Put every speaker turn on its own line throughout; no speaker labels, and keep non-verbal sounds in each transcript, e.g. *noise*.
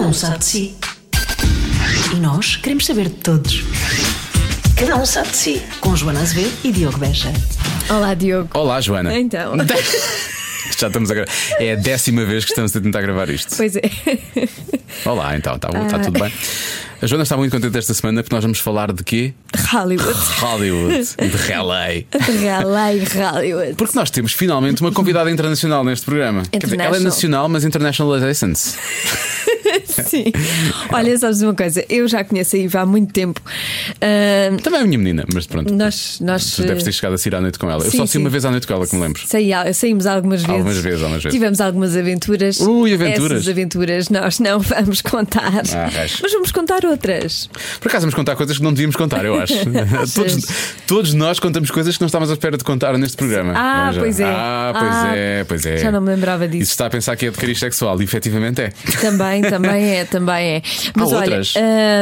um sabe de si. E nós queremos saber de todos. Cada um sabe de si. Com Joana Azevedo e Diogo Beja.
Olá, Diogo.
Olá, Joana.
Então,
*laughs* Já estamos a gravar. É a décima vez que estamos a tentar gravar isto.
pois é.
Olá, então, está tudo bem? A Joana está muito contente esta semana porque nós vamos falar de quê?
Hollywood.
Hollywood, de relay.
Ralei, Hollywood.
Porque nós temos finalmente uma convidada internacional neste programa. Quer dizer, ela é
International.
nacional, mas international license.
Sim. Olha, sabes uma coisa? Eu já conheço a Iva há muito tempo. Ah,
Também é minha menina, mas pronto.
nós. nós
Tu deves ter chegado a sair à noite com ela. Eu
Sim,
só saí uma
sim.
vez à noite com ela, que me lembro.
Saí- ah, saímos algumas vezes.
Algumas vezes, algumas vezes.
Tivemos algumas aventuras.
Ui, aventuras.
Essas aventuras nós não *laughs* vamos contar.
Ah, raios.
mas vamos contar outras.
Por acaso vamos contar coisas que não devíamos contar,
*laughs*
eu acho. todos, todos nós contamos coisas que não estávamos à espera de contar neste programa.
Ah,
Vamos lá.
pois é.
Ah, pois
Ah,
é, pois é.
já não me lembrava disso.
Isso está a pensar que é de cariz sexual, e efetivamente é.
Também, também é, também é. Mas
Há
olha,
outras?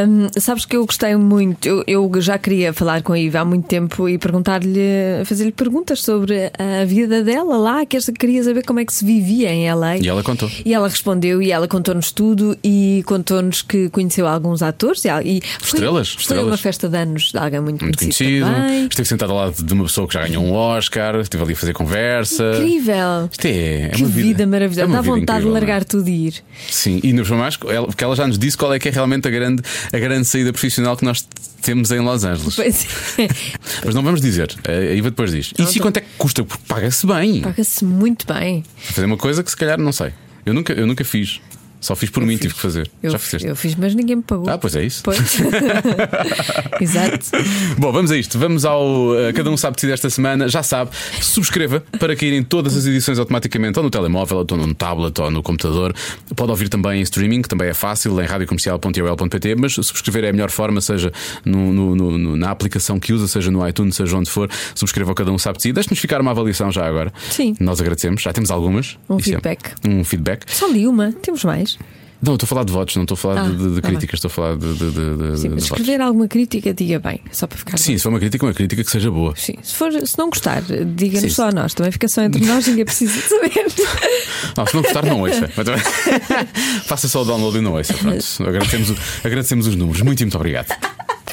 hum, sabes que eu gostei muito, eu, eu já queria falar com a Iva há muito tempo e perguntar-lhe, fazer-lhe perguntas sobre a vida dela lá, que esta queria saber como é que se vivia em LA.
E ela contou.
E ela respondeu e ela contou-nos tudo e contou-nos que conheceu alguns atores e, e foi,
Estrelas,
foi
estrelas.
uma festa de anos de alguém muito,
Muito
conhecido.
conhecido.
também.
Estive sentado ao lado de uma pessoa que já ganhou um Oscar, estive ali a fazer conversa.
Incrível.
Isto é, é
Que
uma
vida,
vida,
maravilhosa.
É uma
Dá
vida
vontade
incrível,
de
não é?
largar tudo e ir.
Sim, e nos mais, ela- porque ela já nos disse qual é que é realmente a grande, a grande saída profissional que nós temos em Los Angeles.
Pois é. *laughs*
Mas não vamos dizer, a Iva depois diz. E se quanto é que custa? Porque paga-se bem.
Paga-se muito bem.
Fazer uma coisa que se calhar não sei. Eu nunca, eu nunca fiz. Só fiz por mim, tive que fazer.
Eu,
Já fizeste?
eu fiz, mas ninguém me pagou.
Ah, pois é isso.
Pois. *laughs* Exato.
Bom, vamos a isto. Vamos ao uh, Cada Um Sabe de Si desta semana. Já sabe, subscreva para caírem todas as edições automaticamente, ou no telemóvel, ou num tablet, ou no computador. Pode ouvir também em streaming, que também é fácil, em radiocomercial.ol.pt. Mas subscrever é a melhor forma, seja no- no- no- no- na aplicação que usa, seja no iTunes, seja onde for. Subscreva o Cada Um Sabe de Si. Deixe-nos ficar uma avaliação já agora.
Sim.
Nós agradecemos. Já temos algumas.
Um
Isso é-
feedback.
um feedback.
Só li uma, temos mais.
Não, eu estou a falar de votos, não estou a falar
Ah,
de, de
tá
críticas, estou a falar de, de- de- de-
Sim,
de
mas
votos.
escrever alguma crítica, diga bem, só para ficar.
Sim, se for uma crítica, uma crítica que seja boa.
Sim, se, for, se não gostar,
Sim,
diga-nos
sim.
só a nós, também fica só entre nós, ninguém precisa de
*laughs*
saber.
Não, se não gostar, não ouça. Mas também- *laughs* Faça só o download e não ouça. Pronto. Agradecemos, o- agradecemos os números. Muito, e muito obrigado.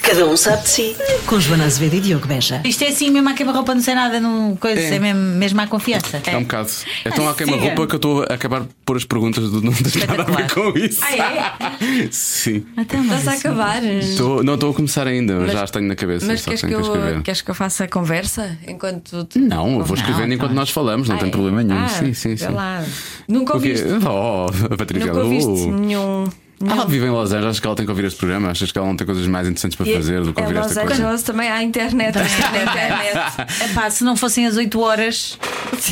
Cada um sabe de si. Com Joana Azevedo e Diogo Beja.
Isto é assim mesmo à queima-roupa, não sei nada, não coisa,
É.
é, mesmo, mesmo à confiança.
É um bocado. É tão
Assim,
Ah,
há queima-roupa
siga.
que eu estou a acabar de pôr as perguntas do não tens nada a ver
Espetacular.
com isso.
Ah,
é?
Sim.
Até É. Então, mas
Estás a
isso-
acabar.
Estou- não estou a começar ainda, mas,
Mas-
já as tenho na cabeça.
Mas
só
queres que,
tenho escrever.
eu, queres que eu faça a conversa enquanto tu.
Não, eu vou escrevendo
Não,
enquanto nós falamos, não
Ah,
tem
é?
problema nenhum.
Ah,
sim, sim,
vê
sim.
lá. Nunca
O quê?
ouviste.
Oh, a Patrícia.
Nunca ouviste
oh.
nenhum.
Ela vive em Los Angeles, acho que ela tem que ouvir este programa. Achas que ela não tem coisas mais interessantes para
E
fazer do que
é
ouvir
Los
esta coisa?
Angeles também há
*laughs*
internet. internet, internet.
*laughs* Epá, se não fossem as 8 horas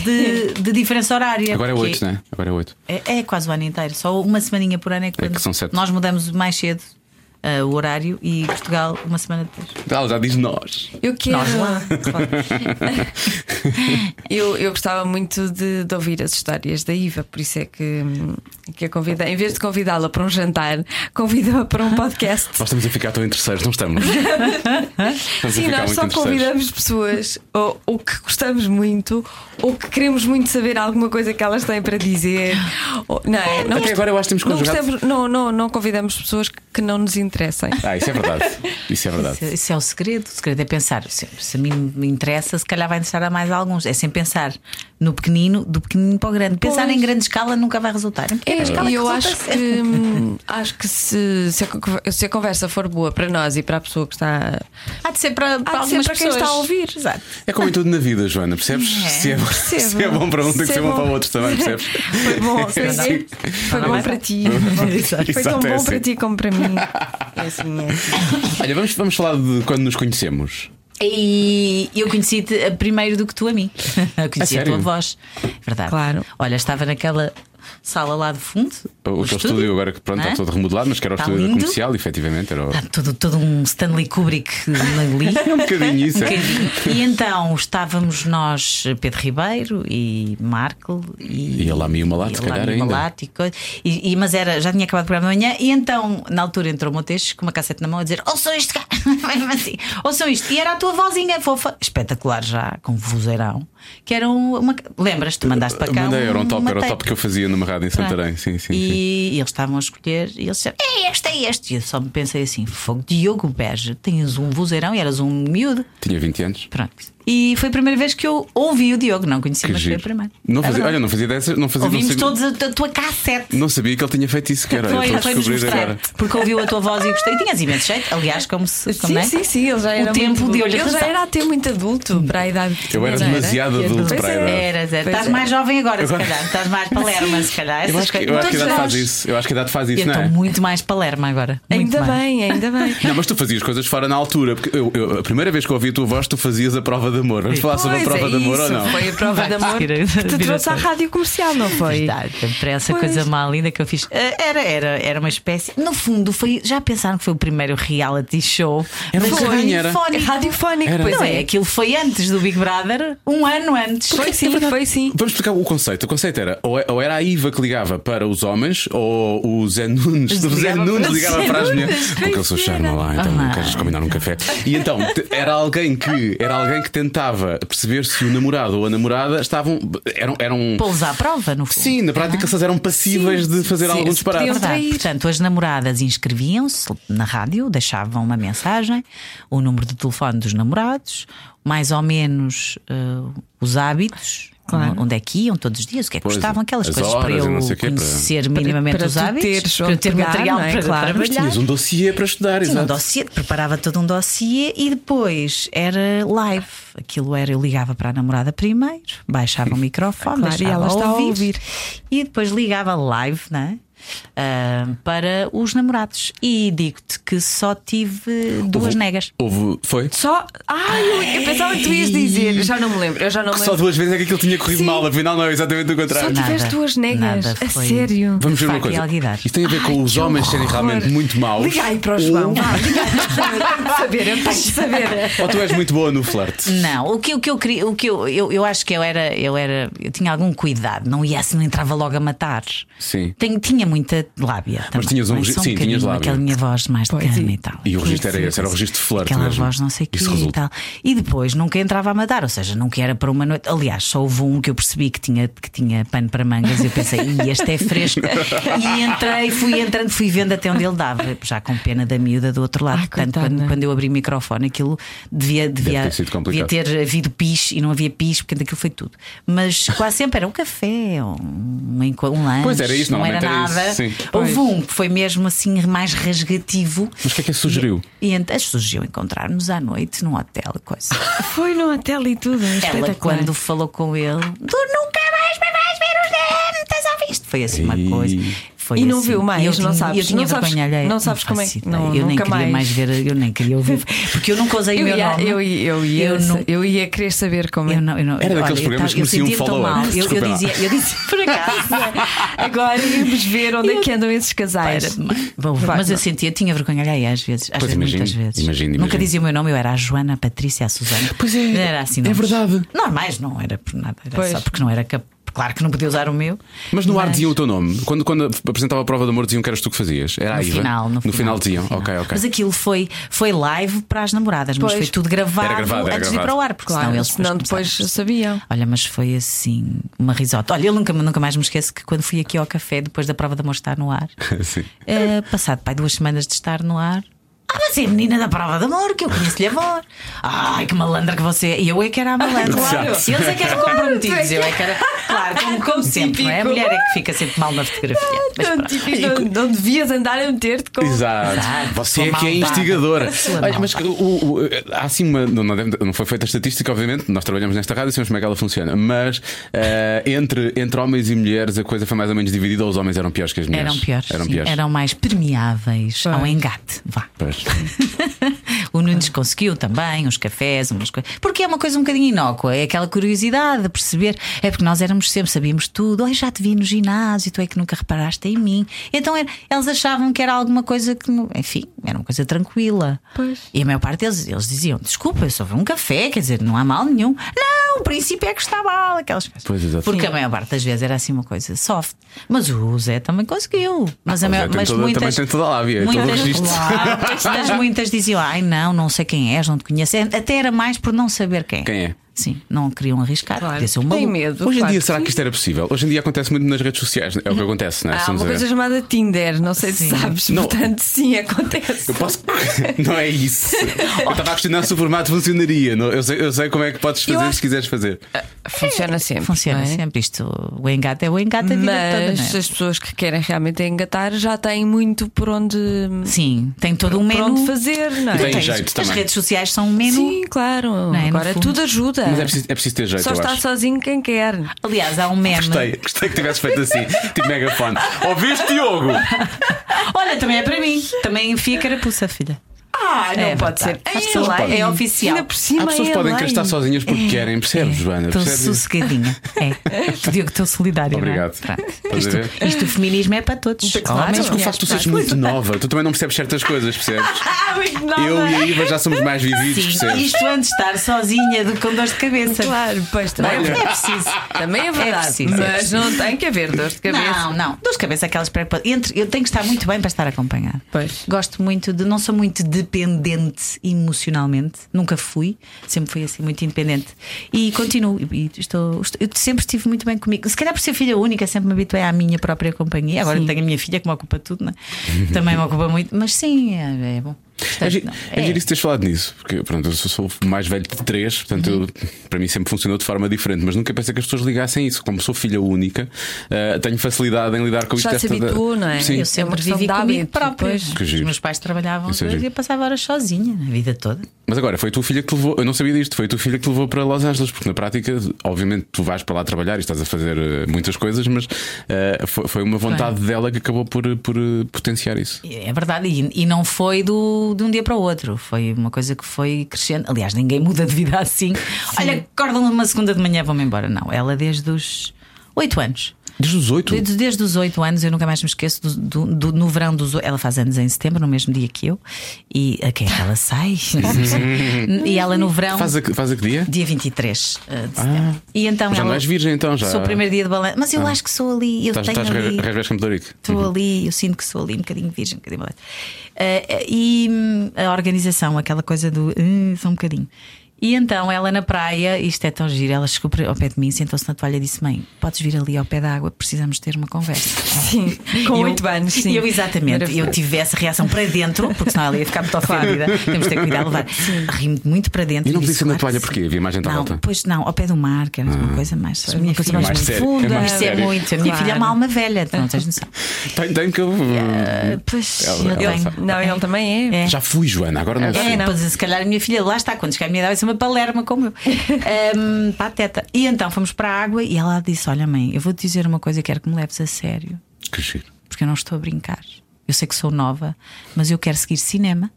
de, de diferença horária.
Agora é
porque
8, não é? Agora é 8.
É, é quase o ano inteiro, só uma semaninha por ano é que,
É que
quando
são sete.
nós mudamos mais cedo ah, o horário e Portugal uma semana depois.
Ela já diz nós.
Eu quero.
Nós lá. claro.
Eu, eu gostava muito de, de ouvir as histórias da Iva, por isso é que, hum, que a convidei. Em vez de convidá-la para um jantar, convido-a para um podcast.
Nós estamos a ficar tão interesseiros,
*laughs*
não estamos? estamos
Sim,
a ficar
nós
muito
só
interesseiros.
convidamos pessoas ou, ou que gostamos muito ou que queremos muito saber alguma coisa que elas têm para dizer. Ou- não, é? não,
Até
gost-
agora eu acho que temos
não,
conjugado.
gostamos- não, não, não convidamos pessoas que não nos interessem.
Ah, isso é verdade. Isso é verdade.
Isso, isso é o segredo. O segredo é pensar. Se, se a mim me interessa, se calhar vai interessar a mais alguns. É sem pensar no pequenino, do pequenino para o grande. Pensar
Pois.
em grande escala nunca vai resultar. Em pequena escala
e
é
eu
resulta
acho
sempre.
que hum, *laughs* acho que se, se, a, co- se a conversa for boa para nós e para a pessoa que está
Há de ser para, para
de ser
algumas
para quem
pessoas.
está a ouvir.
Exato.
É como em tudo na vida, Joana, percebes?
É,
se, é bom,
percebo.
se é bom para um, tem que
Se é
ser bom
bom.
para outros também, percebes?
Foi
*laughs*
bom, foi,
Sim.
foi bom para ti. Foi tão
Exato, é
bom
assim.
para ti como para
*laughs*
mim. É assim,
Olha, vamos, vamos falar de quando nos conhecemos.
E eu conheci-te eh, primeiro do que tu a mim. *laughs* Eu conheci
sério?
a tua voz. Verdade.
Claro.
Olha, estava naquela sala lá do fundo.
O,
do
aquele estúdio agora que pronto, tá
não é?
está todo remodelado, mas que era o
Está
estúdio da
lindo.
comercial, efetivamente. Era o...
Ah, todo, todo um Stanley Kubrick ali.
*laughs* É um bocadinho isso,
Um
é.
bocadinho. E então estávamos nós, Pedro Ribeiro e Marco e.
E a Lami e o Malato,
e a
se calhar,
Lami e o
ainda.
Malato e coisa. E- e- mas era, já tinha acabado o programa da manhã e então, na altura, entrou o Montes com uma cassete na mão a dizer: "Oh, Ouçam *laughs* "Oh, isto cá, Mesmo assim, ouçam isto. E era a tua vozinha fofa, espetacular já, com vozeirão. que era uma. Lembras-te? Mandaste para cá.
Mandei,
um-
era um top,
uma
era o
tape.
top que eu fazia numa rádio em
Tá.
Santarém. Sim, sim,
e
sim.
eles estavam a escolher e eles disseram: É este, é este. E eu só me pensei assim: Fogo, Diogo Beja, tens um vozeirão e eras um miúdo.
Tinha 20 anos.
Pronto. E foi a primeira vez que eu ouvi o Diogo, não conhecia,
Que
mas
giro.
foi a primeira.
Não
É
fazia,
verdade.
olha, não fazia dessas, não fazia.
Ouvimos
não sabia,
todos a, a tua cassete.
não sabia que ele tinha feito isso, cara.
Foi,
eu estou a
foi-nos
descobrir
mostrar.
agora.
Porque ouviu a tua voz e gostei. E tinhas imenso jeito, aliás, como se. como
sim,
é?
sim, sim, ele já era.
O tempo
muito
de olho
Ele já
arrasado.
era até muito adulto para a idade que
Eu
tinha,
era
já
demasiado
Que
adulto
Pois
para a
é.
idade.
Eras, eras.
Pois
Estás
é.
mais jovem agora, se
Agora-
calhar. Estás mais palerma, se calhar.
Eu
Essas
acho que,
coisas.
eu acho que a idade
Todos
faz
nós.
isso. Eu acho que a idade faz
Eu
isso, não
estou
é?
muito mais palerma agora. Muito
Ainda
mais.
bem, ainda bem.
Não, mas tu fazias coisas fora na altura, porque eu- eu- a primeira vez que eu ouvi a tua voz, tu fazias a prova de amor. Vamos falar sobre a
Pois,
prova
é
de amor ou
isso,
não?
Foi a prova
Vai,
de amor
tira-
que te
tira
trouxe à
tudo.
rádio comercial, não foi?
Verdade, para essa
Pois.
coisa má linda que eu fiz. Eh, Era, era, era uma espécie. No fundo, foi, já pensaram que foi o primeiro reality show?
Era um
Mas
bocadinho,
foi
era.
fónico.
É Radiofónico,
Era.
pois
Não
é.
é, aquilo foi antes do Big Brother, um ano antes.
Foi sim, é foi sim.
Vamos explicar o conceito. O conceito era ou é- ou era a Iva que ligava para os homens ou o Zé Nunes. O Zé
Ligava
Nunes
para-
ligava
Zé
para as
Nunes,
mulheres.
que
Porque eu sou
fera.
charme lá, então
Ah.
não queres combinar um café. E então te- era alguém que era alguém que tentava perceber se o namorado ou a namorada estavam. eram. eram
Pô-los à prova, no fundo.
sim, na prática elas eram passíveis de fazer
Ah. sim, tipo
algum
se
disparate.
podiam-
Verdade.
trair.
Portanto, as namoradas inscreviam-se na rádio, deixavam uma mensagem, o número de telefone dos namorados, mais ou menos eh, os hábitos. Onde é que iam todos os dias? O que é que
Pois,
gostavam? Aquelas
as
coisas para
horas e
eu
não sei o quê, para-
conhecer minimamente
para
os
tu
hábitos,
teres
para
onde
eu ter
pegar,
material
não é?
para
Claro, mas
Mas
trabalhar.
tinhas um dossiê para estudar,
Tinha um
exato.
dossiê, preparava todo um dossiê e depois era live. Aquilo era, eu ligava para a namorada primeiro,
*laughs*
baixava o microfone,
Claro,
deixava
e ela está a ouvir.
E depois ligava live, não é? Ah, para os namorados. E digo-te que só tive duas negas.
Houve. Foi?
Só. Ai, eu, eu pensava que tu ias dizer. Eu Já não me lembro. Eu já não me
Que só
lembro.
duas vezes é que aquilo tinha corrido
Sim.
mal, afinal não é exatamente o
Só
contrário.
Nada,
tiveste duas negas.
nada
A
foi-
sério.
Vamos ver uma
Facto e
coisa.
alguidar.
Isto tem a ver com os homens serem realmente muito maus.
Liga aí para o João.
*laughs*
vá, liga aí para o João. Eu tenho de saber, eu tenho de saber.
Ou tu és muito boa no flerte?
Não, o que, o que eu queria, o que eu, eu, eu acho que eu era, eu era, eu tinha algum cuidado, não ia assim, não entrava logo a matar.
Sim.
Tenho- tinha muita lábia. também,
tinhas um
mas
regi-
só
sim, tinhas
bocadinho,
lábia.
Aquela minha voz mais de
Pois,
cana
e-
e tal.
E o registro
Sim,
era
sim,
esse, era o
sim.
registro de flerte
Aquela
mesmo.
voz não sei o
Isso
quê e
resulta.
tal. E depois nunca entrava a matar, ou seja, nunca era para uma noite. Aliás, só houve um que eu percebi que tinha, que tinha pano para mangas e eu pensei, "Ih, este é fresco. e entrei, fui entrando, fui vendo até onde ele dava, já com pena da miúda do outro lado.
Ai,
Portanto,
coitada.
quando, quando eu abri o microfone, aquilo devia, devia,
ter sido complicado.
devia ter havido pis e não havia pis, portanto aquilo foi tudo. Mas quase sempre era um café, um, enco- um lanche,
Pois era isso,
não era
normalmente era isso,
nada.
sim.
Houve um que foi mesmo assim mais rasgativo.
Mas o que é que sugeriu?
E então sugeriu encontrar-nos à noite num hotel, coisa.
Foi no hotel e tudo. um
Ela,
*laughs* espetacular.
quando falou com ele, tu nunca mais me vais ver os dentes, ouviste? Foi assim uma
Ei.
coisa. Foi
E não
assim.
viu mais,
eu
não
tinha,
sabes,
Eu tinha
não sabes-
vergonha alheia.
não sabes como é
faço
que-
ideia.
não,
eu nem
nunca
queria
mais.
mais ver, eu nem queria ouvir. Porque eu nunca usei o
Eu
meu
ia,
nome.
eu, ia, eu, ia,
Eu
eu,
não-
ia querer saber como é.
Eu não, eu não,
Era daqueles
eu
programas
tava-
que
eu
mereciam um
sentia-me tão
follow-up.
mal. Eu, eu
Desculpa lá.
dizia, *laughs* eu disse por acaso. não é?
*laughs* Agora íamos ver onde é que andam esses
Era,
casais.
bom,
Vai,
mas eu
não.
sentia, eu tinha vergonha alheia às vezes, às
Pois,
vezes
imagino,
muitas vezes.
imagino,
Nunca
imagino.
dizia o meu nome, eu era a Joana, a Patrícia, a Susana.
Pois é,
era assim,
é
nomes.
verdade.
Normais, não era por nada, era
Pois.
só porque não era cap- Claro que não podia usar o meu.
Mas no ar diziam o teu nome. Quando, quando apresentava a prova de amor, diziam que eras tu que fazias. Era a
No
Iva.
final, no,
final, diziam.
no final.
Ok, ok. *laughs*
Mas aquilo foi, foi live para as namoradas, mas
Pois.
foi tudo gravado,
Era gravado, era
antes de ir para
gravado.
o ar, porque senão
Claro,
eles
senão depois
começavam a
sabiam.
Olha, mas foi assim uma risota. Olha, eu nunca, nunca mais me esqueço que quando fui aqui ao café, depois da prova de amor estar no ar,
Sim.
eh, passado pai, duas semanas de estar no ar. Ah, mas é a menina da prova de amor, que eu conheço-lhe a voz. Ai, que malandra que você é. E Eu é que era a malandra.
Claro.
Eles é que eram comprometidos. Eu é que era. Claro, como, como sempre, não é? A
Típico.
mulher é que fica sempre mal na fotografia. Mas
Não,
pronto.
típico, *laughs* não, não devias andar a meter-te com.
Exato.
Exato.
Você
Sua
é que é
maldade.
instigadora.
Sua
Olha, mas o- o- há assim uma. Não, não deve- não foi feita a estatística, obviamente. Nós trabalhamos nesta rádio e sabemos como é que ela funciona. Mas eh, entre, entre homens e mulheres a coisa foi mais ou menos dividida ou os homens eram piores que as mulheres?
Eram piores. sim.
Eram
Eram,
piores.
mais permeáveis ao
Pois.
engate. Vá.
Pois.
*laughs* o Nunes conseguiu também, uns cafés, umas coisas. Porque é uma coisa um bocadinho inócua, é aquela curiosidade de perceber. É porque nós éramos sempre, sabíamos tudo. Ai, já te vi no ginásio, tu é que nunca reparaste em mim. Então era- eles achavam que era alguma coisa que, não- enfim, era uma coisa tranquila.
Pois.
E a maior parte deles eles diziam: desculpa, eu só vi um café, quer dizer, não há mal nenhum. Não, o princípio é que está mal, aquelas coisas.
Pois, exato.
Porque a maior parte das vezes era assim uma coisa soft. Mas o Zé também conseguiu.
Ah,
Mas, a
o Zé
maior,
tem
mas
toda- também
muitas,
tem toda a lábia, todo o
*laughs* muitas,
registro. *laughs*
Claro, mas muitas diziam: ai não, não sei quem és, não te conheço. Até era É, mais por não saber quem.
Quem é?
Sim, não queriam arriscar.
Claro.
Podia ser um
Tem
maluco.
medo.
Hoje em
claro
dia,
que
será
sim.
que isto era possível? Hoje em dia acontece muito nas redes sociais, é o
Uhum.
que acontece,
Ah,
não é?
Há
Estamos
Ah, uma
a ver.
coisa chamada Tinder, não sei se
Sim.
sabes,
Não.
portanto, sim, acontece.
Eu
*laughs*
posso. *laughs* não é isso. Eu estava a questionar se o formato funcionaria. não- Eu sei, eu sei como é que podes
Eu
fazer
acho- Ah.
se quiseres fazer.
Funciona sempre.
Funciona
não é?
sempre isto. O engate é o engate a vida toda,
Mas
não é?
as pessoas que querem realmente engatar já têm muito por onde,
Sim, tem todo um
por onde
menu.
fazer, não é?
E tem
Tens-
jeito
as
também.
redes sociais são um menu.
Sim, claro.
é? No
Agora
fundo.
tudo ajuda.
Mas é preciso, é preciso ter jeito,
Só
eu
está
acho.
sozinho quem quer.
Aliás, há um meme.
Gostei, gostei que tivesse feito assim, tipo megafone. Ouviste, Diogo?
Olha, também é para mim. Também enfia carapuça, filha.
Ah,
não pode ser. Ai, é lei, é oficial.
Ainda por cima
Há pessoas
é
que podem
lei.
querer estar sozinhas
É.
porque querem, percebes, Joana?
Estou
Percebes?
sossegadinha. É. Te digo que estou solidária. não é?
Obrigado.
Pronto.
Estás a ver?
Isto, isto o feminismo é para todos.
Ah,
Homens,
sabes que o
mulheres,
facto de tu seres muito nova, tu também não percebes certas coisas, percebes?
*laughs* Ah, muito nova.
Eu e a Iva já somos mais vividos,
Sim,
percebes?
isto antes de estar sozinha do que com dor de cabeça.
Claro, pois também
Olha.
é verdade.
É preciso.
Também é verdade.
preciso, é
mas não tem que haver dor de cabeça.
Não, não. Dor de cabeça, é aquelas preocupações. Entre, eu tenho que estar muito bem para estar acompanhada.
Pois.
Gosto muito de. Não sou muito dependente emocionalmente. Nunca fui. Sempre fui assim, muito independente. E continuo. E estou, estou- eu sempre estive muito bem comigo. Se calhar por ser filha única, sempre me habituei à minha própria companhia. Agora tenho a minha filha que me ocupa tudo, né? *laughs* Também me ocupa muito. Mas sim, é, é bom.
É
Portanto,
gi-
não,
é giro isso teres falado nisso, porque pronto, eu sou, sou o mais velho de três, portanto eu- para mim sempre funcionou de forma diferente, mas nunca pensei que as pessoas ligassem isso. Como sou filha única, eh, tenho facilidade em lidar com isto.
Já se
esta-
habituou, não é?
Sim.
Eu sempre
questão
vivi
de
comigo
hábito,
própria.
pois.
Que
Os
giro.
meus pais trabalhavam
Isso é
todos e
giro.
eu passava horas sozinha, né? a vida toda.
Mas agora, foi a tua filha que te levou, eu não sabia disto, foi a tua filha que te levou para Los Angeles, porque na prática, obviamente, tu vais para lá trabalhar e estás a fazer eh, muitas coisas, mas eh, foi, foi uma vontade dela que acabou por, por eh, potenciar isso.
É verdade, e, e não foi do, de um dia para o outro, foi uma coisa que foi crescendo. Aliás, ninguém muda de vida assim. Olha, acordam uma segunda de manhã, vão-me embora. Não, ela desde os 8 anos.
Desde os oito?
Desde, desde os 8 anos, eu nunca mais me esqueço do, do- do- no verão dos. o- Ela faz anos em setembro, no mesmo dia que eu, e a quem é que
*laughs*
ela sai? e ela no verão.
Faz a, que- faz a que dia?
Dia 23 eh, de setembro. e então
Já
ela-
não és virgem, então já. Ah.
Sou o primeiro dia de balanço. Mas eu acho que sou ali. Eu
Estás,
tenho
estás
ali.
re- resves com Torico.
Estou
Uhum.
ali, eu sinto que sou ali um bocadinho virgem, um bocadinho balanço. Eh, eh, e hum, a organização, aquela coisa do. "Hum, só um bocadinho. E então ela na praia, isto é tão giro, ela chegou para- ao pé de mim, sentou-se na toalha e disse: Mãe, podes vir ali ao pé da água, precisamos ter uma conversa.
*laughs* Sim, com
Eu-
oito anos, sim.
Eu, exatamente. Eu
Maravilhoso.
tive essa reação para dentro, porque senão ela ia ficar muito ofendida. Temos de ter cuidado,
*laughs*
levar. Ri-me muito para dentro.
E não
disse,
podia ser na
"Claro que
toalha
sim."
porque havia imagem à
Não,
volta. Ah.
pois não, ao pé do mar, que era uma coisa mais. Uma coisa
filha
mais
mais
muito
séria, é
profunda.
mais
Isso é
séria.
muito. A minha
Claro.
filha é uma alma velha, tu não tens noção.
Tenho, tenho que eu.
Ah, Pois,
Hum. Ela-
eu
ela
tenho.
sabe.
Não, ele também *laughs* é.
É.
Já fui, Joana, agora não sou.
É,
não.
pois, se calhar a minha filha, lá está, quando chegar a minha idade, vai ser uma palerma
*laughs*
como eu. Ahm, pateta. E então fomos para a água e ela disse: Olha, mãe, eu vou te dizer uma coisa, quero que me leves a sério,
Que giro.
porque eu não estou a brincar. Eu sei que sou nova, mas eu quero seguir cinema,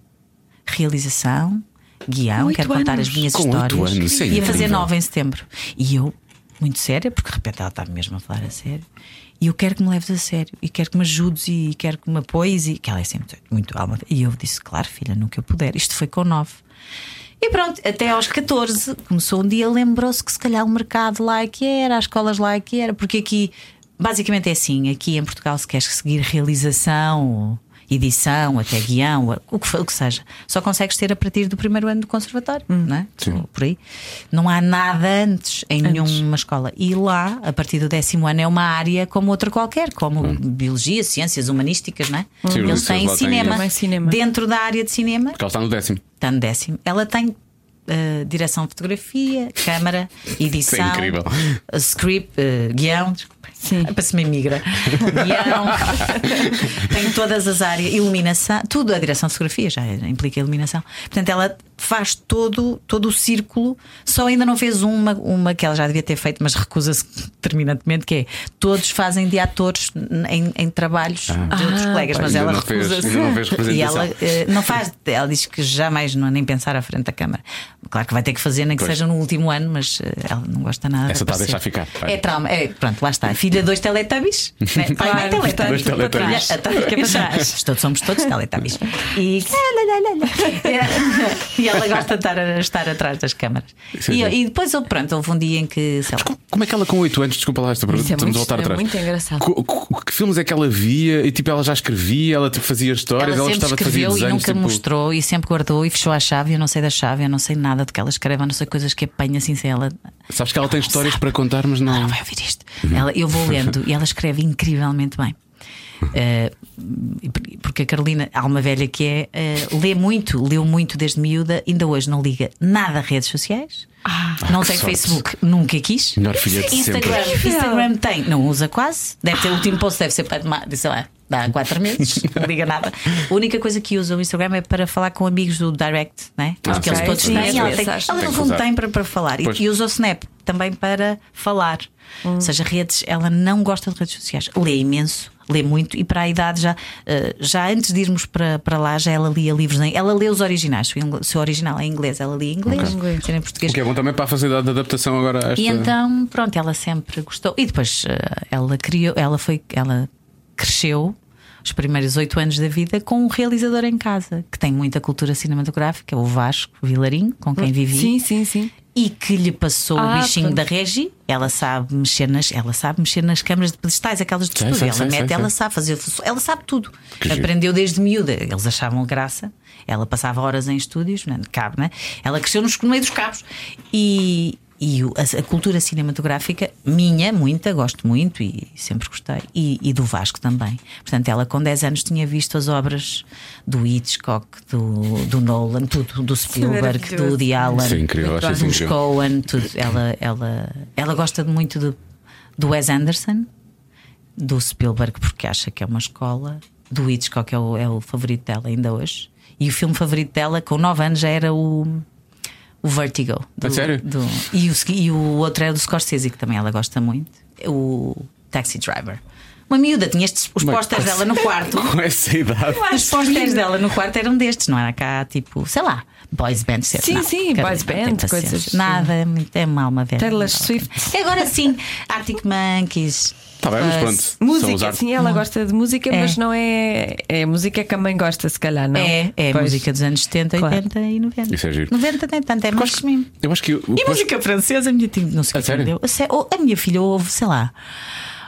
realização, guião,
Oito
quero contar
anos.
as minhas
Com
histórias.
oito anos, isso é
Ia fazer
incrível.
nova em setembro. E eu, muito séria, porque de repente ela está mesmo a falar a sério. E eu quero que me leves a sério, e quero que me ajudes, e quero que me apoies, e que ela é sempre muito alma. E eu disse, claro, filha, no que eu puder. Isto foi com nove. E pronto, até aos 14, começou um dia, lembrou-se que se calhar o mercado lá é que era, as escolas lá é que era, porque aqui, basicamente é assim, aqui em Portugal, se queres seguir realização, edição, até guião, o que, for- o que seja, só consegues ter a partir do primeiro ano do conservatório, não é?
Hum, Sim.
Por aí. Não há nada antes em nenhuma escola. E lá, a partir do décimo ano, é uma área como outra qualquer, como biologia, ciências humanísticas, não é?
Hum. Sim, os
Eles
liceus
têm
lá têm-
cinema.
Também cinema.
Dentro da área de cinema,
Porque ela está no décimo.
está no décimo. Ela tem uh, direção de fotografia, câmara, edição,
*laughs* Isso é incrível.
uh, script, uh, guião. desculpa. Ah, Parece
*laughs*
uma migra. Guião. Tem todas as áreas, iluminação, tudo a direção de fotografia já implica iluminação. Portanto, ela faz todo, todo o círculo, só ainda não fez uma, uma que ela já devia ter feito, mas recusa-se determinantemente, que é todos fazem de atores em, em trabalhos de outros colegas, mas
Ah. ainda
ela
não fez-
recusa-se.
ainda não fez
E
representação.
ela eh, não faz, ela diz que jamais não, é nem pensar à frente da câmara. Claro que vai ter que fazer, nem que
Pois.
seja no último ano, mas eh, ela não gosta nada. de
Essa está a
aparecer.
deixar ficar.
É trauma, é, pronto, lá está. Pá, filha, dois teletubbies.
*laughs*
Né? Pai, mãe,
Claro,
dois
teletubbies.
teletubbies.
Filha, então fica para
*laughs*
trás. Todos somos todos teletubbies. E, *laughs* e ela gosta de estar, a- estar atrás das câmaras.
Sim,
e,
sim.
e depois, pronto, houve um dia em que, sei lá,
Co- Como é que ela com 8 anos, desculpa lá esta pergunta,
Isso é
estamos
muito-
a voltar
é
atrás.
muito engraçado.
Co- co- que filmes é que ela via e tipo ela já escrevia, ela tipo fazia histórias, ela,
Ela sempre
gostava de fazer
escreveu e
desenhos.
nunca
tipo...
mostrou e sempre guardou e fechou a chave. Eu não sei da chave, eu não sei nada do que ela escreve, eu não sei coisas que apanha assim sem ela.
Sabes que ela tem
não
histórias
sabe.
para contar, mas
Ela
não.
não vai ouvir isto.
Uhum.
Ela, eu vou lendo
*laughs*
e ela escreve incrivelmente bem.
Uhum.
Eh, porque a Carolina, alma velha que é, eh, lê muito, leu muito desde miúda, ainda hoje não liga nada a redes sociais. não
Ah, que
tem
sorte.
Facebook, nunca quis.
Melhor filha de sempre. Ah.
Instagram, Instagram tem, não usa quase. Deve ter, o último post deve ser para tomar, sei lá, dá há quatro meses,
*laughs*
não liga nada. A única coisa que usa o Instagram é para falar com amigos do Direct, né?
Ah,
Porque eles
sim,
todos
sim,
têm,
sim.
ela, tem,
Tem
ela
que
no
usar.
fundo tem para, para falar. E-
Pois. Hum.
E usa o Snap também para falar. Ou seja, redes, ela não gosta de redes sociais. Lê imenso. Lê muito e para a idade já, eh, já antes de irmos para, para lá, já ela lia livros em. Ela lê os originais, se o ingl- se o original é em inglês, ela lia em inglês,
Ok.
se era em português.
O que é bom também para a facilidade de adaptação agora a esta.
E então, pronto, ela sempre gostou. E depois eh, ela criou, ela foi, ela cresceu os primeiros oito anos da vida com um realizador em casa que tem muita cultura cinematográfica, o Vasco Vilarinho, com quem vivi
Sim, sim, sim.
e que lhe passou
Ah,
o bichinho
pronto.
da Regi. Ela sabe mexer nas, ela sabe mexer nas câmaras de pedestais, aquelas de
Sei,
estúdio.
sei,
Ela
sei,
mete,
sei,
ela
sei.
sabe fazer, ela sabe tudo.
Que giro.
Aprendeu desde miúda. Eles achavam graça. Ela passava horas em estúdios, né, de cabo, né? Ela cresceu nos- no meio dos cabos e e o- a, a cultura cinematográfica minha, muita, gosto muito e sempre gostei, e, e do Vasco também. Portanto, ela com 10 anos tinha visto as obras do Hitchcock, do, do Nolan, tudo, do Spielberg, do Woody Allen,
Isso é incrível, acho isso
dos
incrível.
Cohen, tudo. Ela, ela, ela gosta de muito do, do Wes Anderson, do Spielberg, porque acha que é uma escola, do Hitchcock, é o, é o favorito dela ainda hoje. E o filme favorito dela, com 9 anos, já era o. O Vertigo. Do,
A sério?
do- e, o, segui- e o outro é o do Scorsese, que também ela gosta muito. O Taxi Driver. Uma miúda, tinha estes, os
Mas-
posters dela no
*laughs*
quarto.
Com essa idade.
Os posters dela no quarto eram destes, não era cá tipo, sei lá, boys band, sei
Sim,
lá.
sim,
Cada-
boys
não tem
band,
paciência.
coisas- assim.
Nada, é muito- é uma alma velha.
Taylor
Não.
Swift.
E Agora sim, Arctic Monkeys.
Está Tá bem, mas
Buzz.
pronto. são os
Música,
ar-
sim, ela gosta de música,
É.
mas não é. É música que a mãe gosta, se calhar, não?
É, é
Pois.
música dos anos 70,
Claro.
80 e 90.
Isso é giro.
90 nem tanto, é mais mesmo.
Eu acho que. eu-
E
eu acho-
música francesa, a minha tia não sei
A
o que
sério?
aprendeu. A, sé- ou- a minha filha ouve, sei lá.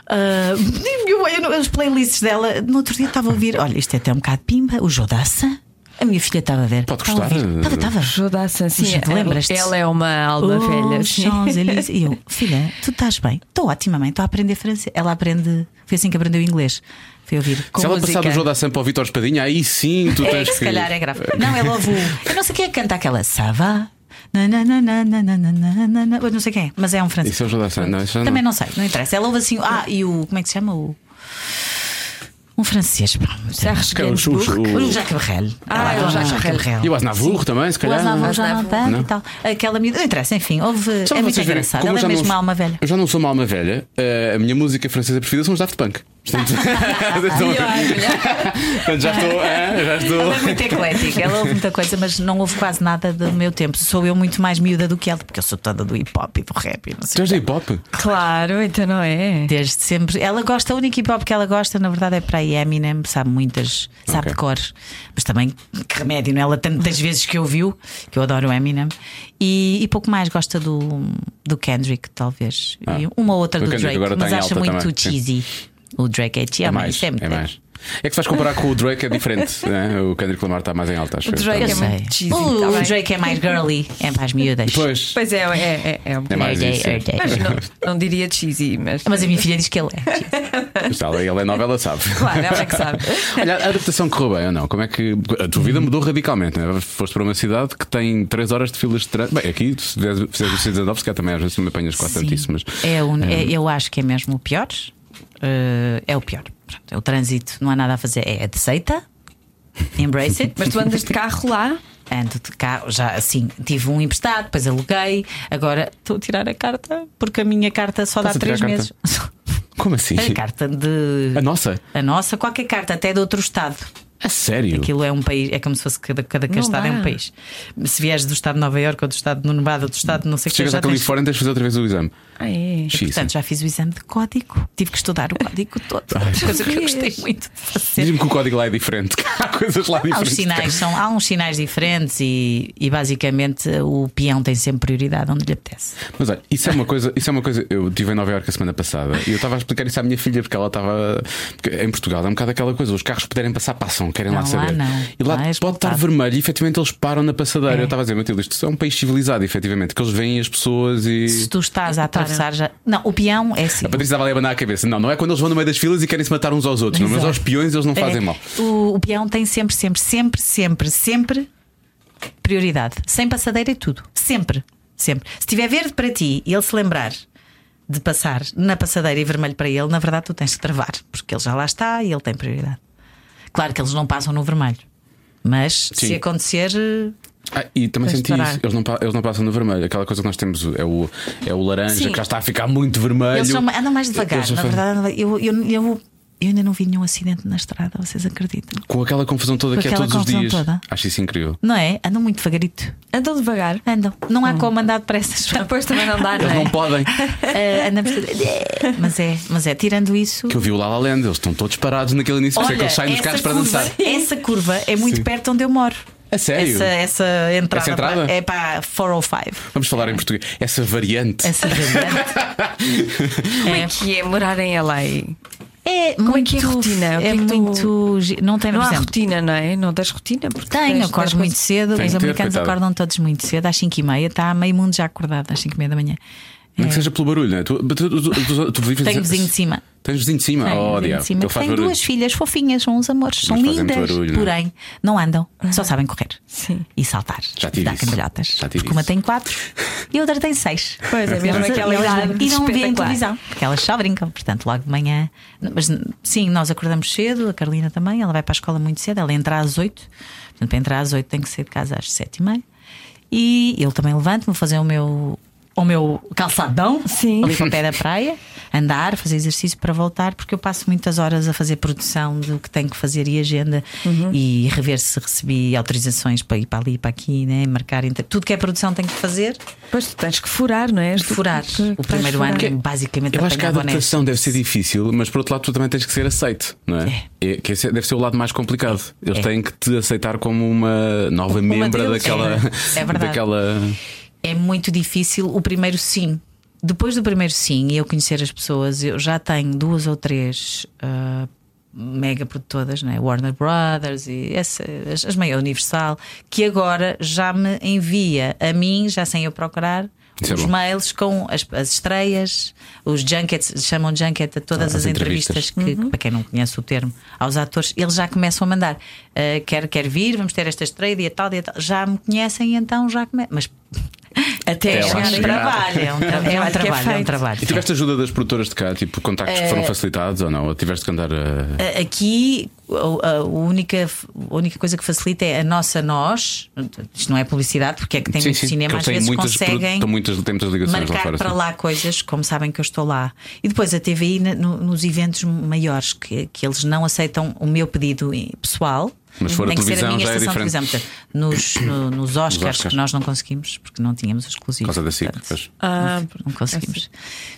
ah, *laughs* eu- eu- as playlists dela, no outro dia estava a ouvir, olha, isto é até um bocado pimba, o Jodassa. A minha filha estava a ver.
Pode
Estava a
gostar.
ouvir. Estava, estava.
Jodassan, sim.
Já te
ela-
lembras-te?
Ela é uma alma
Oh,
velha. sim. *laughs*
Champs-Élysées. E eu, filha, tu estás bem? Estou ótima, mãe, estou a aprender francês. Ela aprende, foi assim que aprendeu inglês. Foi ouvir.
Se ela passar do
música.
João da Sampa ao Vitor Espadinha, aí sim tu
*laughs* É,
tens
que
que.
se calhar é grave. Não, ela ouve. o- Eu não sei quem é que canta aquela Savá. Na, na, na, na, na, na, na, na, na. Eu Não sei quem é, mas é um francês.
Isso é o João da Sampa. Não, isso já
Também não sei, não interessa. Ela ouve assim. Ah, e o. Como é que se chama? O. Um francês. pá,
Serge
Que é o-
Gainsbourg.
o-
O Jacques Barrel.
Ah,
Ela
o
ama
Jacques Brel.
E o Aznavour também, se
O
calhar.
Aznavour já não
Aznavour.
tanto
Não.
e tal. Aquela miúda. Não interessa, enfim. Houve.
Só para
É muito
vocês verem,
engraçado.
como
Ela
eu
é
já não
mesmo
sou-
alma velha.
Eu já não sou uma alma velha. eh, a minha música francesa preferida são os Daft Punk.
*laughs*
Portanto, *laughs* então- Portanto, já estou. eh, já estou.
Ela é muito eclética, ela ouve muita coisa, mas não ouve quase nada do meu tempo. Sou eu muito mais miúda do que ela, porque eu sou toda do hip hop e do rap e não
Tu
sei.
és de hip hop?
Claro, então não é?
Desde sempre. Ela gosta, a única hip hop que ela gosta, na verdade, é para a Eminem, sabe muitas, sabe
Ok.
de cor, mas também que remédio, não é? Ela tantas vezes que ouviu, que eu adoro o Eminem, e, e pouco mais gosta do, do Kendrick, talvez. E uma ou outra
o
do
Ah. Kendrick
Drake,
agora está
mas
em
acha
alta
muito
também, sim.
cheesy. O Drake é cheesy,
É
mas
mais.
isso é muito-
É mais. É que se vais comparar com o Drake, é diferente.
*laughs*
né? O Kendrick Lamar está mais em alta, acho
O
eu.
Drake é
Eu sei.
muito cheesy,
O,
tá bem.
Drake é mais girly, é mais miúdas.
Pois.
Pois é, é, é, é um
É mais
É
isso.
gay,
sim.
é gay.
Mas não, não diria cheesy, mas.
Mas a minha filha diz que ele é.
Mas ela, ela é nova, ela sabe.
Claro, ela é que sabe.
*laughs* Olha, a adaptação correu bem ou não? Como é que. A tua
Uhum.
vida mudou radicalmente, não é? Foste para uma cidade que tem 3 horas de filas de trânsito. Bem, aqui, se fizeres fizeres o 119, se calhar também às vezes me apanhas quase tantíssimas.
É o- é- eu acho que é mesmo o pior. Eh, é o pior. Pronto, é o trânsito, não há nada a fazer. É, é de seita. Embrace it.
*laughs* Mas tu
*laughs*
andas de carro lá?
Ando de carro, já assim, tive um emprestado, depois aluguei. Agora estou a tirar a carta, porque a minha carta só
Estás
dá
a tirar
três
a carta?
meses. *laughs*
Como assim?
A carta de.
A nossa?
A nossa, qualquer carta, até de outro estado.
A sério?
Aquilo é um país, é como se fosse cada, cada
Não
estado é
dá.
um país. Se vieres do estado de Nova Iorque ou do estado de Nevada ou do estado de não
Se
sei o que,
chegas à
já tens...
Califórnia, tens de fazer outra vez o exame.
Ah, é.
Sim,
Portanto, já fiz o exame de código, tive que estudar o código todo. coisa que eu gostei muito de fazer.
Diz-me que o código lá é diferente, *laughs* que há coisas lá
Há os
diferentes.
sinais, são, há uns sinais diferentes e, e basicamente o peão tem sempre prioridade onde lhe apetece.
Mas olha, isso é uma coisa, isso é uma coisa. Eu estive em Nova Iorque a semana passada e eu estava a explicar isso à minha filha porque ela estava porque em Portugal, é um bocado aquela coisa, os carros puderem passar, passam, querem lá
Não,
saber.
lá não.
E lá,
Lá é
pode estar
escutado.
vermelho e efetivamente eles param na passadeira. Eu estava a dizer, Matilde, isto é um país civilizado, efetivamente, que eles veem as pessoas e.
Se tu estás a atravessar já. Não, o peão é assim.
A Patrícia estava ali a abanar a cabeça. Não, não é quando eles vão no meio das filas e querem se matar uns aos outros, não, mas
Exato.
aos peões eles não
É,
fazem mal.
O, o peão tem sempre, sempre, sempre, sempre, sempre prioridade. Sem passadeira e tudo. Sempre. Sempre. Se tiver verde para ti e ele se lembrar de passar na passadeira e vermelho para ele, na verdade tu tens que travar, porque ele já lá está e ele tem prioridade. Claro que eles não passam no vermelho. Mas
Sim.
se acontecer, eh,
Ah, e também
Tens de
senti
parar.
isso. Eles não, pa- eles não passam no vermelho. Aquela coisa que nós temos é o, é o laranja
Sim.
que já está a ficar muito vermelho.
eles são- andam mais devagar.
Ah, Eles já
Na
fazem-
verdade, andam- eu, eu, eu, eu ainda não vi nenhum acidente na estrada, vocês acreditam?
Com aquela confusão toda
Com
que é
aquela
todos os
confusão
dias.
toda.
Acho isso incrível.
Não é? Andam muito devagarito.
Andam devagar.
Andam. Não há como
*laughs*
andar depressas.
Hum. Depois também não dá,
*laughs*
não
Eles
é?
não podem.
Ah, andamos
*laughs*
tudo- Mas é, mas é, tirando isso.
Que eu vi o Lala Land, eles estão todos parados naquele início, por isso é que eles saem dos
essa
carros para
curva-
dançar.
Essa curva é muito perto onde eu moro.
A sério?
Essa, essa entrada,
Essa entrada?
para- é para 405.
Vamos falar em português. Essa variante. *laughs*
Essa variante. é.
Que é morar em LA.
É
Como é que é a
muito-
rotina? O que
É
é que tu-
muito. gi- Não tem,
Não
por
há
exemplo,
rotina, não é? Não das rotina? Porque
Tenho,
tens-
acordo
tens
muito
coisas-
cedo.
Tem
os
que ter,
americanos
coitada.
acordam todos muito cedo, às 5h30. Está tá meio mundo já acordado, às 5h30 da manhã.
Nem que seja pelo barulho, não é? Tu, tu, tu, tu, tu, tu vives-
Tenho vizinho de cima.
Tens vizinho de cima?
Tem,
oh,
vem de
diabo.
cima.
Ele faz
Tem
barulho.
duas filhas fofinhas, são uns amores, são
fazem muito
lindas,
barulho, não é?
porém não andam, só sabem correr
Uhum. Sim.
e saltar
Já
e
tive
dar
isso.
cambalhotas.
Já tive
Porque uma
isso.
tem quatro
*laughs*
e a outra tem seis.
Pois é, mesmo
Mas
naquela
elas-
idade.
E não vêem
espetacular.
televisão, porque elas só brincam, portanto, logo de manhã. Mas sim, nós acordamos cedo, a Carolina também, ela vai para a escola muito cedo, ela entra às oito, portanto, para entrar às oito tem que sair de casa às sete e meia. E eu também levanto-me, vou fazer o meu, o meu calçadão,
Sim.
ali para o pé da praia, andar, fazer exercício para voltar, porque eu passo muitas horas a fazer produção do que tenho que fazer e agenda
Uhum.
e rever se recebi autorizações para ir para ali, para aqui, né? marcar. inter- Tudo que é produção tenho que fazer
Pois tu tens que furar, não é? És tu
furar.
que- que
O
vais
primeiro
furar.
ano é basicamente
Eu acho que a
apanhar bonés.
adaptação deve ser difícil, mas por outro lado tu também tens que ser aceito, não é? é. que esse deve ser o lado mais complicado. Eles
É.
têm que te aceitar como uma nova
Uma
membra
deles.
daquela.
É. É verdade.
daquela...
É muito difícil o primeiro sim. Depois do primeiro sim e eu conhecer as pessoas, eu já tenho duas ou três ah, mega produtoras, né? Warner Brothers e essa, as, as meia Universal, que agora já me envia a mim, já sem eu procurar.
Isso é
os
bom.
mails com as, as estreias, os junkets, chamam junket a todas
Ah, as
as, entrevistas, que, para quem não conhece o termo, aos atores, eles já começam a mandar. ah, quer, quer vir, vamos ter esta estreia, dia tal, dia tal. Já me conhecem e então já começam. Mas
Até
Até
chegar
lá
é um
aí.
chegar.
trabalho, é um, tra- é um
Trabalho que é
trabalho, é um
feito.
trabalho.
E tiveste ajuda das produtoras de cá, tipo contactos que foram
É.
facilitados ou não? Ou tiveste que andar a.
A- Ah, Aqui a, a única, a única coisa que facilita é a nossa nós, isto não é publicidade, porque é que tem muito cinema,
que eles
às
têm
vezes
muitas,
conseguem.
estão muitas, têm muitas ligações lá
Marcar
fora.
para
sim.
lá coisas, como sabem que eu estou lá. E depois a TVI na- no- nos eventos maiores, que, que eles não aceitam o meu pedido em- pessoal.
Mas se for a
Tem que ser a
televisão,
minha
já é
estação de televisão.
diferente.
Portanto, nos, no- nos Oscars,
Oscars.
que nós não conseguimos, porque não tínhamos o exclusivo.
Por causa da SIC.
portanto.
pois.
Ah,
Não conseguimos.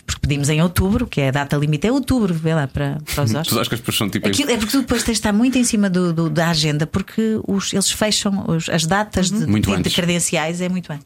Porque pedimos em outubro, que é a data limite, é outubro, vê lá para, para
*laughs*
os
Tu
Oscars.
achas que as pessoas são tipo.
Aquilo, é porque tu depois tens de estar muito em cima do, do- da agenda, porque os, eles fecham os- as datas de,
Uhum. Muito
de- de
antes.
credenciais, é muito antes.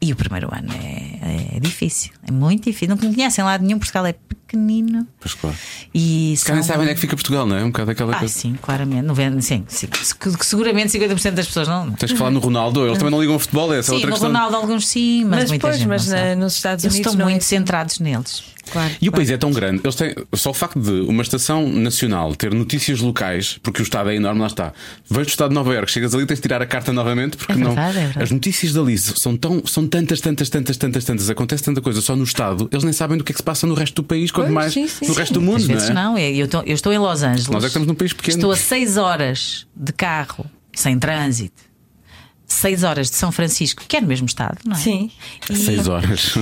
E o primeiro ano é, é difícil, é muito difícil. Não conhecem lá de nenhum, Portugal é pequenino.
Pois claro.
E
Se calhar nem
são-
sabem onde é que fica Portugal, não é? Um bocado aquela
Ah,
coisa.
sim, claramente. 90, sim, sim. Que- que Seguramente 50% das pessoas não.
Tens que falar no Ronaldo, eles também não ligam ao futebol, essa é
Sim,
outra
no
Então, questão.
Ronaldo alguns sim, mas,
Mas
muita
pois,
gente
mas
não
na-
sabe.
nos Estados
Eles
Unidos
estão
não é
muito
assim.
centrados neles.
claro.
E o país é tão grande, eles têm só o facto de uma estação nacional ter notícias locais, porque o Estado é enorme, lá está. Vejo o Estado de Nova Iorque, chegas ali tens de tirar a carta novamente, porque
É
não.
verdade, é verdade.
As notícias dali são, tão, são tantas, tantas, tantas, tantas, tantas, acontece tanta coisa só no Estado, eles nem sabem do que é que se passa no resto do país, quanto
Pois,
mais
sim, sim.
no resto do mundo,
Às vezes
não é?
não, é- eu, tô- eu estou em Los Angeles.
Nós é que estamos num país pequeno.
Estou a 6 horas de carro, sem trânsito. 6 horas de São Francisco, que é no mesmo estado, não é?
Sim.
E-
Seis horas.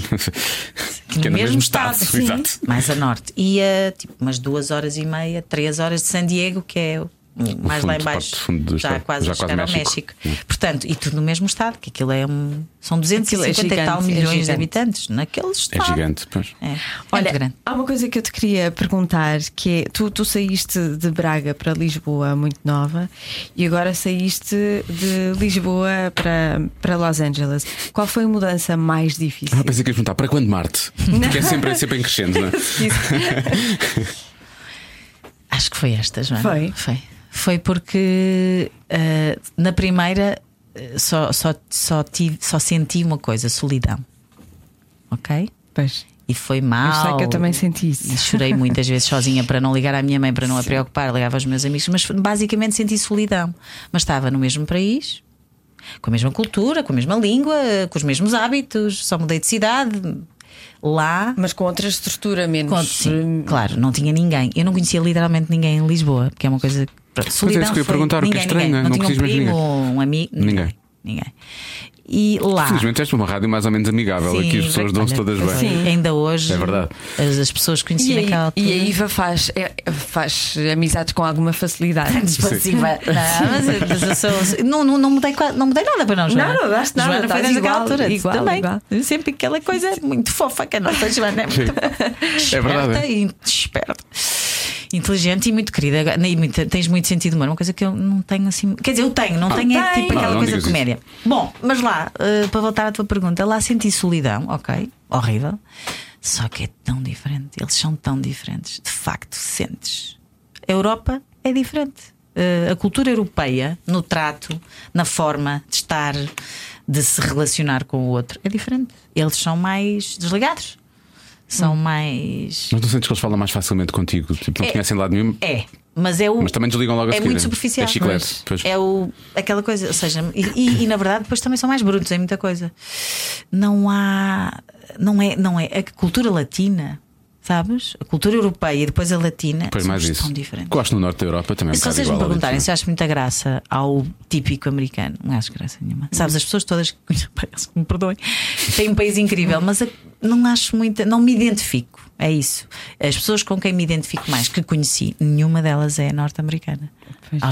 *laughs* que é no mesmo Estado, *laughs*
sim.
exato.
Mais a norte. E a tipo, umas 2 horas e meia, 3 horas de San Diego, que é
O
mais
fundo,
lá
parte
embaixo,
do fundo do
já
estado.
quase
Já
a
quase
chegar ao
México.
México. Portanto, e tudo no mesmo estado, que aquilo é um. São
Aquilo
250
é
e
gigante,
tal
é
milhões de
gigante.
habitantes naquele
É
estado.
gigante, pois.
É, é
Olha,
muito grande.
há uma coisa que eu te queria perguntar que é, tu, tu saíste de Braga para Lisboa muito nova e agora saíste de Lisboa para, para Los Angeles. Qual foi a mudança mais difícil? *laughs*
Ah, pensei que ias perguntar para quando Marte? Porque é sempre, é sempre em crescendo, não é?
Acho que foi esta, Joana.
Foi?
Foi, Foi porque ah, na primeira ah, só, só, só, tive, só senti uma coisa: solidão. Ok?
Pois,
E foi
eu
mal.
sei que eu também senti
E
isso.
chorei muitas vezes sozinha para não ligar à minha mãe, para não a preocupar, ligava aos meus amigos, mas basicamente senti solidão. Mas estava no mesmo país, com a mesma cultura, com a mesma língua, com os mesmos hábitos, só mudei de cidade. Lá,
Mas com outra estrutura menos.
Conto, sim, claro, não tinha ninguém. Eu não conhecia literalmente ninguém em Lisboa, porque é uma coisa. Pronto,
é,
solidão
isso que eu ia
foi-
perguntar, porque é
ninguém,
estranho,
ninguém.
não é? Não
tinha um
conheces mais
primo, um amigo,
Ninguém.
ninguém. ninguém. E lá.
Felizmente és uma rádio mais ou menos amigável, aqui as pessoas
olha,
dão-se todas bem.
Sim.
Ainda hoje
É verdade.
as, as pessoas que conheci
E, aí-
naquela altura.
e a Iva faz, é- faz amizades com alguma
*laughs*
facilidade.
Expansiva. Não, mas, eu- mas eu sou- Não, não, não, mudei, qua- não mudei nada para não, Joana.
Não, não mudaste nada,
Joana foi
estás
desde
igual,
aquela altura.
igual,
também.
igual.
Sempre aquela coisa muito fofa que a nossa Joana é muito
É verdade,
esperta
é.
e esperta. Inteligente e muito querida. Agora- E muito- tens muito sentido de humor. Uma coisa que eu não tenho assim. Quer dizer, eu tenho, não tenho é
tem.
tipo
Não,
aquela
Ah. não
coisa de
digas isso.
comédia. Bom, mas lá, eh, para voltar à tua pergunta, lá senti solidão, ok? Horrível. Só que é tão diferente. Eles são tão diferentes. De facto, sentes. A Europa é diferente. Eh, a cultura europeia, no trato, na forma de estar, de se relacionar com o outro, é diferente. Eles são mais desligados. São
Hum.
mais.
Mas tu sentes que eles falam mais facilmente contigo? Tipo, não te
É.
conhecem de lado nenhum?
É, mas é o.
Mas também desligam logo a
É
seguir,
muito
é?
superficial.
É chiclete,
Pois.
pois.
É o, aquela coisa, ou seja, e, e- e, na verdade depois também são mais brutos em muita coisa. Não há. Não é, não é. A cultura latina, sabes? A cultura europeia e depois a latina
Depois
são
mais isso.
tão diferentes.
Eu acho que no norte da Europa também é um
Se
bocado
vocês me
igual ao
perguntarem
daqui,
se eu acho muita graça ao típico americano, não acho graça
Uhum.
nenhuma. Sabes, as pessoas todas que conheço, parece que me *laughs* perdoem, têm um país incrível, mas a- não acho muita, não me identifico. É isso. As pessoas com quem me identifico mais, que conheci, nenhuma delas é norte-americana.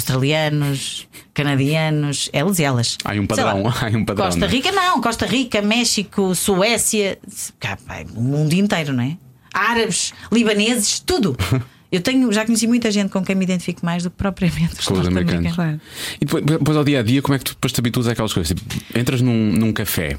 Australianos, canadianos, elas e elas.
Há aí um
Sei lá,
padrão, *laughs* há aí um padrão,
Costa
não é?
Rica não, Costa Rica, México, Suécia, cá, pá, o mundo inteiro, não é? Árabes, libaneses,
*laughs*
tudo. Eu tenho, já conheci muita gente com quem me identifico mais do que propriamente os
Com os americanos.
norte-americanos.
Claro.
E depois, depois ao dia a dia, como é que tu depois te habituas àquelas coisas? Tipo, entras num, num café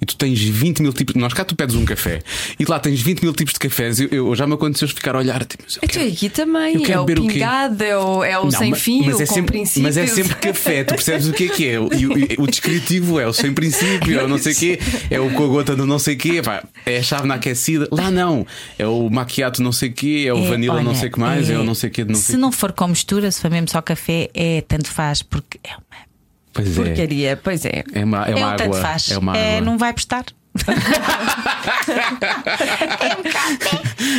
e tu tens 20 mil tipos. Nós cá tu pedes um café e lá tens 20 mil tipos de cafés. Eu, eu- já me aconteceu ficar a olhar. Tipo, mas
É
eu
Então
quero-
aqui
eu
também
quero
é o
beber o quê?
pingado, é o, é o
Não,
sem
ma-
fim, o
é
com
sempre,
princípios.
mas
*laughs*
é sempre café, tu percebes o que é que é. E o, e o descritivo é o sem princípio, é o não sei quê, é o com a gota do não sei quê, pá, é a chave na aquecida. Lá não, é o maquiato não sei quê, é o
É,
vanilla não
olha,
sei o que mais, é, o não sei quê de não
Se
sei
não for com mistura, se for mesmo só café, é tanto faz, porque é uma.
Pois é,
Porcaria, pois é.
é uma, é
É,
uma
um
água.
tanto faz.
É uma
É,
água.
não vai prestar.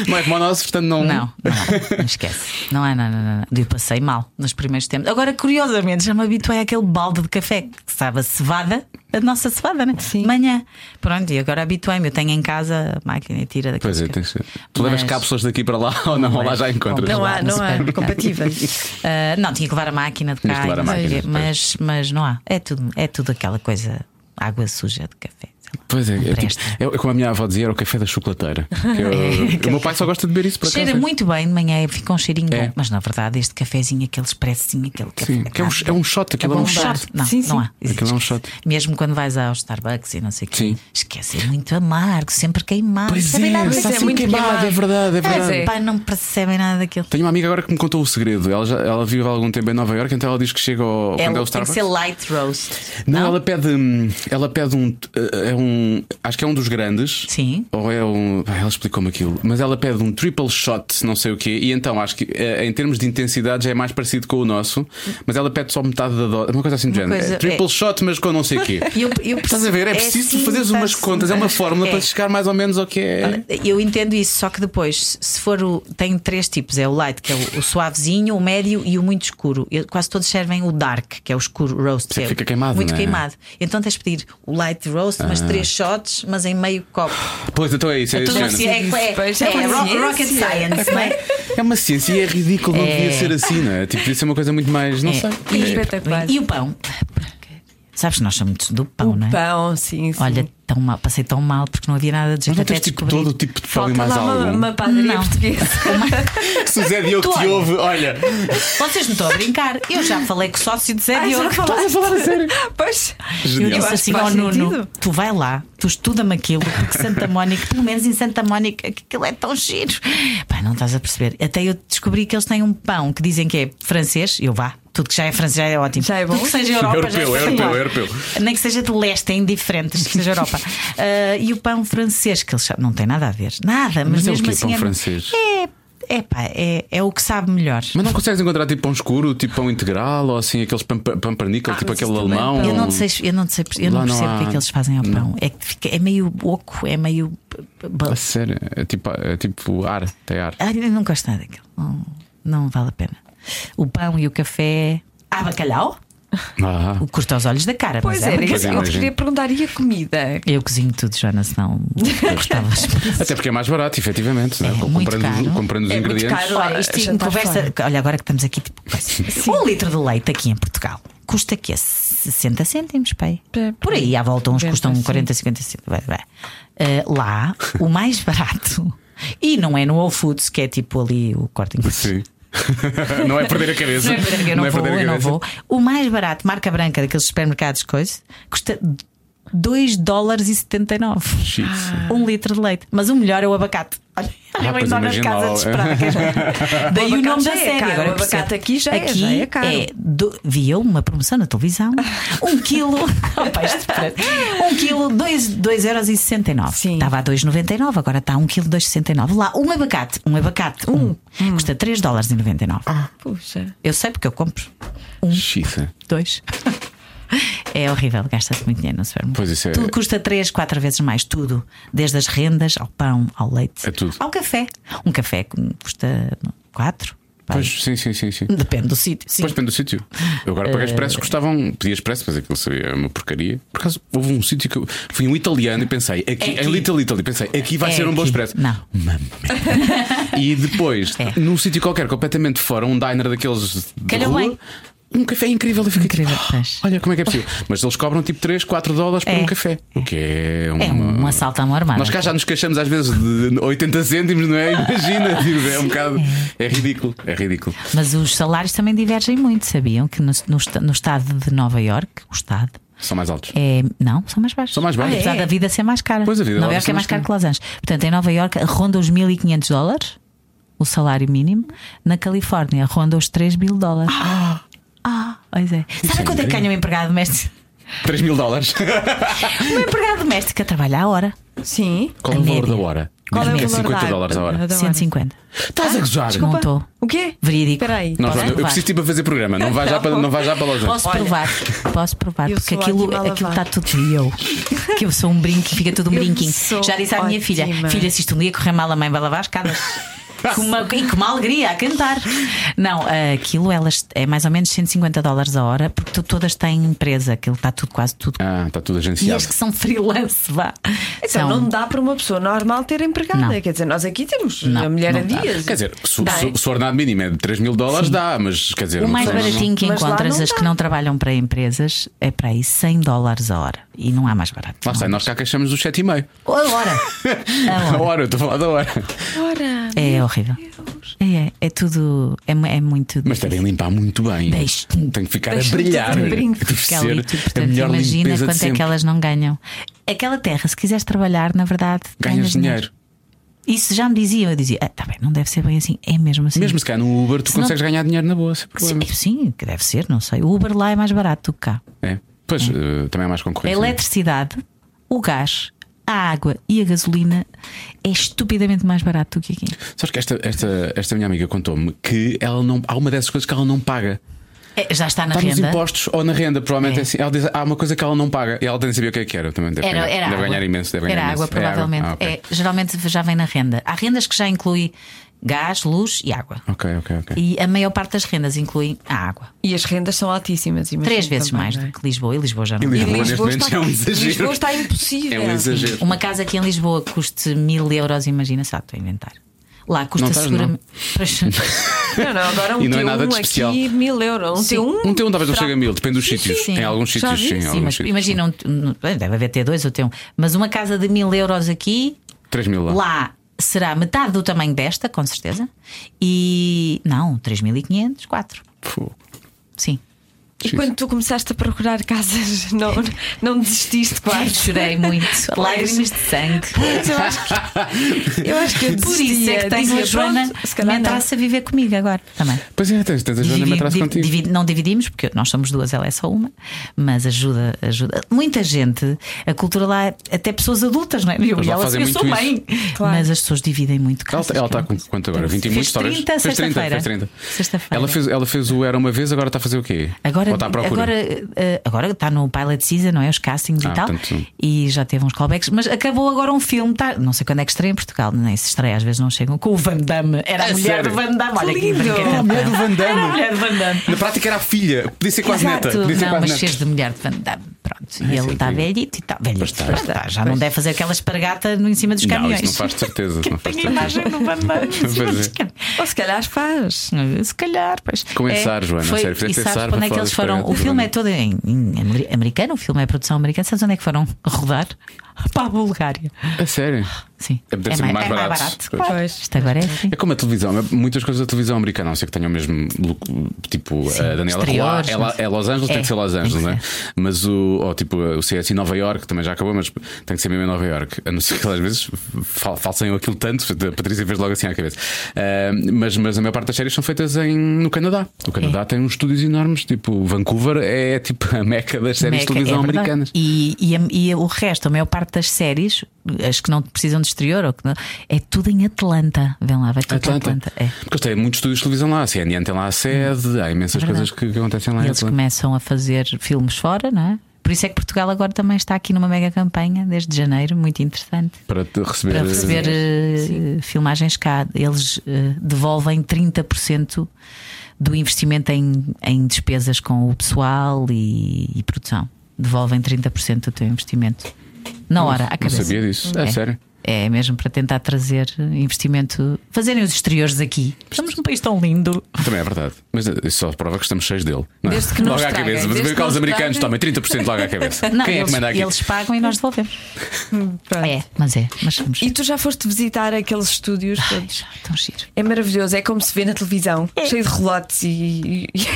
Não é como o nosso, portanto não.
Não, não,
*laughs*
não esquece. Não é, não, não, não, não. Eu passei mal nos primeiros tempos. Agora, curiosamente, já me habituei àquele balde de café que estava cevada, a nossa cevada, né?
Sim.
Manhã. Pronto, e agora habituei-me. Eu tenho em casa a máquina e tira daqui.
Pois é, tens... tu levas
Mas-
cápsulas daqui para lá *laughs* ou não? Ou lá já encontras.
Não há,
No
não há.
supermercado.
Compatíveis.
Ah, não, tinha que levar a máquina de
Tinhas
cá,
que levar a
não sei o
máquina,
quê, mas, mas não há. É tudo, é tudo aquela coisa, água suja de café. sei lá.
Pois é, é, tipo,
Presta.
é, como a minha avó dizia, era o café da chocolateira. Que eu- o meu pai só gosta de beber isso para
Cheira muito bem de manhã, fica um cheirinho
É.
bom, mas na verdade este cafezinho, aquele expressinho, aquele café.
Sim, que é um, é um shot, aquilo é,
um
um
shot. Não,
Sim,
não
sim.
há. Isso
Aquilo é um
esquece.
shot.
Mesmo quando vais ao Starbucks e não sei o quê.
Sim.
Esquece, é muito amargo, sempre queimado.
Pois
percebem nada
é,
Pois
está
é,
daquilo.
assim
muito
queimado,
queimado.
é verdade, é
Ah,
verdade.
é.
pá, não percebem nada daquilo.
Tenho uma amiga agora que me contou o segredo. Ela, já, ela vive há algum tempo em Nova Iorque, então ela diz que chega ao, quando é o
um, tem que
Starbucks.
ser light roast.
Não, ela pede, hum, ela pede um, eh, é um. Acho que é um dos grandes.
Sim.
Ou é um. ah, Ela explicou-me aquilo. Mas ela pede um triple shot, não sei o quê. E então acho que eh, em termos de intensidade já é mais parecido com o nosso. Mas ela pede só metade da dose. Uma coisa assim do género.
coisa-
É triple shot, mas com não sei o *laughs* quê.
Eu- eu
Estás a ver? É,
perce-
preciso
assim,
tu fazeres umas
tá-se-
contas. É uma fórmula
É.
para chegar mais ou menos ao que é.
Eu entendo isso, só que depois, se for o. Tem três tipos: é o light, que é o, o suavezinho, o médio e o muito escuro. Eu- quase todos servem o dark, que é o escuro roast.
Sempre
é
fica queimado,
Muito
não é? Ah.
queimado. Então tens de pedir o light roast, mas três shots, mas em meio copo.
Pois então é isso. É,
É
isso
tudo assim, é, é,
Pois, é
é
uma
ro-
ciência.
rocket science, não é?
é uma ciência e é ridículo, não
É.
devia ser assim, não é? Tipo, devia ser uma coisa muito mais. Não sei. É.
E- Espetacular.
E o pão? Sabes, que nós somos muito do pão, não é?
Pão, sim, sim.
Olha, tão mal, passei tão mal porque não havia nada de
Mas
jeito
não
até
tens tipo
descobrir.
todo o tipo de pão e
Falta
mais
lá uma,
algum.
uma padaria
*laughs* Não.
portuguesa. É
Se o Zé Diogo te
Toalha.
ouve, olha.
Vocês não estão a brincar. Eu já falei com o sócio de Zé Diogo.
Estás a falar a sério? *laughs* Pois.
Eu
Genial.
disse
acho
assim
que
ao
faz
Nuno:
sentido.
tu vai lá, tu estuda-me aquilo, porque Santa *laughs* Mónica, pelo menos em Santa Mónica, aquilo é tão giro. Pá, não estás a perceber. Até eu descobri que eles têm um pão que dizem que é francês, eu vá. Tudo que já é francês já é ótimo.
Já é bom.
Tudo que
*laughs*
seja Europa. já
Europeu,
é
europeu,
espetacular.
europeu.
Nem que seja de leste, é indiferente, que seja Europa.
*laughs*
Ah, e o pão francês, que eles sabem- não tem nada a ver. Nada,
Mas
mas,
é o
mesmo
quê,
assim.
pão
é,
francês?
É, é, pá, é, é o que sabe melhor.
Mas não consegues encontrar tipo pão escuro, tipo pão integral ou assim, aqueles pam- pam- pampernickel,
Ah,
tipo
mas
aquele
isso também é
alemão?
Eu não sei, eu não sei, eu
Então, Lá
não
não
percebo o que é
há-
que eles fazem ao
não.
pão. É que fica- é meio oco, é meio.
A sério, é tipo, é tipo ar, tem ar.
Ai, Ah, eu não gosto nada daquilo. Não, não vale a pena. O pão e o café. Ah, bacalhau?
Ah,
O curta aos olhos da cara.
Pois
mas é
era,
bacalhau.
isso que eu te queria perguntar. E a comida?
Eu cozinho tudo, Joana, senão
*laughs*
gostavas.
até porque é mais barato, efetivamente. não
É,
Com-
muito
comprando,
caro.
Os, comprando os
É muito
ingredientes.
caro.
Olha, isto
Jantar
em conversa.
tá fora.
Olha, agora que estamos aqui, tipo. Um litro de leite aqui em Portugal custa que é 60 cêntimos, pai.
Pe-
Por aí à volta, uns
90,
custam
sim.
40, 50 cêntimos. Vai, vai. Eh, lá, o mais barato. E não é no Whole Foods, que é tipo ali o corte em
Sim. *laughs* não é perder a cabeça.
Não é perder, eu não, vou,
perder a
eu não
cabeça.
vou. O mais barato, marca branca daqueles supermercados, coisa, custa 2 dólares e 79.
Jesus.
Ah.
Um litro de leite. Mas o melhor é o abacate. Olha, olha
Ah, pois
bem só nas
imagina é. lá,
casas desesperadas. queres ver? Daí
O
o nome
abacate já
da
é
série.
caro,
agora
o abacate
percebo.
aqui já é-
Aqui
já é caro.
do- vi eu uma promoção
*laughs*
na televisão. Um quilo. *laughs* Opa, isto parece- um quilo, 2,69€.
Sim.
Estava a 2,99, agora está a 1 quilo 2,69. Lá, um abacate, um abacate,
Hum,
um, custa 3,99
Ah. Puxa.
eu sei porque eu compro
Xisa.
dois. *laughs* É horrível, gasta-se muito dinheiro no supermercado.
Pois isso é-
Tudo custa três, quatro vezes mais, tudo. Desde as rendas ao pão, ao leite,
É tudo.
ao café. Um café que custa quatro. vai.
Pois, sim, sim, sim. sim.
Depende do sítio. sim.
Depois depende do sítio. Eu agora paguei expresso,
Eh.
gostavam, pedi expresso, mas aquilo seria uma porcaria. Por acaso, houve um sítio que eu fui um italiano e pensei, aqui,
É
em
aqui.
Little Italy, pensei, aqui vai
É
ser um bom
aqui.
expresso.
Não.
Uma merda. e depois,
É.
num sítio qualquer, completamente fora, um diner daqueles. de
Calhou
rua,
bem.
Um café incrível e fica
Incrível,
tipo,
pois.
Olha como é que é possível. Mas eles cobram tipo 3, 4 dólares por
É.
um café. O que é uma.
É um assalto à mão armada.
Nós cá já nos queixamos às vezes de 80 cêntimos, não é?
*laughs*
Imagina, tipo, é um bocado. É ridículo, é ridículo.
Mas os salários também divergem muito, sabiam? Que no, no esta- no estado de Nova Iorque, o estado,
São mais altos.
É, não, são mais baixos.
São mais baixos.
Apesar
Ah, é?
da vida ser mais cara.
Pois, a vida
Nova
lá
Iorque
ser
é
mais
mais cara
cara.
que Los Angeles. Portanto, em Nova Iorque ronda os 1.500 dólares, o salário mínimo. Na Califórnia ronda os 3 mil dólares. Ah, pois é. Sabe
é
quanto é que
incrível.
ganha um empregado
*laughs*
doméstico?
3 mil
*laughs*
dólares.
Um empregado doméstico a trabalhar à hora.
Sim.
Qual é
A
o valor
média.
da hora?
Qual
Diz-me
é o
que
valor
50
da-
dólares a hora.
da-
150.
Estás a gozar?
Não estou.
O quê?
Verídico.
Espera aí.
Não,
Posso
Joana, eu
provar?
preciso tipo a fazer programa. Não vai já para, não vai já para Los Angeles.
Posso provar, posso provar,
Eu
porque
sou
aquilo,
ótima a
aquilo está
lavar.
tudo e eu. Que eu sou um brinco e fica tudo um
Eu
brinquinho.
sou
Já disse à minha filha:
ótima.
Filha, se isto um dia correr mal, a mãe vai lavar as caras. Com uma, e com uma alegria a cantar. Não, ah, aquilo elas é mais ou menos 150 dólares a hora, porque tu todas têm empresa, aquilo está tudo, quase tudo.
Ah, está tudo
E
agenciado.
as que são freelance, vá.
Então
são,
não dá para uma pessoa normal ter empregada.
Não.
Quer dizer, nós aqui temos
Não,
a mulher
não
a
dá.
dias.
Quer dizer, se,
Dá, é?
se, se o ordenado mínimo é de 3 mil dólares, dá, mas quer dizer.
O
uma
mais
pessoa não-
baratinho que
Mas lá
encontras,
não
as que
dá.
não trabalham para empresas, é para aí 100 dólares a hora. E não há mais barato.
Lá está, nós cá queixamos dos 7,5.
A hora. A hora.
A hora, eu estou a falar *laughs* da hora.
Ora,
É horrível. É, é, é tudo. É, mu- é muito.
Mas devem limpar muito bem.
Deixe.
Tem que ficar a
Deixe-me ter
brilhar.
um
Deve
brinco.
Fica ali,
ser
tu,
a
portanto,
melhor
imagina
limpeza de
quanto é que
sempre.
elas não ganham. Aquela terra, se quiseres trabalhar, na verdade,
Ganhas dinheiro.
Isso já me diziam. Eu dizia, ah, tá bem, não deve ser bem assim. É mesmo assim.
Mesmo se cá no Uber, tu
Se não-
consegues ganhar dinheiro na boa, sem
Sim,
problema.
sim, que deve ser, não sei. O Uber lá é mais barato do que cá.
É. Pois, eh, também é mais
A
concorrência.
eletricidade, o gás, a água e a gasolina é estupidamente mais barato do que aqui.
Sabes que esta, esta, esta minha amiga contou-me que ela não, há uma dessas coisas que ela não paga.
É, já está na
Está nos
renda.
impostos ou na renda, provavelmente
É.
é assim. Ela diz, há uma coisa que ela não paga e ela tem de saber o que é que era. Também deve,
Era,
ganhar,
era
deve
água.
ganhar imenso. Deve ganhar
era
imenso.
água, provavelmente.
É, água? Ah, ok.
É, geralmente já vem na renda. Há rendas que já inclui gás, luz e água.
ok, ok, ok.
E a maior parte das rendas inclui a água.
E as rendas são altíssimas, imagino.
Três vezes
também,
mais
não é?
do que Lisboa. E Lisboa já não
E Lisboa,
E
neste
Lisboa
momento,
está,
é um exagero.
Lisboa está impossível.
É um exagero.
Uma casa aqui em Lisboa custe mil euros, imagina, sabe, estou a inventar. Lá custa
Não estás,
seguramente.
Não, não, agora um
E não é
T1
nada de especial.
aqui, mil euros. Um
Sim.
T1.
Um T1 talvez não
será-
chegue a mil, depende dos
Sim,
sítios.
sim.
Em alguns
Já
sítios,
vi,
sim. em
sim,
alguns
Sim, mas
sítios.
imagina, um, um- deve haver até dois ou até um. Mas uma casa de mil euros aqui,
3 mil lá.
lá será metade do tamanho desta, com certeza. E. Não, 3.500, 4.
Pô,
Sim.
E quando tu começaste a procurar casas, *laughs* não, não desististe quase.
Chorei
*laughs*
*laughs* muito. Lágrimas de sangue.
Mas eu acho
*laughs*
que, eu acho que eu
Por isso é
desistia.
que tenho
Dizia,
a Joana
pronto, se calhar não.
Metraça a viver comigo agora também.
Pois é, tens, tens a Joana
Divi-
Matras
di-
contigo.
divi- não dividimos, porque nós somos duas, ela é só uma, mas ajuda, ajuda. Muita gente, a cultura lá, é- até pessoas adultas, não é? Eu,
Mas lá
ela,
fazem
eu sou
muito
mãe,
Claro.
mas as pessoas dividem muito
Ela, tá-
casas,
ela está com
pronto.
quanto agora? 20 e um
Fez
muitos, talvez?
30
fez 30,
sexta-feira.
fez 30.
Sexta-feira.
Ela fez, ela fez o Era uma vez, agora está a fazer o quê?
Agora,
Ou está à procura?
agora, eh, agora está no pilot season, não é? Os castings
Ah,
e tal.
portanto-
E já teve uns callbacks, mas acabou agora um filme, tá? não sei quando é que estreia em Portugal, nem se estreia, às vezes não chegam. Com o Van Damme, era a
É
mulher
sério?
do Van Damme. Olha
Que
que
lindo!
brincadeira.
Era a
mulher do Van Damme.
Era a mulher do Van Damme.
Na prática era a filha, podia ser quase neta. Podia ser
não,
quase
mas
neta.
fez de mulher de Van Damme. Pronto. E ele
sim,
está
sim.
velhito e está velhito.
está,
Pronto,
está.
tá, já não deve fazer aquela espargata no- em cima dos
Não,
caminhões.
isso não faz de
*laughs*
certeza. isso não faz de
Tenho a
certeza.
imagem do
*laughs*
Van Damme em cima
Pois
dos
é.
caminhões.
Ou se calhar faz.
é? Se calhar, pois. É,
Começar, Joana,
foi,
sério, fizeste
E sabes
esse ar
quando
para
é que
falar
eles
de
foram? O
espargata,
filme é
Joana.
todo em, em amer- americano, o filme é produção americana. Sabes onde é que foram *laughs* rodar? Para a Bulgária.
A sério.
Sim.
É, deve ser
mais,
mais
é mais
barato.
barato.
Pois.
Claro. Isto agora é assim.
É como a televisão, muitas coisas da televisão americana, a não ser que tenham o mesmo look, tipo a Daniela Roa,
exteriores,
ela-
mas-
é Los Angeles, tem
É,
que ser Los
tem que
Angeles, não é? Mas o, ou tipo o CS em Nova York também já acabou, mas tem que ser mesmo em Nova York, a não ser que às vezes fal, falsem aquilo tanto, a Patrícia fez logo assim à cabeça. Ah, mas, mas a maior parte das séries são feitas em, no Canadá. O
É.
Canadá tem uns estúdios enormes, tipo Vancouver é tipo a meca das séries de
Meca,
televisão
é verdade.
americanas.
E, e a- e o resto, a maior parte das séries, as que não precisam de exterior, ou que não- é tudo em Atlanta. Vem lá, vai tudo para
Atlanta.
Atlanta. É.
Porque eles têm muitos estúdios de televisão lá, a CNN tem lá a sede, há imensas coisas que, que acontecem lá
É E
em
eles
Atlanta.
começam a fazer filmes fora, não é? Por isso é que Portugal agora também está aqui numa mega campanha desde janeiro, muito interessante.
Para te receber,
Para receber eh, filmagens cá, eles eh, devolvem 30% do investimento em, em despesas com o pessoal e, e produção. Devolvem 30% do teu investimento. Na hora, à
Não
cabeça.
sabia disso. É, sério.
É mesmo para tentar trazer investimento, fazerem os exteriores aqui. Estamos num país tão lindo.
Também é verdade. Mas eh, isso só prova que estamos cheios dele. não é?
Desde que não
logo à
estraguem,
cabeça. Mas
desde
vê cá
que
os
não
americanos tomem
estraguem.
30% logo à cabeça.
*laughs* Não,
Quem é
eles,
que manda aqui?
eles pagam e nós devolvemos.
Pronto.
É, mas é, mas somos.
E tu já foste visitar aqueles estúdios
Ai, É.
todos?
já, tão giro.
É maravilhoso, é como se vê na televisão, cheio de relotes e. *laughs* e-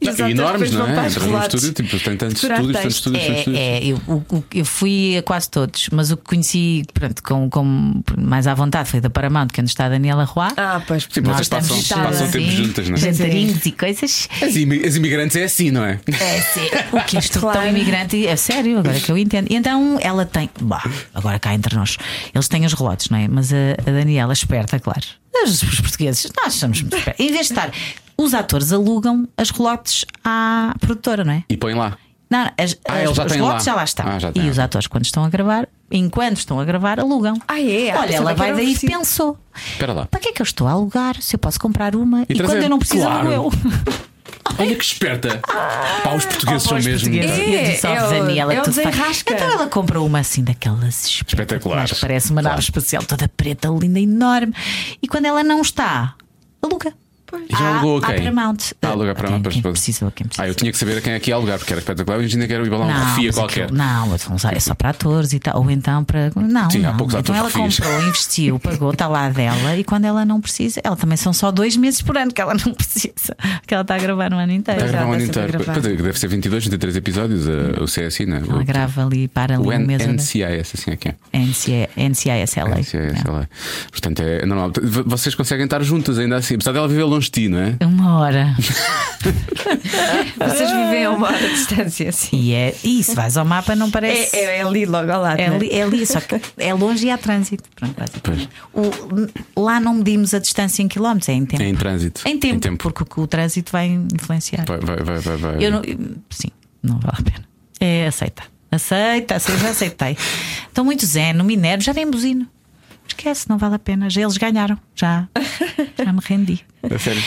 e os
Não,
atores
e
depois
enormes,
vão
não
para
é?
os
Entras num
relatos.
estúdio, tipo, tem tantos
Decorar
estúdios, tantos
textos.
estúdios, tantos estúdios.
É, é, eu, o- o- eu fui a quase todos, mas o que conheci pronto, com, com mais à vontade foi da Paramount, que é onde está a Daniela Roy.
Ah, pois.
Sim, Tipo, vocês passam,
estamos
passam o
juntas,
tempo
assim,
juntas, não é?
Jantarinhos e coisas.
As, imi- as imigrantes é assim, não é?
É, sim. O que isto
Claro.
tão imigrante é sério, agora que eu entendo. E Então ela tem. Bah, agora cá entre nós. Eles têm os relotes, não é? Mas a, a Daniela, esperta, claro. Os, os portugueses, nós somos muito espertos. Em vez de estar. Os atores alugam as relotes à produtora, não é?
E põem lá.
Não, não, as,
Ah,
as-
eles já
os
têm
lotes
lá.
já lá estão.
Ah, já têm,
e os
ok.
atores, quando estão a gravar, enquanto estão a gravar, alugam.
Ah, é? Ah,
Olha,
pensava
ela
que
vai
era
daí e
oferecido.
pensou:
Espera lá.
para que é que eu estou a alugar se eu posso comprar uma e,
trazer?
quando eu não preciso,
Claro.
alugo eu? é
Olha que esperta. Pá, os portugueses
Opa,
são
os
mesmo.
Ah, portugueses.
tá?
E eu disse,
É,
"Oh,
é o-
Daniela,
é o
tu fazes-"
desenrasca.
Então ela comprou uma assim daquelas
Espetaculares.
espetaculares. Parece uma nave espacial toda preta, linda, enorme. E quando ela não está, aluga.
E já
À-
alugou a
à
quem?
Paramount.
Ah, alugou a Paramount para
Quem- quem
depois.
precisa, quem precisa.
Ah, eu tinha que saber a quem é que ia alugar, porque era espetacular. Eu Imagina que era ir lá um refia
mas
qualquer.
aquilo- não, mas vamos lá, é só para atores e tal. Ou então para. Não,
Sim, há
não.
poucos
Então ela
atores refias.
comprou, investiu, pagou, está lá a dela e quando ela não precisa, ela também são só dois meses por ano que ela não *laughs* precisa, que ela está a gravar no ano inteiro.
Está a gravar o ano
Exato, é
inteiro.
sempre a gravar.
Pois é, Deve ser 22, 23 episódios
Hum.
a- o CSI, não é?
Ela
O-
grava ali, para ali
O
um
N-
mês.
NCIS, assim é que é.
NCISLA.
é, NCIS, sei lá. Portanto, é normal. V- Vocês conseguem estar juntas ainda assim, apesar dela viver longe longe de ti, não é?
É Uma hora.
Vocês
Ah.
vivem a uma *laughs* hora de distância, sim.
E é. E se vais ao mapa, não parece.
É, é- é ali logo ao lado.
É
não é?
ali, é ali, só que é longe e há trânsito. Pronto, basicamente. O- lá não medimos a distância em quilómetros, é em tempo.
É em trânsito.
Em tempo, porque o que o trânsito vai influenciar.
Vai, vai, vai, vai, vai.
Eu não, sim, não vale a pena. É, aceita. Aceita, assim, já aceitei. Estão muito zen, no Minervo, já nem buzino. Esquece, não vale a pena. Já eles ganharam, já. Já me rendi.
A sério.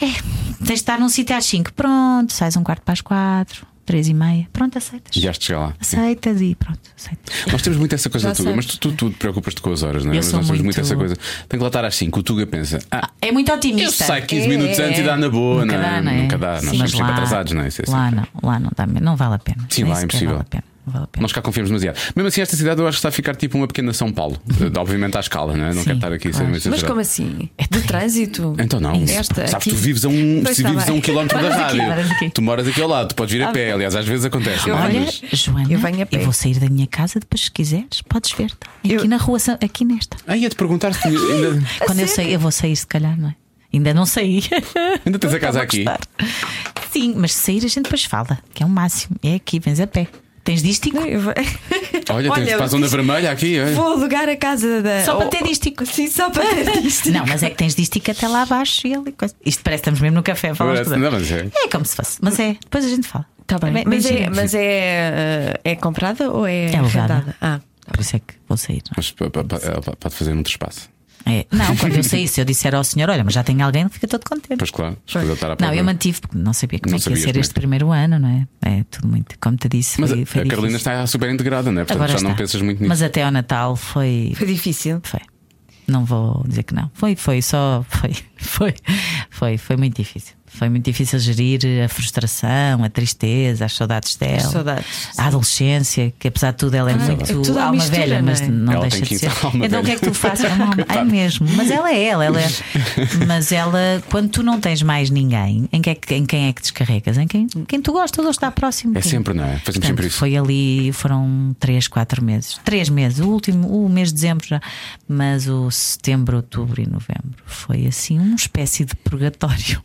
É, tens de estar num sítio às 5. Pronto, sais um quarto para as 4, 3 e meia. Pronto, aceitas.
Já de chegar lá.
Aceitas e pronto, aceitas.
Nós temos muito essa coisa
Já
Tuga,
sabes.
mas tu, tu, tu te preocupas-te com as horas, não é?
Eu
mas
sou
nós temos
muito-
essa coisa. Tem que lá estar às 5. O Tuga pensa, ah,
É muito
eu
otimista.
saio 15
É,
minutos
é,
antes e
é.
dá na boa,
Nunca
não é?
dá, não é?
Nunca dá, nós
Sim.
estamos
Mas
sempre
lá-
atrasados, não é? Isso é
lá,
sempre.
não, lá não dá, não vale a pena.
Sim,
Nem
lá é
sequer
impossível.
Vale a pena. não Vale a pena.
Nós cá confiamos demasiado. Mesmo assim, esta cidade eu acho que está a ficar tipo uma pequena São
*laughs*
Paulo. Eh, Obviamente à escala, não é? Não
Sim,
quero estar aqui
claro.
sem
Mas como assim? Do trânsito?
Então não,
Esta,
sabes,
aqui.
tu vives a um,
Pois
se
está
vives a
bem.
um quilómetro da
Moras *laughs* aqui,
rádio.
moras aqui. Ah.
Tu moras aqui ao lado, tu podes vir a pé, aliás, às vezes acontece. não é?
Olha,
Mas-
Joana,
Eu venho a pé.
vou sair da minha casa depois, se quiseres, podes ver. Tá? Aqui
Eu-
na rua, Sa- aqui nesta.
Ah, ia-te perguntar se tinha- ainda,
Quando eu sair, eu vou sair, se calhar, não é? Ainda não saí. *laughs*
ainda tens a casa aqui.
Estar. Sim, mas se sair a gente depois fala, que é o máximo. É aqui, vens a pé. Tens dístico?
Eu vou-
Olha, tens um- para a zona vermelha aqui. olha.
Vou alugar a casa da.
Só para
Oh,
ter
*laughs*
dístico.
Sim, só para ter isto.
Não, mas é que tens dístico até lá abaixo e ali. coisa. Isto parece que estamos mesmo no café a falar.
Parece-
de coisa.
não, mas é.
como se fosse. Mas é, depois a gente fala.
Tá bem. Mas, é,
beijinho.
mas é, eh, é comprada ou é,
É alugada.
arrendada? Ah,
Por isso é que vou sair. não
Mas pa- pa- pa- ela pa- pode fazer um muito espaço.
é? É. Não, quando eu saí, se eu disser ao senhor, olha, mas já tenho alguém, ele fica todo contente.
Pois claro, escusa de estar à
Não,
procura.
eu mantive porque não sabia como
Não
é que ia
sabias
ser
como é
este
que-
primeiro ano, não é? É tudo muito, como te disse,
Mas a,
foi, foi
a Carolina
difícil.
está super integrada, não é? Portanto,
Agora
já não
está.
pensas muito nisso.
Mas até ao Natal foi.
foi difícil.
Foi. Não vou dizer que não. Foi, foi só. Foi, *laughs* foi, foi, foi muito difícil. Foi muito difícil gerir a frustração, a tristeza, as saudades dela.
saudades,
A adolescência, que apesar de tudo ela é muito
é tudo à
alma
mistura,
velha,
não é?
mas não
Ela
deixa
tem
de
15
ser.
anos, alma
Então o que é
velha.
que
*laughs*
tu fazes? É, uma- é mesmo. Mas ela é ela. ela é- Mas ela, quando tu não tens mais ninguém, em, que é que- em quem é que descarregas? Em quem, quem tu gostas ou está próximo?
É
de ti.
sempre, não é? Fazemos sempre
Portanto,
isso.
Foi ali, foram 3, 4 meses. 3 meses, o último, o mês de dezembro já. Mas o setembro, outubro e novembro foi assim uma espécie de
*laughs*
purgatório.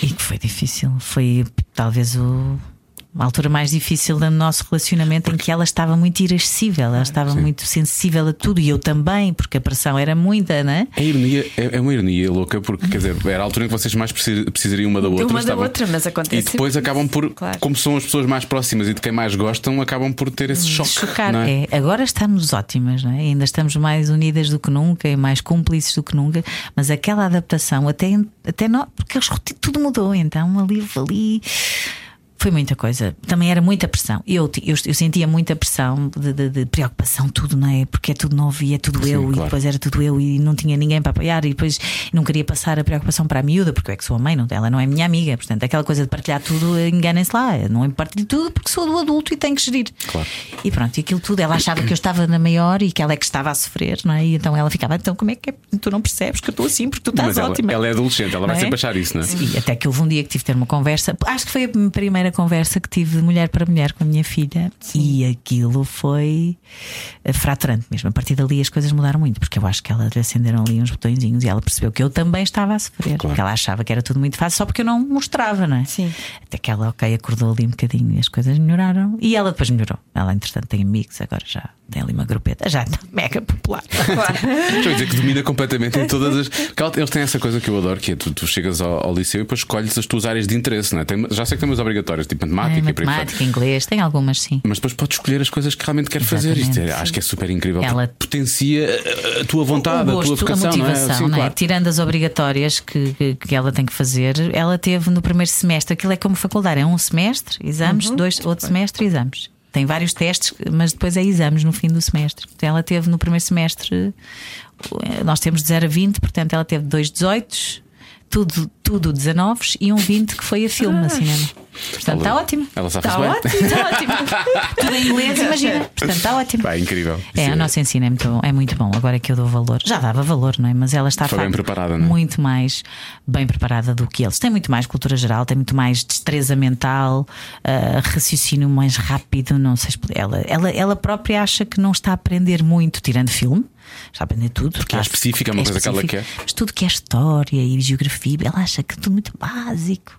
e que foi difícil. Foi talvez o. A altura mais difícil do nosso relacionamento em que ela estava muito irascível,
Ah,
ela estava muito sensível a tudo e eu também, porque a pressão era muita, né?
É, ironia, é, é uma ironia louca, porque quer dizer, era a altura em que vocês mais precis- precisariam uma da outra.
Uma da
estavam-
outra, mas acontece
E depois
sempre
acabam
isso,
por,
claro.
como são as pessoas mais próximas e de quem mais gostam, acabam por ter esse choque.
Hum, Chocar,
não é?
é. Agora estamos ótimas, não é? Ainda estamos mais unidas do que nunca e mais cúmplices do que nunca, mas aquela adaptação, até, até nó- porque eles, roti- tudo mudou, então ali, ali. Foi muita coisa. Também era muita pressão. Eu, ti- eu, eu sentia muita pressão de, de- de preocupação, tudo, não é? Porque é tudo novo e é tudo eu, e
claro.
depois era tudo eu, e não tinha ninguém para apoiar, e depois não queria passar a preocupação para a miúda, porque eu é que sou a mãe, não, ela não é minha amiga. Portanto, aquela coisa de partilhar tudo, enganem-se lá. Eu não partilho tudo porque sou do adulto e tenho que gerir.
Claro.
E pronto, e aquilo tudo, ela achava que eu estava na maior e que ela é que estava a sofrer, não é? E então ela ficava, então como é que é? Tu não percebes que eu estou assim porque tu estás
Mas ela,
ótima.
ela é adolescente, ela vai
Não é?
sempre achar isso, não é?
E até que houve um dia que tive de ter uma conversa, acho que foi a primeira conversa que tive de mulher para mulher com a minha filha, e aquilo foi eh, fraturante mesmo. A partir dali as coisas mudaram muito, porque eu acho que ela lhe acenderam ali uns botõezinhos e ela percebeu que eu também estava a sofrer, porque ela achava que era tudo muito fácil só porque eu não mostrava, não é?
Sim.
Até que ela, ok, acordou ali um bocadinho e as coisas melhoraram. E ela depois melhorou. Ela, entretanto, tem amigos, agora já tem ali uma grupeta, já *laughs* está mega popular.
Estou a dizer que domina completamente
*laughs*
em todas as. Porque ela- Eles têm essa coisa que eu adoro, que é tu, tu chegas ao, ao liceu e depois escolhes as tuas áreas de interesse, não é? Tem- já sei que tem umas obrigatórias, tipo matemática,
É,
e por aí fora.
matemática, inglês, tem algumas sim.
Mas depois podes escolher as coisas que realmente quer fazer.
Exatamente,
Isto é-
sim.
acho que é super incrível.
Ela-
porque Potencia a- a- a tua vontade,
o gosto,
a tua vocação,
a motivação,
não é? Sim,
não é?
claro.
Tirando as obrigatórias que, que, que ela tem que fazer, ela teve no primeiro semestre, aquilo é como faculdade, é um semestre, exames, dois, outro semestre, exames. Tem vários testes, mas depois é exames no fim do semestre. Então, ela teve no primeiro semestre, eh, nós temos de 0 a 20, portanto ela teve dois 18, tudo, tudo 19 e um 20 que foi a filme, a cinema. Portanto, está ótimo. tá
Ela sabe
Está
bem.
ótimo, está
*laughs*
ótimo.
Tudo em inglês, imagina. Portanto, está ótimo.
Pá, incrível.
É,
Isso
o nosso ensino é muito, é muito bom. Agora que eu dou valor, já dava valor, não é? Mas ela está de
Foi bem
facto,
preparada, não é?
muito mais bem preparada do que eles. Tem muito mais cultura geral, tem muito mais destreza mental, ah, raciocínio mais rápido. Não sei expli- ela, ela, ela própria acha que não está a aprender muito tirando filme. Já aprender tudo.
Porque é
Tá-
específica, é uma coisa que ela
específico. Mas tudo que é história e geografia, ela acha que é tudo muito básico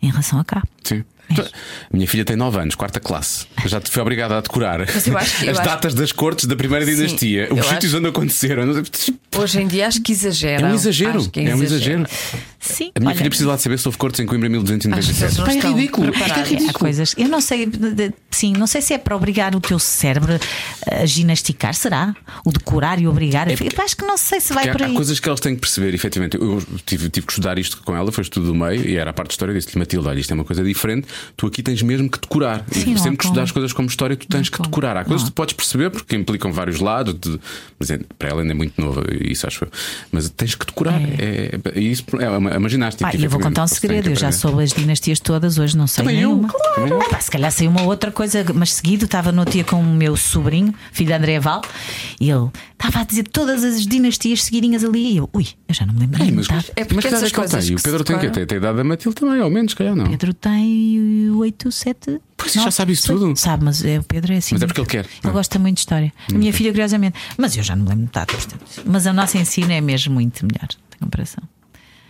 em relação a cá.
Sim. Então, Minha filha tem 9 anos, quarta classe. Eu Já te fui obrigada a decorar
Mas eu acho que- eu
as
acho-
datas das cortes da primeira
Sim,
dinastia, os
eu
sítios
acho-
onde aconteceram.
Hoje em dia acho que
É
exageram.
um é exagero.
Acho que
é, um exagero.
Sim,
A minha
olha,
filha precisa lá de saber se houve cortes em Coimbra em
Acho que eles
1297.
não
Pá,
estão
é ridículo.
preparados.
Isto é
Há
ridículo.
coisas. Eu não sei, de- de- sim, não sei se é para obrigar o teu cérebro a ginasticar, será? O decorar e obrigar.
É porque-
eu acho que não sei se vai
Porque há,
por
há
aí.
coisas que elas têm que perceber, efetivamente. Eu tive, tive que estudar isto com ela, foi estudo do meio, e era a parte de história. Eu Disse-lhe, Matilde, olha, isto é uma coisa diferente. Tu aqui tens mesmo que decorar. E
Sim, não há
sempre que
como.
estudar as coisas como história, tu tens
há
que
como.
decorar. Há coisas
Não
que tu podes perceber porque implicam vários lados, de- mas é- para ela ainda é muito nova, isso acho eu. Mas tens que decorar. É, é- e isso é uma, é uma ginástica.
Pá, e eu vou
efetivamente,
contar um
que eles têm que
segredo, eu já
aprender.
soube as dinastias todas, hoje não sei
Também eu,
nenhuma.
claro. Também eu.
Ah, pá, se calhar saiu uma outra coisa, mas seguido estava no outro dia com o meu sobrinho, filho de André Val, e ele estava a dizer todas as dinastias seguidinhas ali, e eu, ui, eu já não me lembro.
Ei,
nem
mas,
metade.
É porque
mas que
essas
idade é que ele tem?
coisas
E
que
o Pedro
se
tem que
decoram-
até a idade da Matilde também, ao menos, se calhar não.
Pedro tem 8, 7.
Pois, já sabe isso tudo.
Sabe, mas é, o Pedro é assim.
Mas é porque ele quer, não é?
Ele gosta muito de história. A minha filha, curiosamente. Mas eu já não me lembro metade. portanto. Mas a nossa ensino é mesmo muito melhor, de comparação.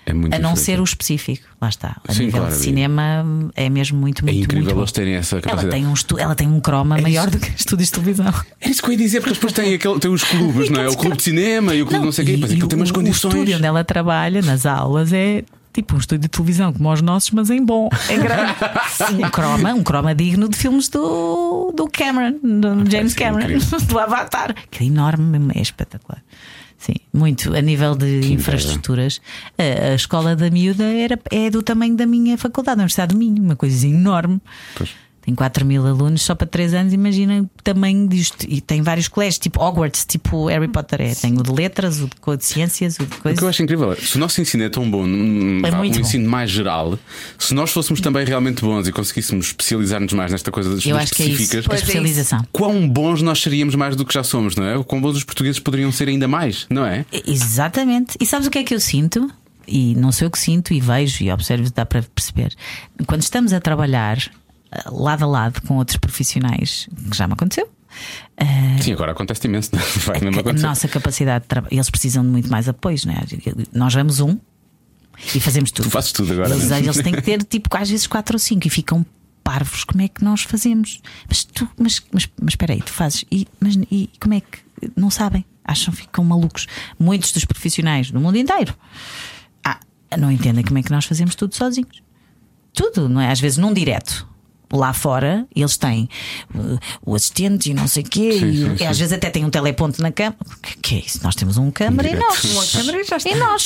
É muito
A não
diferente.
ser o específico, lá está. A
Sim,
nível
claro,
de
é-
cinema é mesmo muito,
É
muito,
incrível
muito bom.
eles terem essa
Ela
capacidade.
tem, um estu... ela tem um
é
croma maior do que estúdios de televisão.
Era isso que eu ia dizer, porque eles depois têm, aquele, têm os clubes, não é? O clube de cinema e o clube não, sei o quê.
Então, e-
Mas
e
aquilo tem umas
o-
condições.
O estúdio né? onde ela trabalha, nas aulas, é tipo um estúdio de televisão como os nossos, mas em bom, em grande. *laughs* Sim, um croma, um croma digno de filmes do, do Cameron, do James
isso é
Cameron,
incrível.
*laughs* do Avatar. Que é enorme, mesmo, é espetacular. Sim, muito. A nível de infraestruturas, a, a escola da miúda era, é do tamanho da minha faculdade, da Universidade do Minho, uma coisa enorme. Tem 4 mil alunos só para 3 anos, imagina o tamanho disto. E tem vários colégios, tipo Hogwarts, tipo Harry Potter. É. Tem o de letras, o de, co- de ciências, o de
O que eu
coisas.
acho incrível é se o nosso ensino é tão bom, num-
É
vá, um
muito bom.
ensino mais geral, se nós fôssemos também realmente bons e conseguíssemos especializar-nos mais nesta coisa das
Eu
coisas
acho que é isso.
específicas,
A
Pois é isso.
especialização.
quão bons nós seríamos mais do que já somos, não é? O quão bons os portugueses poderiam ser ainda mais, não é?
Exatamente. E sabes o que é que eu sinto? E não sei o que sinto, e vejo e observo, dá para perceber. Quando estamos a trabalhar ah, lado a lado com outros profissionais, que já me aconteceu,
Sim, agora acontece imenso, não é? *laughs* Vai mesmo
a
acontecer.
nossa capacidade de trabalho. Eles precisam de muito mais apoios, não é? Nós vamos um e fazemos tudo.
Tu fazes tudo agora.
Eles,
não é?
eles
*laughs*
têm que ter tipo às vezes quatro ou cinco e ficam parvos. Como é que nós fazemos? Mas tu, mas, mas, mas espera aí, tu fazes e, mas, e como é que não sabem? Acham ficam malucos. Muitos dos profissionais do mundo inteiro ah, não entendem como é que nós fazemos tudo sozinhos tudo, não é? Às vezes num direto. Lá fora eles têm uh, o assistente e não sei o quê,
Sim,
e,
sim,
e
sim.
às vezes até tem um teleponto na câmara. O que, que é isso? Nós temos um câmara e
direto.
nós.
*laughs*
Uma câmara e já está.
nós.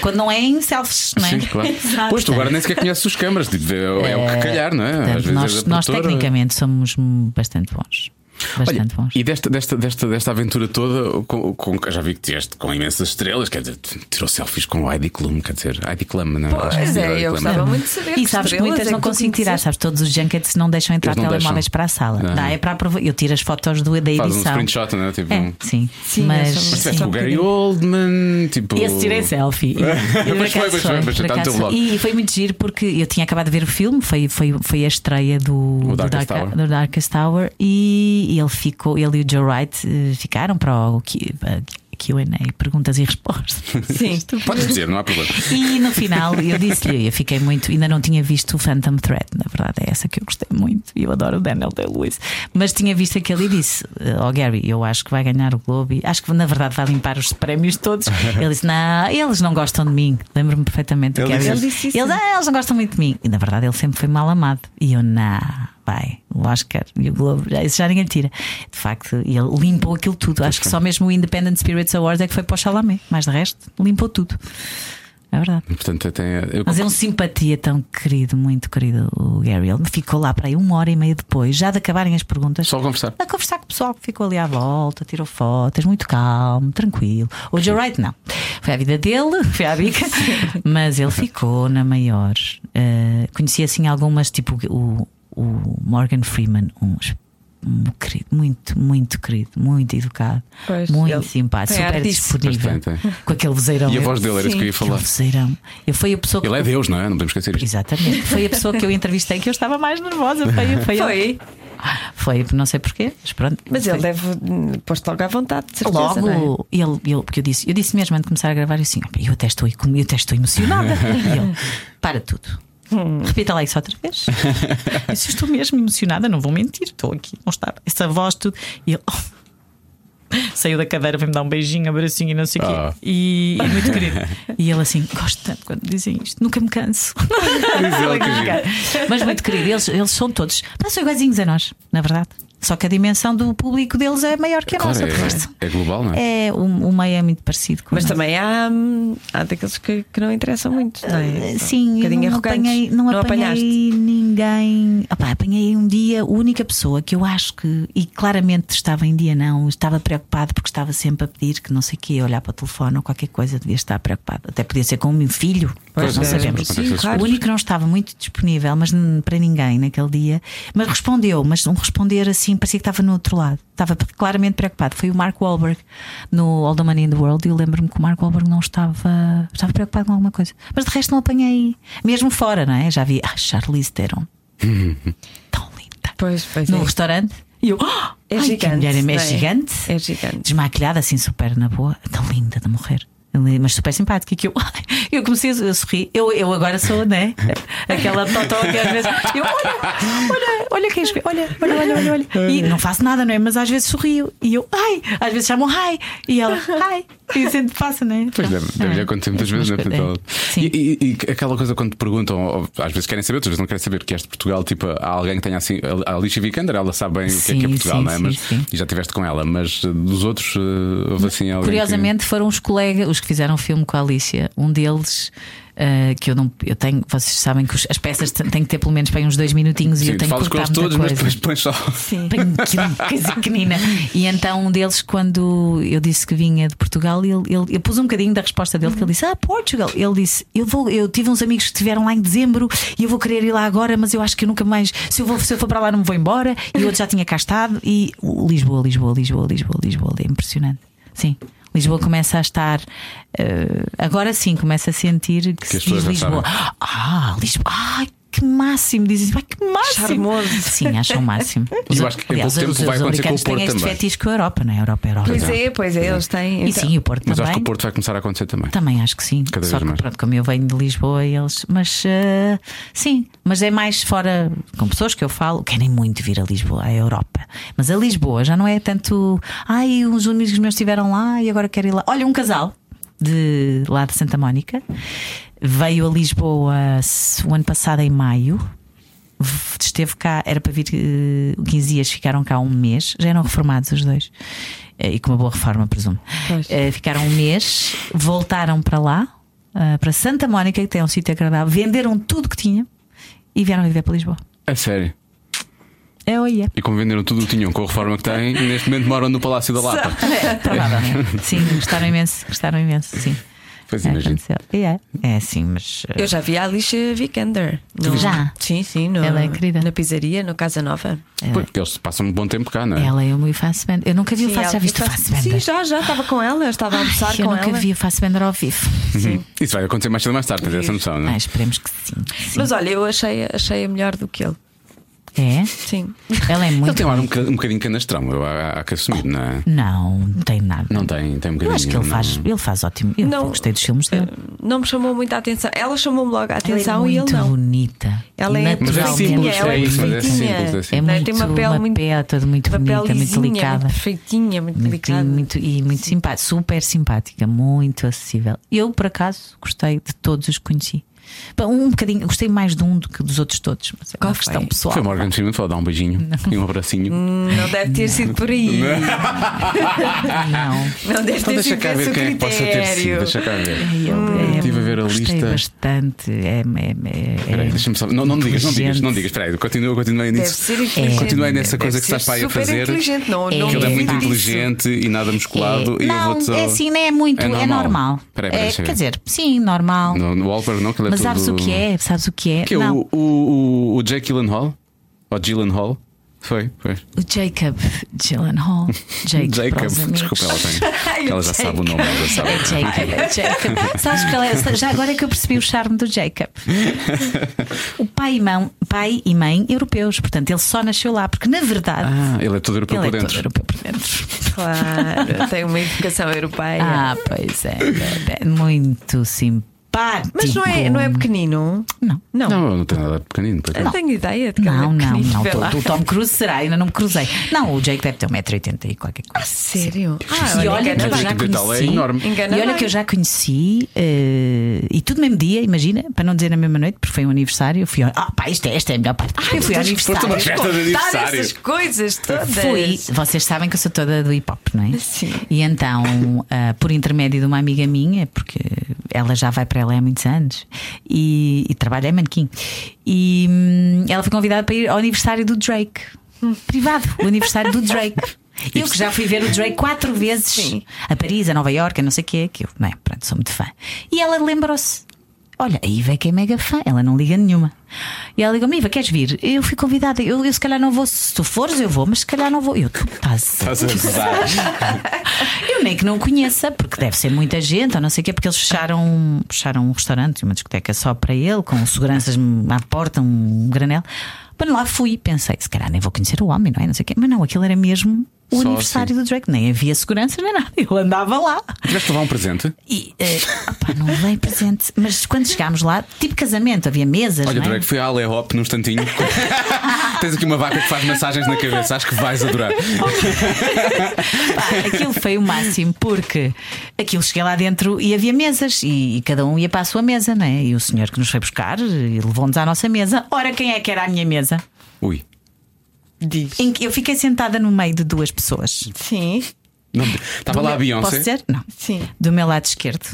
Quando não é em selfies, não é?
Sim, claro.
*laughs* Exato.
Pois tu agora nem sequer conheces os câmaras, tipo, é, é o que calhar, não é?
Portanto,
Às vezes
nós,
és a
nós
produtora.
tecnicamente somos bastante bons.
Olha,
Bastante bons.
E desta, desta, desta, desta aventura toda, com, com- já vi que tiveste com imensas estrelas, quer dizer, tirou selfies com o Heidi Klum, quer dizer, Heidi Klum, não
Pois
Acho que
é, eu
Klum.
gostava muito de saber.
E sabes que
estrelas
muitas
é
não
que tu
consigo tirar,
conheces.
sabes? Todos os junkets não deixam entrar
Eles não
telemóveis
deixam.
para a sala.
Ah.
Não, é para aprova- Eu tiro as fotos do, da
Faz um
edição.
screenshot, não é? Tipo,
É,
um-
sim.
Sim,
mas
essa-
Mas
sim.
tiveste com o Gary Oldman, tipo.
Esse
*laughs*
tirei selfie. E- e por
Mas foi,
acaso
mas foi, mas
por
está no
acaso
teu
foi.
blog.
E foi muito giro porque eu tinha acabado de ver o filme, foi, foi, foi a estreia do, do,
Darkest
Dark-
Tower.
do Darkest Tower e ele ficou, ele e o Joe Wright eh, ficaram para o Q- eh, QA, perguntas e respostas.
*laughs*
Sim,
Podes dizer, não há problema.
E no final eu disse-lhe, eu fiquei muito, ainda não tinha visto o Phantom Thread, na verdade é essa que eu gostei muito e eu adoro o Daniel Day-Lewis, mas tinha visto aquele e disse: Ó Gary, eu acho que vai ganhar o Globo e acho que na verdade vai limpar os prémios
*laughs*
todos. Ele disse: Não, eles não gostam de mim. Lembro-me perfeitamente do
Ele
Gary.
isso?
disse
Ele disse
Eles,
isso.
"Ah, eles não gostam muito de mim. E na verdade ele sempre foi mal amado. E eu, não, vai, o Oscar e o Globo, já, isso já ninguém tira. De facto, e ele limpou aquilo tudo. Acho que só mesmo o Independent Spirits Awards é que foi para o Chalamet, mas de resto, limpou tudo. É verdade.
Portanto, até. Eu,
Mas é um simpatia tão querido, muito querido o Gary. Ele ficou lá para aí uma hora e meia depois, já de acabarem as perguntas.
Só a conversar.
A conversar com o pessoal que ficou ali à volta, tirou fotos, muito calmo, tranquilo. O Joe Wright não. Foi a vida dele, *laughs* foi à bica. Mas ele ficou na maior. Eh, conheci assim algumas, tipo o, o Morgan Freeman, um, um querido, muito, muito querido, muito educado,
Pois,
muito
ele
simpático,
tem ar
super
disso.
disponível.
Pois tem, tem.
Com aquele vozeirão.
é. E a voz
Eu-
dele era isso que eu ia
Aquele
falar.
vozeirão. Eu fui a pessoa que
Ele é Deus, não é? Não podemos esquecer isto.
Exatamente. Foi a pessoa que eu entrevistei que eu estava mais nervosa. Foi, foi, ele.
Foi.
Foi, não sei porquê, mas pronto.
Mas
foi.
ele deve hum, pôr-te logo à vontade, de certeza.
Logo,
não é?
ele, ele- porque eu disse, eu disse mesmo antes de começar a gravar, eu assim, "Opa, eu até estou, emo- eu até estou emocionada. e ele, para tudo.
Hum.
Repita lá isso outra vez. Eu disse, "Eu estou mesmo emocionada, não vou mentir, estou aqui, não está. Essa voz, tudo. E ele. *laughs* Saiu da cadeira, veio-me dar um beijinho, um abracinho e não sei o
Ah.
quê. E, e muito querido. E ele assim, gosto tanto quando dizem isto, nunca me canso.
Diz ele que giro.
Mas muito querido, eles, eles são todos. Mas são iguaizinhos a nós, na verdade. Só que a dimensão do público deles é maior que a
Claro,
nossa.
é-
porque-
é global, não
é? o, o meio é muito parecido com
Mas
o nosso. Eh,
também há, hum, há daqueles que, que não interessam muito, não é? São
Ah, Sim,
um
eu
bocadinho
não
arrogantes.
apanhei, não
apanhaste.
apanhei ninguém. Opá, apanhei um dia a única pessoa que eu acho que, e claramente estava em dia não, estava preocupado porque estava sempre a pedir que não sei o quê, a olhar para o telefone ou qualquer coisa, devia estar preocupado. Até podia ser com o meu filho,
Pois,
nós não
é,
sabemos.
sim, claro.
O único que não estava muito disponível, mas n- para ninguém naquele dia, mas respondeu, mas um responder assim, parecia que estava no outro lado, estava claramente preocupado. Foi o Mark Wahlberg no All the Money in the World e eu lembro-me que o Mark Wahlberg não estava, estava preocupado com alguma coisa, mas de resto não apanhei, mesmo fora, não é? Já vi, ah, Charlize Theron, tão linda,
Pois, pois
no
é.
restaurante, e eu, ah,
É
ai, que
gigante,
mulher é,
não é?
gigante,
É gigante.
desmaquilhada, assim super na boa, tão linda de morrer. Mas super simpática, que eu, *laughs* eu comecei a sorrir. Eu, eu agora sou, né? Aquela totó que às vezes. Eu, olha, olha, olha quem escreve, olha, olha, olha, olha, olha. E não faço nada, não é? Mas às vezes sorrio. E eu, ai, às vezes chamam hi. E ela, hi. E sempre passa, não é?
Pois deve, deve lhe acontecer muitas vezes,
Mas,
né? Portanto,
é. Sim.
E, e- e aquela coisa quando te perguntam, ou- às vezes querem saber, outras vezes não querem saber, que és de Portugal, tipo, há alguém que tenha assim. A Alicia Vikander, ela sabe bem o que é que é
Sim,
Portugal,
sim,
não é?
sim,
Mas,
sim.
E já estiveste com ela, mas eh, dos outros, eh, houve assim alguém. que-
Curiosamente foram os colegas, os que fizeram o filme com a Alicia. Um deles ah, que eu não eu tenho, vocês sabem que os- as peças t- têm que ter pelo menos para aí uns dois minutinhos e
Sim,
eu tenho que
falas
cortar
com eles
muita
todos, mas
coisa. Tá
depois pões só.
Sim.
Bem pequenino,
*laughs*
coisa pequenina. E então um deles, quando eu disse que vinha de Portugal, ele, ele, eu pus um bocadinho da resposta dele, que ele disse: Ah, Portugal. Ele disse: eu, vou, eu tive uns amigos que estiveram lá em dezembro e eu vou querer ir lá agora, mas eu acho que eu nunca mais. Se eu, vou, se eu for para lá, não me vou embora. E o outro já tinha cá estado. E o Lisboa, Lisboa, Lisboa, Lisboa, Lisboa. É impressionante. Sim. Lisboa começa a estar. eh, agora sim, começa a sentir que, se
as
diz
pessoas já
Lisboa. Ah, Lisboa. Ah, que máximo. Dizem, vai, que máximo.
Charmoso.
Sim, acham o máximo.
E eu acho que em
Aliás,
pouco tempo
os,
vai acontecer com
os
o
americanos
Porto
têm este
também.
fetiche com a Europa, não é? A Europa, a Europa.
Pois é, pois é, eles têm.
E
então-
sim, o Porto
Mas acho
também.
que o Porto vai começar a acontecer também.
Também acho que sim.
Cada
Só
vez
que
mais.
pronto, como eu venho de Lisboa, eles. Mas eh, sim, mas é mais fora com pessoas que eu falo, querem muito vir a Lisboa, à Europa. Mas a Lisboa já não é tanto. Ai, uns amigos meus estiveram lá e agora quero ir lá. Olha, um casal de lá de Santa Mónica veio a Lisboa se- o ano passado em maio. V- Esteve cá, era para vir eh, 15 dias, ficaram cá um mês, já eram reformados os dois, Eh, e com uma boa reforma, presumo.
Pois.
Eh, ficaram um mês, voltaram para lá, ah, para Santa Mónica, que tem um sítio agradável, venderam tudo que tinham e vieram viver para Lisboa.
A sério.
oh,
É oi, é.
E como venderam tudo o que tinham com a reforma que têm, neste momento moram no Palácio da Lapa.
Provavelmente. Sim, gostaram imenso, gostaram imenso, sim.
Pois
É,
imagino.
aconteceu. E é, é sim, mas. ah,
Eu já vi a Alicia Vikander. no-
Já?
Sim, sim. No,
Ela é querida.
Na pizzaria, no Casa Nova.
é.
Pois, porque eles passam um bom tempo cá, não é?
Ela é o meu Fassbender. Eu nunca vi o
Sim,
Fassbender. Já
ela-
viste o
faz-
Fassbender?
Sim, já, já. Estava com ela. Eu estava a almoçar
Eu
com
nunca
ela.
vi o Fassbender ao vivo. É.
Isso vai acontecer mais cedo ou mais tarde, tens essa noção, não é?
Ah, esperemos que sim. sim.
Mas olha, eu achei, achei a melhor do que ele.
É?
Sim.
Ela é
Ele
muito.
tem um ar um bocadinho, um bocadinho canastrão, eu, há, há que assumir, não é?
Não, não tem nada.
Não tem, tem um bocadinho.
Eu acho que ele
não-
faz, ele faz ótimo. Eu
Não.
gostei dos filmes dele.
Não me chamou muito a atenção. Ela chamou-me logo a atenção
ela é
e
muito
ele não.
bonita.
Ela é
Mas é simples,
Naturalmente.
perfeitinha, ela
é isso, mas é
perfeitinha.
simples, é simples.
É
Não
muito,
Tem uma pele muito,
pele toda muito
uma
bonita,
pele
muito
lisinha,
delicada.
muito perfeitinha, muito
Muito,
delicada.
muito- e muito simpática, super simpática, muito acessível. Eu, por acaso, gostei de todos os que conheci. Pá, Um bocadinho, gostei mais de um do que dos outros todos, mas é uma
Qual foi?
questão pessoal.
Foi Morgan Freeman, foi dar um beijinho e um abracinho.
Hum.
Não deve ter sido por aí. Não
Não,
deve ter
Então deixa
sido
cá
esse
ver
o
quem é que possa ter sido.
critério.
Deixa cá ver.
eu é-
Estive a ver a
gostei
lista.
bastante. É, é- é-
Peraí, deixa-me só. Não, não me digas, não digas, não
inteligente.
digas. Espera aí, continua, continua aí
Deve
nisso.
ser inteligente.
Continua aí nessa
Deve
coisa que
ser
estás para aí a
super
fazer.
inteligente, não, não
É.
Que ele é
Sim.
muito
Isso.
inteligente e nada musculado.
É,
e eu
não,
vou-te só...
é assim, não é muito, é normal.
Peraí, peraí,
É,
deixa eu
quer
ver.
dizer, sim, normal.
No, no Wahlberg não, que ele é
mas sabes
tudo...
o que é? Sabes o que é?
Que é
não.
o, o, o, o Jake Gyllenhaal? Ou Gyllenhaal? Foi, foi.
O Jacob Gyllenhaal. Jake para
Jacob,
os amigos.
desculpa, ela tem.
*laughs*
ela já sabe o nome, ela já sabe.
É Jacob, é Jacob. Sabes que ela é- já agora é que eu percebi o charme do Jacob. O pai e, mão, pai e mãe europeus, portanto, ele só nasceu lá, porque na verdade
Ah, ele é todo europeu
ele é
por
todo
dentro.
europeu por dentro.
Claro, tem uma educação europeia.
Ah, pois é, é, é muito simpático.
Mas não é, não é pequenino?
tipo Não.
Não.
Não, não tem nada de pequenino. por
Eu
acaso.
tenho ideia de que
Não,
ele é
não,
pequenino.
não.
vê lá.
O Tom Cruise será, ainda não me cruzei. Não, o Jake deve ter 1,80m e qualquer coisa.
Sério?
E olha que eu
Mas
já
aquele detalhe é
conheci.
enorme.
Engana
e olha
bem.
que eu já conheci eh, e tudo no mesmo dia, imagina, para não dizer na mesma noite, porque foi um aniversário. Eu fui, ao- ah, pá, isto é, esta é a melhor parte. eu fui ao
Foste uma
aniversário.
festa de
Contar
aniversário.
essas coisas todas.
Fui, vocês sabem que eu sou toda do hip hop, não é?
Sim.
E então, ah, por intermédio de uma amiga minha, porque ela já vai para ela há muitos anos e, e trabalha em manequim, e hum, ela foi convidada para ir ao aniversário do Drake, privado, o aniversário do Drake. Eu que já fui ver o Drake quatro vezes a Paris, a Nova Iorque, a não sei o quê, que eu, não é, pronto, sou muito fã. E ela lembrou-se. Olha, a Iva é que é mega fã, ela não liga nenhuma. E ela liga-me, Iva, queres vir? Eu fui convidada, eu, eu se calhar não vou, se tu fores eu vou, mas se calhar não vou. Eu, tu estás
Estás a gozar.
eu nem que não conheça, porque deve ser muita gente, ou não sei o quê, porque eles fecharam, fecharam um restaurante, uma discoteca só para ele, com seguranças à porta, um granel. Quando lá fui, pensei, se calhar nem vou conhecer o homem, não é? Não sei o quê. Mas não, aquilo era mesmo o
Só assim.
aniversário do Drake, nem havia seguranças, nem nada. Eu andava lá.
Tiveste de levar um presente?
E, eh, opá, não levei presente. Mas quando chegámos lá, tipo casamento, havia mesas.
Olha,
não é?
Drake, fui à Ale Hop num
*laughs*
instantinho. Tens aqui uma vaca que faz massagens na cabeça, acho que vais adorar.
Pá, aquilo foi o máximo, porque aquilo cheguei lá dentro e havia mesas e, e cada um ia para a sua mesa, não é? E o senhor que nos foi buscar e levou-nos à nossa mesa. Ora, quem é que era a minha mesa?
Ui.
Diz.
Em que eu fiquei sentada no meio de duas pessoas.
Sim,
Não, estava
Do
lá
meu-
a Beyoncé.
Posso dizer? Não.
sim.
Do meu lado esquerdo,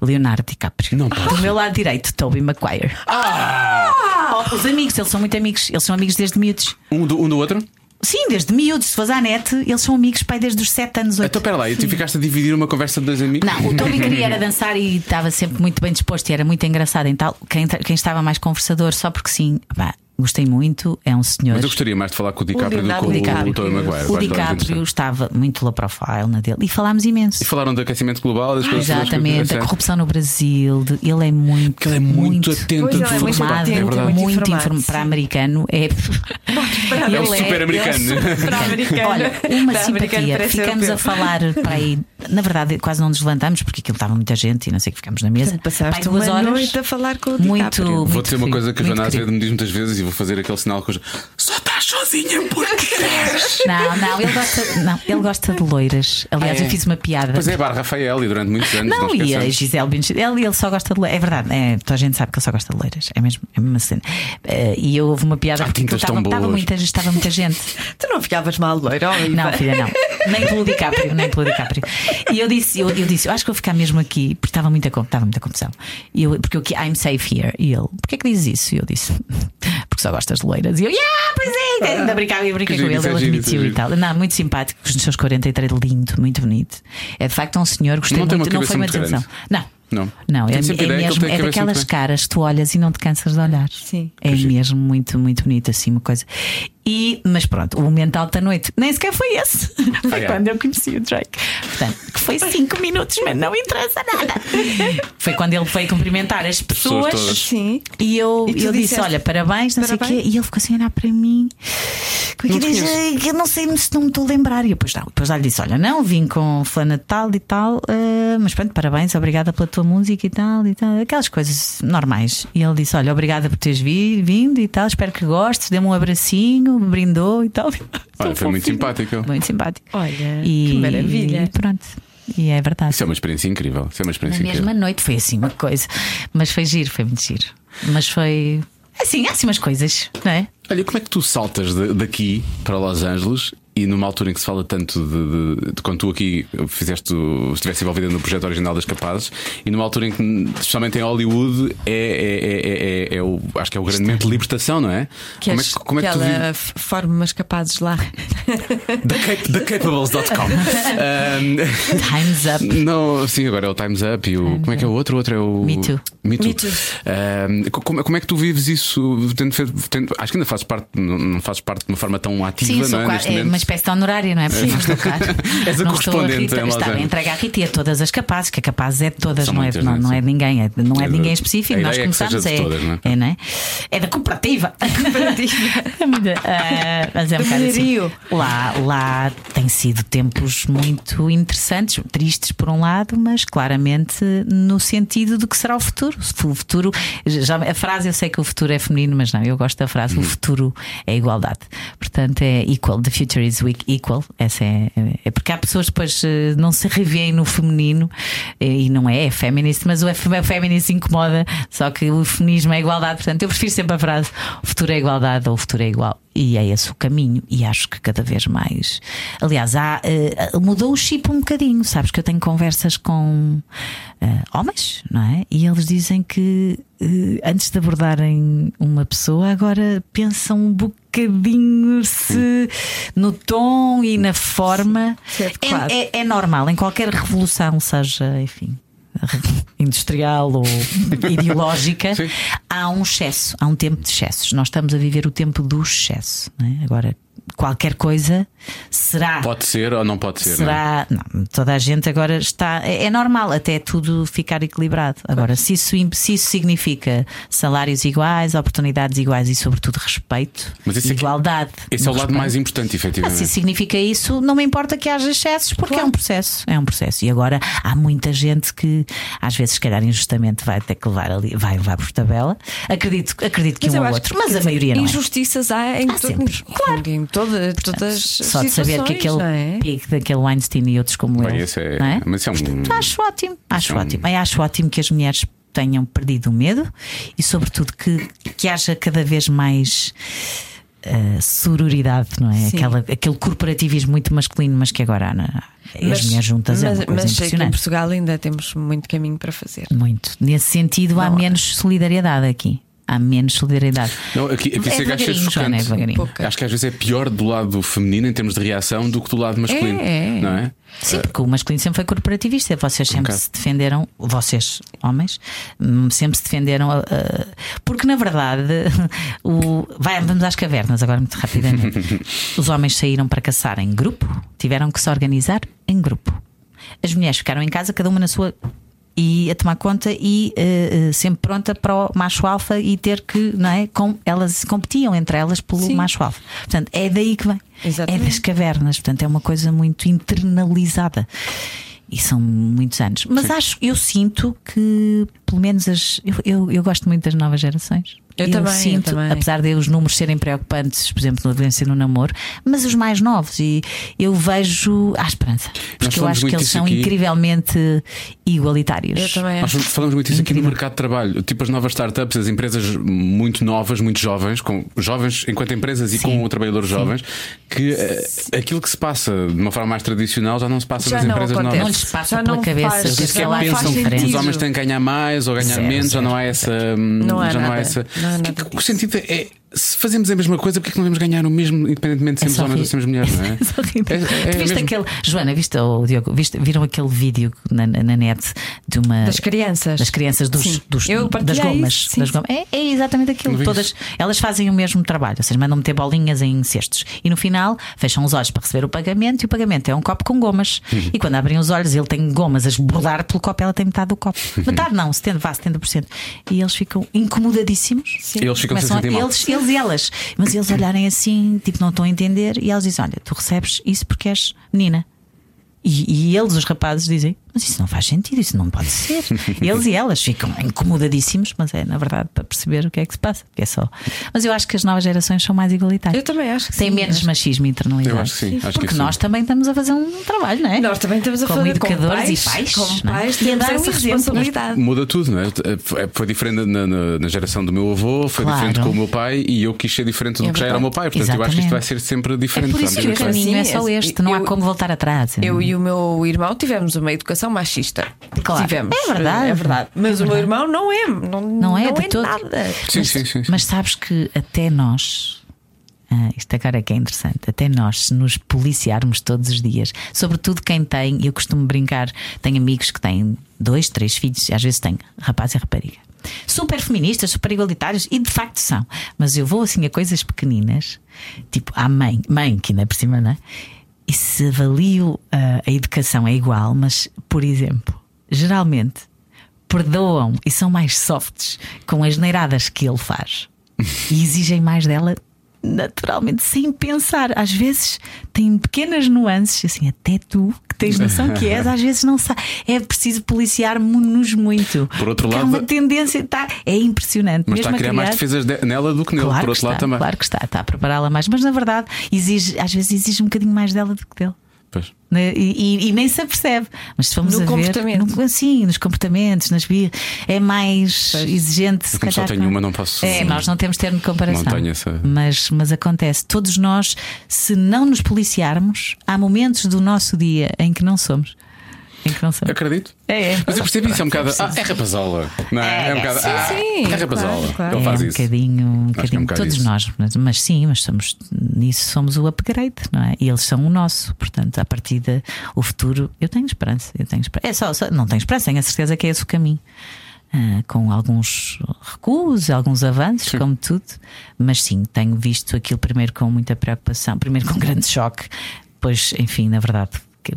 Leonardo DiCaprio.
Não posso. Ah!
Do meu lado direito, Toby Maguire. Oh, Os amigos, eles são muito amigos, eles são amigos desde miúdos.
Um do, um do outro?
Sim, desde miúdos, se fores à net, eles são amigos, pai, desde os 7 anos, 8
Então pera lá, e tu ficaste a dividir uma conversa de dois amigos?
Não, o
*coughs*
Toby queria era dançar e estava sempre muito bem disposto e era muito engraçado. Então, quem, quem estava mais conversador, só porque sim, pá, gostei muito, é um senhor.
Mas eu gostaria mais de falar com o DiCaprio do que
Leonardo
com o,
DiCaprio.
o Tobey Maguire.
O
Vai, vai, vai,
DiCaprio estava muito low profile na dele e falámos imenso.
um E falaram do aquecimento global, das coisas todas que
Ah, Exatamente, a
acontecem.
corrupção no Brasil, de- ele é muito.
Porque ele é muito atento
Pois, ele é
tudo
muito
o que se passa,
atento,
é
muito,
verdade.
muito
inform-
informado,
para
sim.
americano é.
para
Ele
É um
ele
super americano.
Para americano.
Olha, uma
Para americano
simpatia.
parece
Ficamos
europeu.
a falar para aí. Na verdade, quase não nos levantamos porque aquilo estava muita gente e não sei o que ficámos na mesa.
Portanto, passaste
Pai, duas
uma
horas.
noite a falar com o
muito,
DiCaprio.
muito
Vou dizer uma
querido,
coisa que a
muito
Joana
querido.
Azevedo me diz muitas vezes e vou fazer aquele sinal que eu... Só estás sozinha porque queres.
*laughs* Não, não, ele gosta, não, ele gosta de loiras. Aliás,
Ah, é?
eu fiz uma piada.
Pois é, Bar Rafael e durante muitos anos.
Não, e a
esqueçamos.
Gisele Bündchen, ele, ele só gosta de loiras. É verdade, é, toda a gente sabe que ele só gosta de loiras. É mesmo, é mesmo assim. Eh, e eu houve uma piada
Há
porque
tintas
estava,
tão boas.
estava, muita, estava muita gente.
*laughs* Tu não ficavas mal, loira, ó, Iva?
Não, filha, não. Nem pelo DiCaprio, nem pelo DiCaprio. E eu disse, eu, eu disse, eu acho que vou ficar mesmo aqui, porque estava muita, con- estava muita confusão. E eu, porque eu que I'm safe here. E ele, porquê que dizes isso? E eu disse, *laughs* porque só gostas de loiras. E eu, yeah, pois é, ainda brincava e brinquei
Que
com ele,
giro, isso é
ele
giro,
admitiu
isso é
e
giro.
tal. Não, muito simpático, com os seus 43, lindo, muito bonito. É de facto um senhor, gostei
Não tem uma
muito, não
cabeça
foi uma
muito grande.
desilusão. Não.
Não.
Não, é,
Tenho sempre
é
ideia que ele
mesmo,
tem a
é
cabeça
daquelas
muito
caras que tu olhas e não te cansas de olhar.
Sim.
É mesmo muito, muito bonito, assim, uma coisa. E, mas pronto, o momento alto da noite nem sequer foi esse. Foi
é?
quando eu conheci o Drake. Portanto, que foi cinco minutos, mas não interessa nada. Foi quando ele foi cumprimentar as
Pessoas
pessoas.
todas.
Sim.
E eu,
E tu
eu disse:
disseste,
Olha, parabéns, não sei o
"Parabéns."
quê. E ele ficou assim a olhar para mim. Como é que
Não te
diz? "Ai, que Eu não sei se não me estou a lembrar. E eu, depois, depois lá lhe disse: Olha, não, vim com fulana de tal e tal, eh, mas pronto, parabéns, obrigada pela tua música e tal e tal. Aquelas coisas normais. E ele disse: Olha, obrigada por teres vi- vindo e tal, espero que gostes. Deu-me um abracinho, me brindou e tal. *laughs*
Olha,
Tão
foi muito
fofinho.
simpático.
Muito simpático.
Olha, que maravilha.
E pronto. E é verdade.
Isso é uma experiência incrível. Isso é uma
Na
experiência incrível.
mesma noite foi assim uma coisa. Mas foi giro, foi muito giro. Mas foi. Assim, há assim umas coisas, não é?
Olha, como é que tu saltas de- daqui para Los Angeles E numa altura em que se fala tanto de, de- de quando tu aqui fizeste, o- estiveste envolvida no projeto original das Capazes, e numa altura em que, especialmente em Hollywood, é, é, é, é, é o, acho que é o grande momento de libertação, não é?
Que,
como é
as-
que, como é que tu vives?
ela f- forma umas capazes lá. *laughs*
The, Capables.com.
Time's up. Ah,
Não, sim, agora é o Time's Up e o. como é que é o outro? O outro é o.
Me Too.
Me Too.
Me Too.
Ahm, co- como, é- como é que tu vives isso? Tendo, feito- tendo- acho que ainda fazes parte, não, não fazes parte de uma forma tão ativa,
Sim, eu
não
sou
é?
qua-
Neste
é
momento.
uma espécie de honorária, não é? Porque não estou *laughs* cá.
És a
não estou a
correspondente
Rita,
em Los
estava a
Angeles.
entregar a Rita e a todas as capazes, que a capazes é de todas,
São
não,
muitas,
é, não,
não é?
não é de ninguém, é de- não é
É
de
de-
ninguém
a
específico. Nós
ideia é que seja
começamos
de todas, não é?
é, não é? É da cooperativa. *laughs* É muito- ah, mas é um
Do
bocado assim.
mulherio.
Lá, lá tem sido tempos muito interessantes, tristes por um lado, mas claramente no sentido do que será o futuro. O futuro, já, a frase eu sei que o futuro é feminino, mas não, eu gosto da frase,
Uhum.
o futuro é igualdade. Portanto, é equal, the future is we- equal. Essa é, é porque há pessoas depois eh, não se revêem no feminino eh, e não é, é feminist, mas o F- o feminist incomoda, só que o feminismo é igualdade. Portanto, eu prefiro sempre a frase o futuro é igualdade ou o futuro é igual. E é esse o caminho, e acho que cada vez mais. Aliás, há, eh, mudou o chip um bocadinho, sabes? Que eu tenho conversas com eh, homens, não é? E eles dizem que eh, antes de abordarem uma pessoa, agora pensam um bocadinho se no tom e na forma.
Se é adequado.
É- é- é normal, em qualquer revolução, seja, enfim. *laughs* Industrial
*laughs*
ou ideológica,
Sim.
há um excesso, há um tempo de excessos. Nós estamos a viver o tempo do excesso. não é? Agora, qualquer coisa será.
Pode ser ou não pode ser? não é?
Será. Não, toda a gente agora está. É, é normal até tudo ficar equilibrado. Agora, se isso, im- se isso significa salários iguais, oportunidades iguais e, sobretudo, respeito,
Mas isso é que-
igualdade.
Esse é o
no
lado
respeito.
mais importante,
Ah,
é?
efetivamente.
se significa isso, não me importa que haja excessos, porque é um processo. É um processo. E agora há muita gente que, às vezes, se calhar injustamente, vai ter que levar ali, vai levar por tabela. Acredito, acredito que um ou outro, mas
quer
a
dizer,
maioria não. é.
Injustiças há em
Há
todos.
sempre, claro.
Em todas, todas as
Só de saber que
situações,
aquele
não é?
pig daquele Weinstein e outros como
Bem,
ele.
esse é-
não é?
Mas isso é um.
Acho ótimo, acho
é um-
ótimo. Eu acho ótimo que as mulheres tenham perdido o medo e, sobretudo, que, que haja cada vez mais. ah, sororidade, não é?
Sim.
Aquela- aquele corporativismo muito masculino, mas que agora há na- e as mulheres juntas é
mas,
uma coisa
mas sei que em
impressionante.
Portugal ainda temos muito caminho para fazer.
Muito. Nesse sentido, há
Não há.
menos solidariedade aqui. Há menos solidariedade.
Não, aqui, aqui
é
chega a ser
devagarinho, Joana, é
chocante.
devagarinho.
Pouca.
Acho que às vezes é pior do lado feminino em termos de reação do que do lado masculino.
É.
Não é?
Sim, porque o masculino sempre foi corporativista. Vocês sempre
bocado.
se defenderam, vocês, homens, hum, sempre se defenderam. a- a- porque, na verdade, *laughs* o, vai, vamos às cavernas agora, muito rapidamente. Os homens saíram para caçar em grupo, tiveram que se organizar em grupo. As mulheres ficaram em casa, cada uma na sua. E a tomar conta e eh, eh, sempre pronta para o macho alfa e ter que, não é? Com, elas competiam entre elas pelo
Sim.
macho alfa. Portanto, é daí que vem.
Exatamente.
É das cavernas, portanto é uma coisa muito internalizada. E são muitos anos. Mas acho, eu sinto que, pelo menos, as, eu, eu, eu gosto muito das novas gerações.
Eu também, eu
sinto,
também.
apesar de os números serem preocupantes, por exemplo, na doença e no namoro, mas os mais novos, e eu vejo à esperança. Porque eu
falamos
acho que
muito
eles
disso
são
aqui.
incrivelmente igualitários.
Eu também
Nós
acho.
falamos muito isso aqui no
Incrível.
mercado de trabalho. Tipo as novas startups, as empresas muito novas, muito jovens, com jovens enquanto empresas e com trabalhadores jovens, que eh, aquilo que se passa de uma forma mais tradicional já não se passa nas empresas
Não
novas.
lhes passa
Já
pela
não
cabeça
faz-
que
Eles
Eles
sequer
já não
pensam
faz
pensam que
sentido.
os homens têm que ganhar mais ou ganhar
Zero,
menos, já
zero,
não há essa. hum,
Não há
já não há
nada.
essa.
Não há nada
Que- que, o
disso.
sentido é. Se fazemos a mesma coisa, porque é que não devemos ganhar o mesmo, independentemente de sermos
só
homens ou
rir.
sermos mulheres,
*laughs*
não é?
*laughs* Só rir.
É- é
tu viste
mesmo.
aquele. Joana, viste, ou Diogo, viste, viram aquele vídeo na, na na net de uma.
Das crianças.
É. Das crianças dos,
Sim.
dos-
Eu
das
partilhei
gomas.
isso, sim,
das
sim.
gomas. É, é exatamente
Não
aquilo.
vi
Todas,
isso.
elas fazem o mesmo trabalho, ou seja, mandam meter bolinhas em cestos e no final fecham os olhos para receber o pagamento e o pagamento é um copo com gomas. E quando abrem os olhos, ele tem gomas a esbordar pelo copo, ela tem metade do copo. Metade não, 70%, vá, 70%. E eles ficam incomodadíssimos.
Eles ficam sem
Começam a-
sentir mal.
eles, eles e elas. Mas eles olharem assim, tipo, não estão a entender. E elas dizem: Olha, tu recebes isso porque és menina. E, e eles, os rapazes, dizem: Mas isso não faz sentido, isso não
*laughs*
pode ser. Eles e elas ficam incomodadíssimos, mas é na verdade para perceber o que é que se passa. Que é só. Mas eu acho que as novas gerações são mais igualitárias.
Eu também acho que
Tem
sim.
menos machismo internalizado.
Eu acho que sim, acho que
Porque
sim.
nós também estamos a fazer um trabalho, não é?
Nós também estamos a
como
fazer com
educadores
pais,
e pais,
como
não é?
pais
e a
temos
dar um
essa
exemplo.
responsabilidade.
Muda tudo, não é? É, Foi diferente na, na- na geração do meu avô, foi
Claro.
diferente com o meu pai e eu quis ser diferente do
É
que já era o meu
verdade.
pai. Portanto, eu acho que isto
Exatamente.
vai ser sempre
É
diferente.
por isso
sabe?
que o
Sim,
caminho é só
é-
este, não há
eu-
como voltar atrás. é
Eu e o meu irmão tivemos uma educação machista.
Claro.
Tivemos.
É verdade.
É verdade. Mas
É
o meu
verdade.
irmão não é. Não,
Não é de todo.
nada.
Sim,
mas,
sim, sim. sim.
mas sabes que até nós. Ah, isto agora é que é interessante. Até nós, se nos policiarmos todos os dias, sobretudo quem tem, eu costumo brincar, tenho amigos que têm dois, três filhos, às vezes tenho rapaz e rapariga, super feministas, super igualitários, e de facto são. Mas eu vou assim a coisas pequeninas, tipo à mãe, mãe, que ainda é por cima, não é? E se avalio ah, a educação é igual, mas, por exemplo, geralmente perdoam e são mais softs com as neiradas que ele faz e exigem mais dela naturalmente, sem pensar. Às vezes tem pequenas nuances, assim, até tu que tens noção que és, às vezes não sabe. É preciso policiar-nos muito.
Por outro
Porque há
lado-
uma tendência, tá, é impressionante.
Mas
Mesmo
está a criar mais
criar-
defesas de- nela do que nele, por
Claro
outro
que está,
lado também.
claro que está, está a prepará-la mais, mas na verdade exige, às vezes exige um bocadinho mais dela do que dele.
Pois.
Né? E, e- e nem se apercebe. Mas se fomos
No
a ver,
comportamento.
no- sim, nos comportamentos, nas bi- é mais exigente. se
Eu como só
calhar,
tenho
não é?
uma, não posso-
É, nós não temos termo de comparação.
Não tenho essa-
mas, mas acontece. Todos nós, se não nos policiarmos, há momentos do nosso dia em que não somos. Em que não somos.
Acredito.
É, é.
Mas eu percebo isso, é um bocado. Ah, é rapazola. Não é? É um bocado. ah,
sim,
É rapazola.
claro, claro.
Ele
É,
faz
um
isso.
bocadinho,
Acho
um
que é
bocadinho.
um bocado
todos
isso.
nós, mas, mas sim, mas somos nisso somos o upgrade, não é? E eles são o nosso, portanto, a partir de o futuro, eu tenho esperança, eu tenho esperança. É só, só- não tenho esperança, tenho a certeza que é esse o caminho. Ah, com alguns recuos, alguns avanços, como tudo, mas sim, tenho visto aquilo primeiro com muita preocupação, primeiro com *laughs* grande choque, pois, enfim, na verdade, que-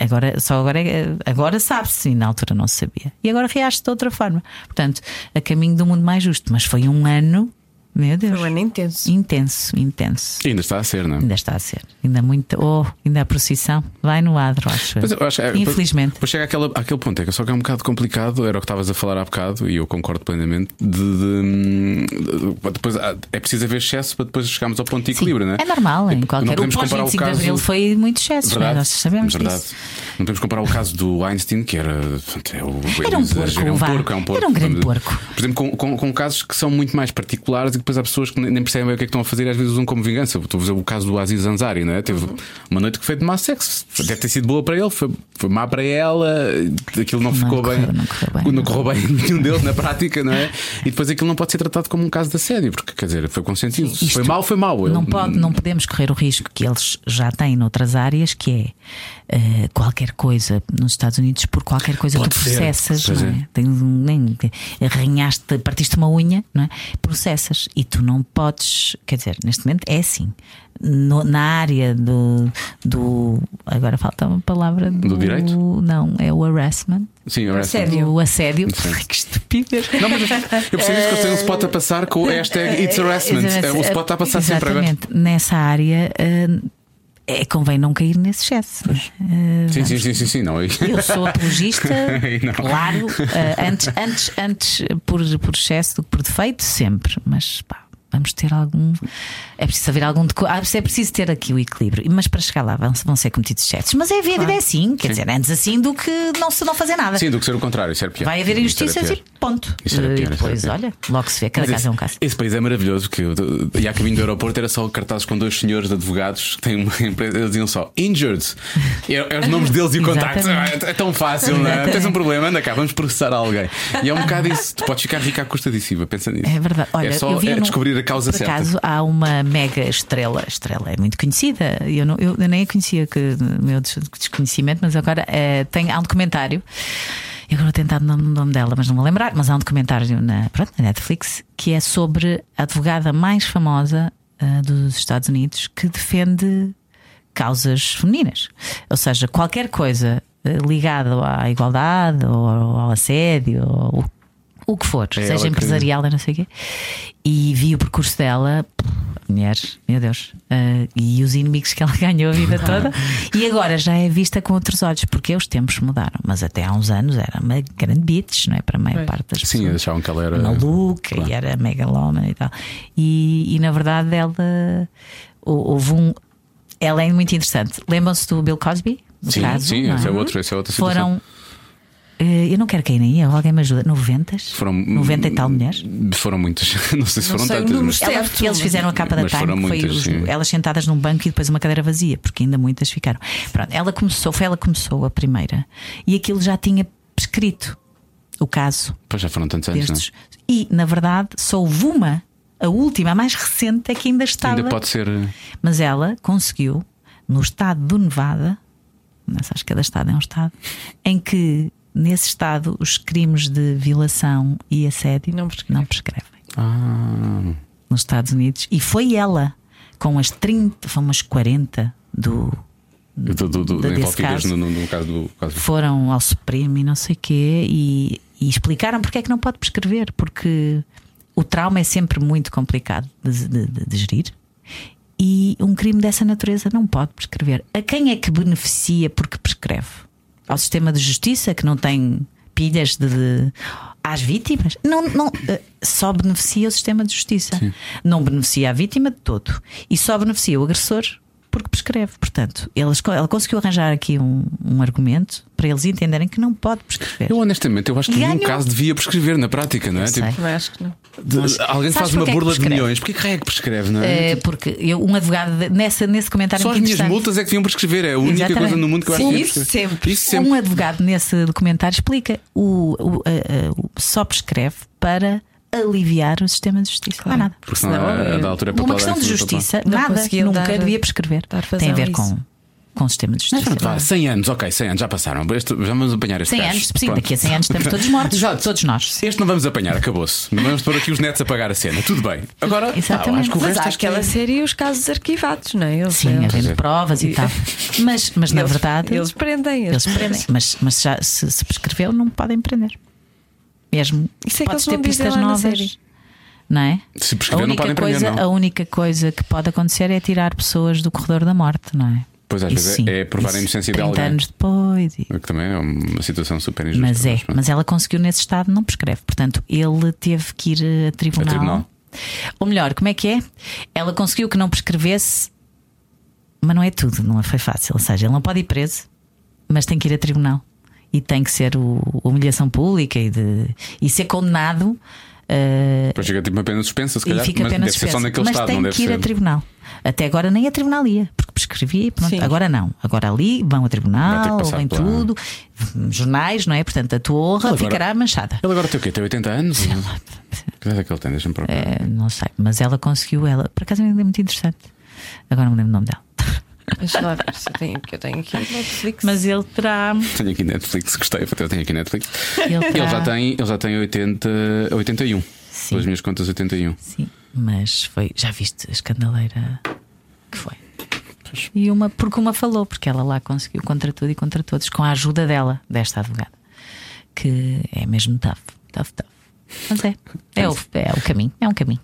Agora, só agora, é- agora sabe-se, e na altura não se sabia. E agora reage de outra forma. Portanto, a caminho do mundo mais justo. Mas foi um ano, meu Deus,
Foi um ano intenso.
intenso, intenso.
Ainda está a ser, não é?
Ainda está a ser. Ainda muito. Oh, ainda a procissão. Vai no adro, acho. eu.
Mas eu acho que é-
Infelizmente.
Depois chega àquela, àquele ponto, é que só que é um bocado complicado, era o que estavas a falar há bocado, e eu concordo plenamente, de, de- de- depois há- é preciso haver excesso para depois chegarmos ao ponto de equilíbrio, não é?
É normal, em
Não
qualquer. O
podemos comparar
pós-25 de
caso-
Abril foi muito excesso, não é?
Verdade,
nós sabemos
verdade.
disso.
Não podemos comparar o caso do Einstein, que era. portanto, É o,
Era um
exagero,
porco,
é um
vá.
porco, é um porco.
Era um grande
Portanto,
porco.
Por exemplo, com, com- com casos que são muito mais particulares e que depois há pessoas que nem nem percebem bem o que é que estão a fazer e às vezes usam como vingança. Estou a dizer o caso do Aziz Ansari, não é? Teve uma noite que foi de má sexo. Deve ter sido boa para ele, foi, foi má para ela, aquilo não, ficou
correu,
bem.
não correu bem, não.
correu bem *laughs* nenhum deles na prática, não é? E depois aquilo não pode ser tratado como um caso de assédio, porque quer dizer, foi consentido. Se
isto
foi mal, foi um mal.
Não, pode, não podemos correr o risco que eles já têm noutras áreas, que é eh, qualquer coisa nos Estados Unidos, por qualquer coisa
Pode
tu
ser.
processas,
Pois
não é?
é.
Tens um- nem- arranhaste, partiste uma unha, não é? processas e tu não podes, quer dizer, neste momento é assim. No- na área do, do. Agora falta uma palavra do,
direito?
Não, é o harassment.
Sim, agora é assim.
O assédio.
Sim.
Ai, que estupidez.
Não, mas eu percebi isso que eu tenho um spot a passar
*laughs*
com o hashtag It's Harassment. É, O spot está a passar sempre agora.
Exatamente. Nessa área eh, é, convém não cair nesse excesso. Eh,
Sim, sim, sim, sim, sim, não. é
Eu
*laughs*
sou apologista,
Não.
claro, eh, antes, antes, antes por, por excesso do que por defeito, sempre, mas pá. Vamos ter algum. É preciso haver algum. deco- ah, É preciso ter aqui o equilíbrio. Mas para chegar lá vão, vão ser cometidos excessos. Mas é a vida, é assim. Quer dizer, antes assim do que não se não fazer nada.
Sim, do que ser o contrário, isso era pior.
Vai haver
Isso era
injustiças
pior.
e ponto.
Isso era
Eh,
pior,
e
isso era
depois,
pior.
olha, logo se vê. Cada
Mas
caso é um
esse-
caso.
Esse país é maravilhoso, que eu- e a caminho do aeroporto era só cartazes com dois senhores de advogados que têm uma *laughs* empresa, eles diziam só injured. E É, é os nomes deles e o contacto.
Exatamente.
Ah, É, é tão fácil, não é?
Exatamente.
Tens um problema, anda cá, vamos processar alguém. E é um bocado isso. Tu podes ficar rico à custa disso, Iva, pensa nisso.
É verdade. Olha,
é só
eu vi
é
num-
descobrir a causa
por
certa.
acaso há uma mega estrela, estrela é muito conhecida. Eu, não, eu nem a conhecia que meu des- desconhecimento, mas agora eh, tem, há um documentário. Eu agora vou tentar o nome, o nome dela, mas não vou lembrar. Mas há um documentário na, pronto, na Netflix que é sobre a advogada mais famosa eh, dos Estados Unidos que defende causas femininas. Ou seja, qualquer coisa eh, ligada à igualdade ou ao assédio ou o o que for,
É ela
seja
que-
empresarial, eu não sei o quê. E vi o percurso dela. pff, mulheres, meu Deus, ah, e os inimigos que ela *laughs* ganhou a vida toda. E agora já é vista com outros olhos, porque os tempos mudaram. Mas até há uns anos era uma grande bitch, não é? Para a maior parte das
Sim, eh,
pessoas
achavam que ela era.
maluca e era megalómana e tal. E, e, na verdade ela hou- houve um. Ela é muito interessante. Lembram-se do Bill Cosby? No
Sim,
caso,
sim,
não
esse é outro, esse é outra situação.
Foram. eh, Eu não quero cair em erro, alguém me ajuda. 90?
Foram hum,
90 e tal mulheres?
Foram muitas. *laughs* Não sei se
Não
foram
sei o
tantas,
número
mas.
certo.
Ela- eles fizeram a capa da
Mas
Time,
foram
que foi
muitas,
os-
sim.
elas sentadas num banco e depois uma cadeira vazia, porque ainda muitas ficaram. Pronto, ela começou, foi ela que começou a primeira. E aquilo já tinha prescrito o caso
Pois já foram tantos anos, não
destes. E, na verdade, só houve uma, a última, a mais recente, é que ainda
é?
estava.
Ainda pode ser.
Mas ela conseguiu, no estado do Nevada, não sabes que cada estado é um estado, em que nesse estado os crimes de violação e assédio
Não prescrevem.
não prescrevem
Ah,
nos Estados Unidos e foi ela com as 30, foi umas 40 do
do, do, do,
Desse
envolvidas
caso.
no, no- no caso do caso.
foram ao Supremo e não sei quê e, e explicaram porque é que não pode prescrever, porque o trauma é sempre muito complicado de, de- de- de gerir. E um crime dessa natureza não pode prescrever. A quem é que beneficia porque prescreve? Ao sistema de justiça que não tem pilhas de. de- às vítimas? Não, não, eh, só beneficia o sistema de justiça. Não beneficia a vítima de todo. E só beneficia o agressor porque prescreve. Portanto, eles, ela conseguiu arranjar aqui um, um argumento para eles entenderem que não pode prescrever.
Eu honestamente, eu acho que nenhum
Ganham.
caso devia prescrever na prática, não é?
Sei.
Tipo,
Também acho que não.
de- alguém
Sabes
faz uma
porquê é que
burla de
prescreve?
milhões. Porquê que é que prescreve, não é?
Eh,
Tipo,
porque eu, um advogado de- nessa, nesse comentário
Só as
muito
minhas
interessante,
multas é que deviam prescrever. É a única
Exatamente.
coisa no mundo que eu acho
Sim,
que devia
isso
prescrever.
sempre.
Isso sempre.
um advogado nesse documentário explica o, o- a- a- o- só prescreve para aliviar o sistema de justiça.
Claro.
Não há nada.
Porque senão a, a da altura é para
Uma
toda,
questão
é
de
para toda.
justiça,
Não
nada
conseguiam
nunca
dar-
devia prescrever.
dar razão
Tem a
a
ver
isso.
com, com o sistema de
Mas
justiça.
pronto, vá, 100 anos, ok, 100 anos já passaram. Este- já vamos apanhar este
100
gajo.
anos, sim,
Pronto.
daqui a 100 anos estamos todos mortos.
Exato.
Todos nós.
Este não vamos apanhar, acabou-se. Vamos pôr aqui os netos a pagar a cena. Tudo bem. Agora, pá,
Exatamente.
acho que o
Mas
Mas
resto
há
acho que é assim.
aquela série e os casos arquivados, não é? Eles,
Sim,
eles,
havendo provas
*laughs*
e tal. Mas, mas na
eles-
verdade,
Eles prendem.
eles prendem. Mas, mas já, se, se prescreveu, não podem prender. Mesmo.
Isso é que eles
podes
não
ter
dizem
pistas
lá na
novas.
série.
Não é?
Se
A
prescrever, não
única,
podem prender,
coisa, a
não.
única coisa que pode acontecer é tirar pessoas do corredor da morte, não é?
Pois, às
Isso
vezes,
sim,
é provar a
isso
inocência de
30
alguém.
anos depois. e-
O Que também é uma situação super injusta.
mas é,
pronto.
mas ela conseguiu nesse estado, não prescreve. Portanto, ele teve que ir eh, a tribunal.
A tribunal.
Ou melhor, como é que é? Ela conseguiu que não prescrevesse, mas não é tudo, não foi fácil. Ou seja, ele não pode ir preso, mas tem que ir a tribunal. E tem que ser o, humilhação pública e, de, e ser condenado. eh,
Depois chega tipo uma pena suspensa, se
e
calhar.
fica
mas
apenas
deve ser só
suspensa.
naquele
Mas
estado,
tem
não deve
que ir
ser.
a tribunal. Até agora nem a tribunal ia, porque prescrevia e pronto.
Sim.
Agora não. Agora ali vão a
Vai ter que
tribunal,
passar
vem
pela-
tudo, jornais, não é? Portanto, a tua honra
Ele agora-
ficará manchada.
Ele agora tem o quê? Tem 80 anos? Que idade é que ele tem? Deixa-me procurar.
Eh, não sei, mas ela conseguiu, ela, por acaso ainda é muito interessante. Agora não me lembro o nome dela.
Deixa lá ver se eu tenho, que eu tenho aqui. Netflix.
Mas ele terá.
Tenho aqui Netflix, gostei, eu tenho aqui Netflix.
Ele,
Ele
terá-
já tem, ele já tem 80, 81.
Ah. Sim.
Pelas minhas contas, 81.
Sim, mas foi. Já viste a escandaleira que foi? E uma, porque uma falou, porque ela lá conseguiu contra tudo e contra todos, com a ajuda dela, desta advogada, que é mesmo tough, tough, tough. Mas é, é o, é o caminho, é
*laughs*
um caminho.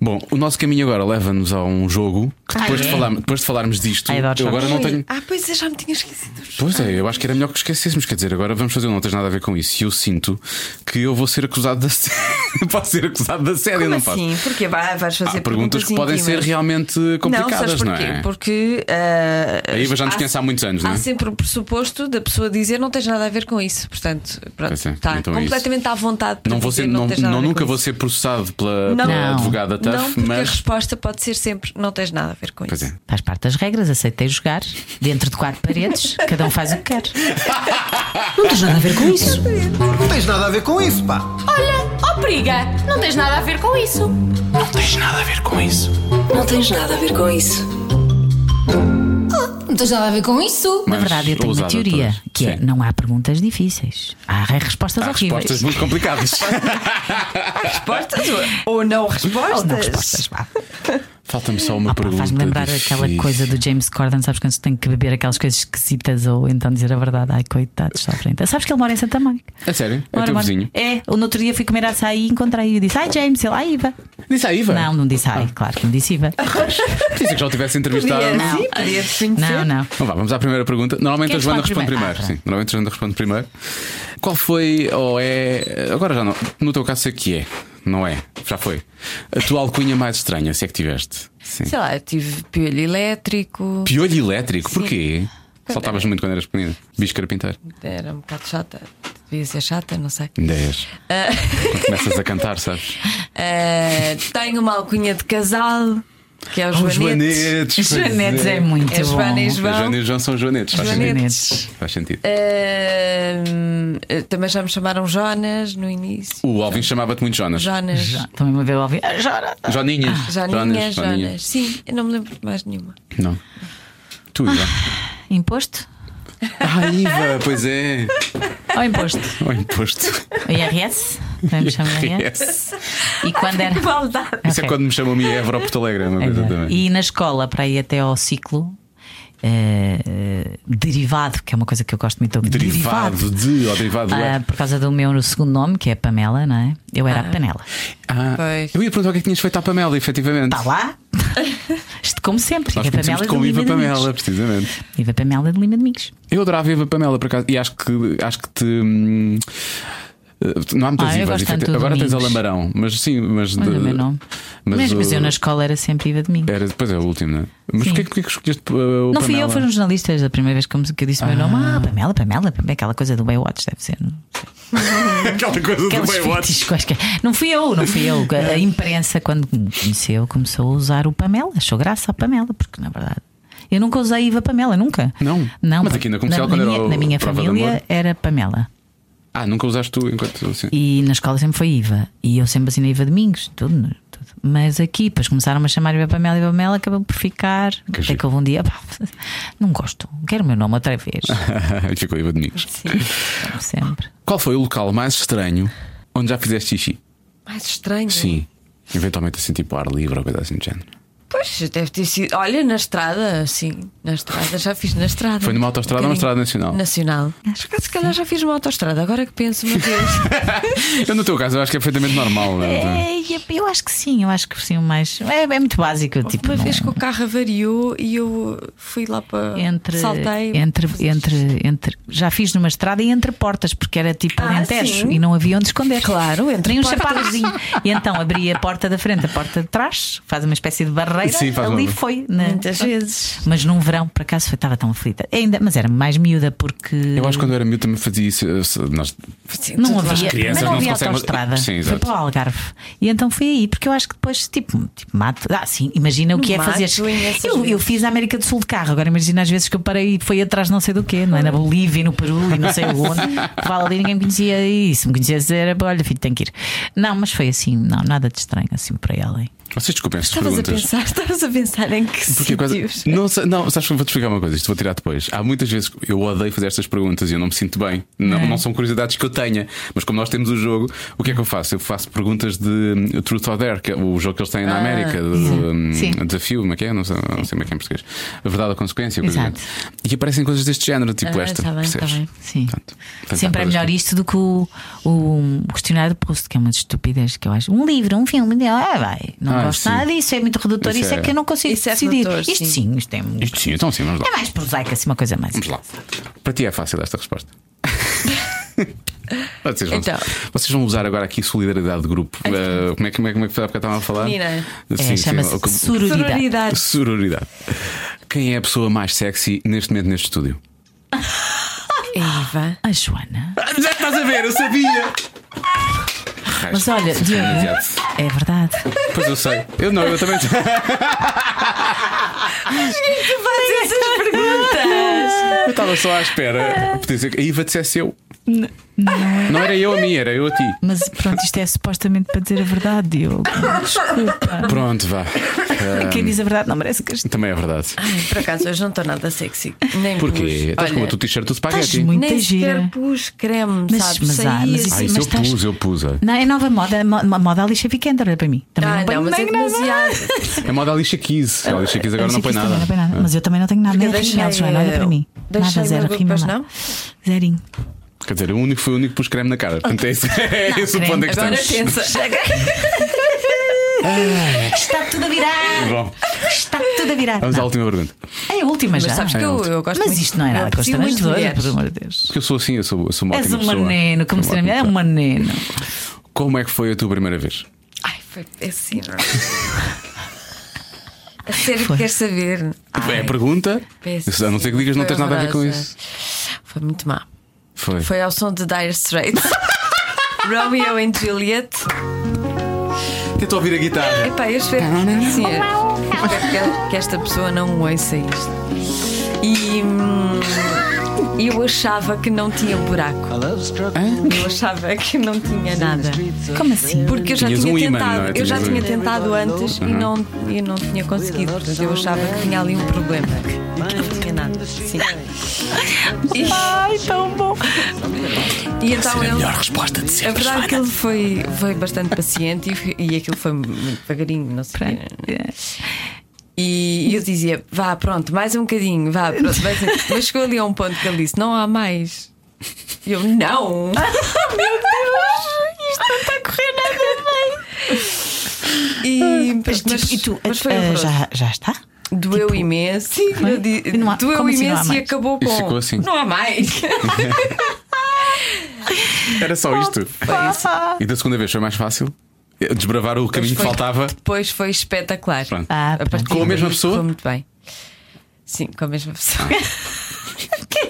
Bom, o nosso caminho agora leva-nos a um jogo que depois,
Ah,
de,
é?
falarmos, depois de falarmos disto,
Ai, adoro
eu agora não
Ui,
tenho.
Ah, pois eu já me tinha esquecido.
Pois é, eu acho que era melhor que esquecêssemos. Quer dizer, agora vamos fazer um não tens nada a ver com isso. E eu sinto que eu vou ser acusado da sé- *laughs* Posso ser acusado da série,
Como
não posso.
assim? Porque vai- vais fazer
Há perguntas que podem ser
íntimas.
realmente
Não, sabes
complicadas, não,
porquê?
é?
Porque. ah,
Aí já nos
há-
conhece há muitos anos, não é?
Há sempre o pressuposto da pessoa dizer não tens nada a ver com isso. Portanto, pronto,
Pois é,
está
então é isso.
completamente à vontade. Para
Não vou
dizer,
ser, não,
tens nada a
não
ver com
nunca vou
isso."
ser processado pela,
Não.
pela
Não.
advogada
Não,
TAF,
porque a
mas.
resposta pode ser sempre não tens nada a ver com
Pois
isso.
é.
Faz parte das regras, aceitei jogar, dentro de quatro paredes, cada um faz o que quer.
Não tens nada a ver com isso.
Não tens nada a ver com isso, pá.
Olha, ó periga, não tens nada a ver com isso.
Não tens nada a ver com isso.
Não tens nada a ver com isso.
Na
Mas
verdade, eu tenho uma
ousada
teoria,
todas.
que é:
Sim.
não há perguntas difíceis, há respostas
Há
horríveis.
respostas muito complicadas.
Respostas ou- ou não
Ou
respostas?
não respostas, vá.
Falta-me só uma
Ah, pá,
pergunta.
Faz-me lembrar aquela
difícil.
coisa do James Corden, sabes quando se tem que beber aquelas coisas esquisitas ou então dizer a verdade, ai coitado, está à frente. Sabes que ele mora em Santa Mónica?
É sério? É
Mora,
teu
mora.
vizinho.
É, eu no outro dia fui comer açaí e encontrei e disse, ai James, ele, ai Iva.
Disse a Iva.
Não, não disse ai, claro que não disse Iva.
Ah, Disse que já o tivesse entrevistado.
Podia,
Não.
Sim, podia desconhecer.
Não, não.
Então vá, vamos à primeira pergunta. Normalmente
Quem
a Joana
responde
responde primeiro.
primeiro? Ah,
Sim, normalmente a Joana responde primeiro. Qual foi, ou é. Agora já não. No teu caso sei que é, não é? Já foi. A tua alcunha mais estranha, se é que tiveste. Sim.
Sei lá, eu tive piolho elétrico,
Piolho elétrico, porquê?
é.
Saltavas muito quando eras pequenina. Bicho carpinteiro.
era um bocado chata, devia ser chata, não sei.
10.
Ah.
Quando começas a cantar, sabes?
Eh,
Ah, tenho uma alcunha de casal, que é o
Ah, os
Joanetes.
joanetes.
Os
pois
*laughs* Joanetes é
é.
muito
É
bom.
Joana e
Os
João.
Joana e o João são os joanetes. Faz sentido.
Joanetes.
Faz sentido.
Eh,
Ah, também já me chamaram Jonas no início.
O Alvin chamava-te muito Jonas.
Jonas.
Já, Também uma vez ouvi. Ah, Jora.
Joninhas.
Joninhas,
Jonas,
é Jonas. Sim, eu não me lembro de mais nenhuma.
Não. Tu, Iva.
Imposto?
Ah, Iva, pois é.
Ou imposto?
*laughs* O imposto.
IRS? Também me chamo IRS.
Yes.
E quando era.
Isso é
É? Ok.
quando me chamam me Évora ou Porto Alegre, é uma coisa
Exato.
também.
né? E na escola, para ir até ao ciclo eh, eh, derivado, que é uma coisa que eu gosto muito
Derivado de ou derivado
Ah,
é.
por causa do meu segundo nome, que é Pamela, não é? Eu era a Panela.
Ah,
pois.
eu ia perguntar o que é que tinhas feito à Pamela, efetivamente.
Está lá? Isto como sempre.
Nós
é Pamela
conhecemos como
de Lima
Iva Pamela,
Domingos.
precisamente.
Iva Pamela de Lima Domingos.
Eu adorava Iva Pamela, por acaso. E acho que, acho que te. hum, eh, Não há muitas
Ah, eu
Ivas.
gosto tanto
efetivamente.
do
Agora tens a
Domingos.
Lambarão, mas sim, mas.
Olha
de-
o meu nome. Mas, mas,
o-
eu na escola era sempre Iva Domingos.
Era depois é o último, não é? Mas
Sim.
porquê, porquê que escolheste eh, o
Não fui eu,
*laughs* Pamela?
foram os jornalistas. A primeira vez que eu que eu disse o meu nome, ah, Pamela, Pamela, Pamela, aquela coisa do Baywatch, deve ser. não?
Aquela coisa do
Aqueles
Baywatch.
fetiches quaisquer. Não fui eu, não fui eu.
*laughs*
A imprensa, quando me conheceu, começou a usar o Pamela. Achou graça ao Pamela, porque na verdade. Eu nunca usei Iva Pamela, nunca.
Não?
não
Mas aqui na comercial, quando
minha,
era o
na minha
Prova de Amor?
família era Pamela.
Ah, nunca usaste tu enquanto. Assim.
E na escola sempre foi Iva. E eu sempre assinei Iva Domingos, tudo, tudo. Mas aqui, depois começaram a chamar Iva Pamela e Iva Pamela, acabou por ficar. até
giro.
que houve um dia, *laughs* pá, não gosto, quero o meu nome outra
*laughs*
vez.
E ficou Iva Domingos.
Sim, como sempre.
Qual foi o local mais estranho onde já fizeste xixi?
Mais estranho.
Sim. Eventualmente assim, tipo ar livre ou coisa assim do género.
Pois, deve ter sido. Olha, na estrada, sim. Na estrada, já fiz na estrada.
Foi numa autoestrada ou uma estrada
Um bocadinho.
nacional?
Nacional. Acho que se calhar já fiz uma autoestrada, agora que penso, meu
*laughs*
Deus.
Eu, no teu caso, eu acho que é perfeitamente normal. não é?
É, eu acho que sim, eu acho que sim, mas é, é muito básico. eu, Tipo,
uma
não-
vez que o carro avariou e eu fui lá para.
entre,
Ah, Saltei.
entre, entre, entre, já fiz numa estrada e entre portas, porque era tipo
Ah,
alentejo
sim.
e não havia onde esconder. Claro,
entre
Nem um
portas.
chapadinho. E então abri a porta da frente, a porta de trás, faz uma espécie de barreira.
Sim, faz
ali
uma-
foi. na-
Muitas vezes.
Mas num verão, por acaso, foi- estava tão aflita. Ainda, mas era mais miúda porque.
Eu acho que quando eu era miúdo também fazia isso. eu- se- Nós,
Não
As
havia,
crianças
mas não
não
havia
conseguem-
autoestrada.
Sim,
foi
exato.
para o Algarve. E então fui aí, porque eu acho que depois, tipo, tipo mato. Ah, sim, imagina o
No
que é
mato,
fazer.
em essas
Eu, eu
vezes.
fiz a América do Sul de carro, agora imagina às vezes que eu parei e foi atrás não sei do quê, não é? Na Bolívia e no Peru e não sei
*laughs*
onde. Fala ali, ninguém me conhecia isso. Me conhecia era, olha, filho, tem que ir. Não, mas foi assim, não, nada de estranho assim para ela.
Vocês desculpem estas
Estavas a
perguntas.
pensar, estavas a pensar em que
Porque a coisa-
sítios.
não, sei- não, sabes que eu vou-te explicar uma coisa, isto vou tirar depois. Há muitas vezes que eu odeio fazer estas perguntas e eu não me sinto bem. Não,
É.
não são curiosidades que eu tenha, mas como nós temos o jogo, o que é que eu faço? Eu faço perguntas de hum, Truth or Dare, que é o jogo que eles têm na América, do hum,
Ah, Sim.
desafio, como é que é? Não sei, não sei como é que é em português. A verdade ou consequência, coisa
Exato.
do género. E aparecem coisas deste género, tipo
Ah,
esta.
tá bem, tá
percebes?
bem.
Sim.
Portanto, portanto,
Sempre
há
é
coisas
melhor
que-
isto do que o, o questionário de posto, que é uma estupidez que eu acho. Um livro, um filme, ah, vai, não
Ah,
gosto
sim.
nada disso, é muito redutor,
Isso
isso, é...
é-
que eu não consigo
Isso é
decidir.
redutor,
isto
sim.
sim, isto é,
Isto sim, então sim, vamos lá.
é mais prosaico, assim, uma coisa mais.
Vamos lá. Para ti é fácil esta resposta. *laughs* Vocês vão,
Então.
vocês vão usar agora aqui solidariedade de grupo. Eh, como, é, que- como, é, como é que foi há bocado estavam a falar?
Menina.
É, chama-se
o que-
sororidade.
Sororidade.
sororidade. Quem é a pessoa mais sexy neste momento neste estúdio?
Eva.
A Ah, Joana.
Ah, Já estás a ver, eu sabia!
Mas olha,
*laughs*
Diogo, é verdade.
Pois eu sei. Eu não, eu também.
Faz essas perguntas!
Eu estava só à espera. Podia dizer que a Iva dissesse eu.
N- Não é.
Não era eu a mim, era eu a ti.
Mas pronto, isto é supostamente para dizer a verdade, Diogo.
Ah.
Desculpa.
Pronto, vá. Eh,
Quem diz a verdade não merece castigo.
Também é verdade.
Por acaso hoje não estou nada sexy. Nem
Porquê?
pus.
Estás
Olha,
com o teu t-shirt do
Estás
espaguete.
muito
nem
gira.
sequer pus creme,
Mas-
sabes? assim,
mas há-
Saía
mas isso-
Ah, isso eu
estás-
pus, eu pus. é.
Não, é nova moda, é mo- moda a lixa weekend, olha para mim. Também
Ah,
não põe
não, mas é
nem nada.
demasiado.
É moda a lixa 15. A lixa
é
15 agora
sei que
não
isso
põe
também
nada. Ah.
não põe nada. Mas eu também não tenho nada,
Porque
nem
deixei,
rímel, Joana, olha para
eh,
mim. Nada,
deixei
zero
logo,
rímel.
pois
nada.
não?
Zerinho.
Quer dizer, o único foi o único que pus creme na cara. Portanto, é isso. É esse o
creme.
ponto em que
Agora *laughs*
estamos.
pensa.
Está tudo a virar!
Bom,
Está tudo a virar!
vamos à última pergunta.
É a última já.
Mas sabes que
É
eu,
outro.
eu gosto
Mas
muito-
isto não é
eu
nada
aprecio muito
constrangedor,
mulheres.
por amor de Deus.
Porque eu sou assim, eu sou, eu sou uma
És
ótima
um
pessoa.
maneno, como
Sou
se
uma
é
ótima
um
pessoa.
maneno.
Como é que foi a tua primeira vez?
Ai, foi *laughs* péssimo. A sério que queres saber?
é a pergunta.
Péssimo.
A não ser que digas, não
Foi
tens nada a ver com
horrorosa.
isso.
Foi muito má.
Foi.
Foi ao som de Dire Straits. Romeo and Juliet.
Tenta ouvir a guitarra.
Epá, eu espero, sim, eu espero que- que esta pessoa não ouça isto. E hum, eu achava que não tinha buraco. Eu achava que não tinha nada.
Como assim?
Porque eu já
Tinhas
tinha
um imã,
tentado,
não é?
eu já
Tinhas um
tinha
imã.
tentado antes e não, e não tinha conseguido. Portanto, eu achava que tinha ali um problema. Que não tinha nada. Sim.
Ai, tão bom.
E então ele.
resposta de
A
sempre.
verdade é que ele foi, foi bastante paciente e, e aquilo foi muito devagarinho, não sei. E eu dizia, vá, pronto, mais um bocadinho, vá, pronto, mais um. Mas chegou ali a um ponto que ele disse: não há mais. E eu, não!
*laughs*
Meu Deus, isto não está a correr nada bem. E,
Mas,
mas,
tipo, e tu
mas foi
ah,
horroroso.
já, já está?
Doeu imenso. Sim, eu di-
E não há-
doeu
como assim não há
imenso e
mais?
acabou com.
Isso ficou assim.
Não há mais.
Era só isto.
Ah,
E da segunda vez foi mais fácil? Eh, Desbravar o caminho que
foi-
faltava?
Depois foi espetacular.
Pronto.
Ah,
A partir
pronto.
Com a mesma
daí
pessoa?
ficou muito bem. Sim, com a mesma pessoa.
Ah.
*laughs*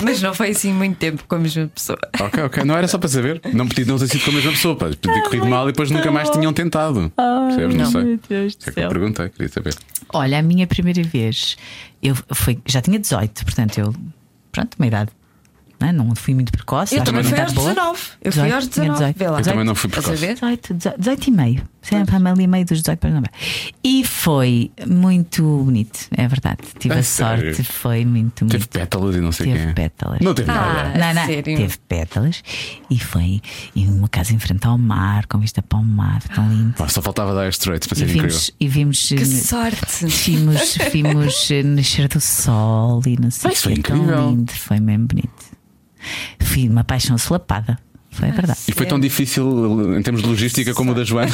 Mas não foi assim muito tempo com a mesma pessoa.
Ok, ok. Não era só para saber. Não podia não ter sido com a mesma pessoa. Podia ter corrido mal e depois nunca mais tinham tentado. Percebes? Não, sei.
Meu Deus
É
do
que eu
céu.
perguntei, queria saber.
Olha, a minha primeira vez, eu foi, já tinha 18, portanto eu, pronto, uma idade. Não, é? não fui muito precoce.
Eu
acho
também
que
fui
uma
aos
idade boa.
19. Eu fui aos
tinha
19. Vê lá.
Eu também não fui
Estás a
precoce.
ver?
18, 18 e meio. Sempre a meio e meio dos 18 para não E foi muito bonito, é verdade. Tive
A
a
sério?
sorte, foi muito, muito.
Teve pétalas e não sei
Teve
quem. é.
pétalas.
Não teve nada.
Ah,
não, não,
sério?
teve pétalas e foi em uma casa em frente ao mar, com vista para o mar, tão lindo.
Pá, só faltava dar straights para
E
ser incrível.
vimos, e vimos
Que
eh,
sorte!
Vimos, vimos eh, nascer do sol e não sei
Mas foi
o quê. tão
incrível.
lindo, foi mesmo bonito. Fui uma paixão solapada, foi a verdade.
E foi tão difícil em termos de logística como o da Joana.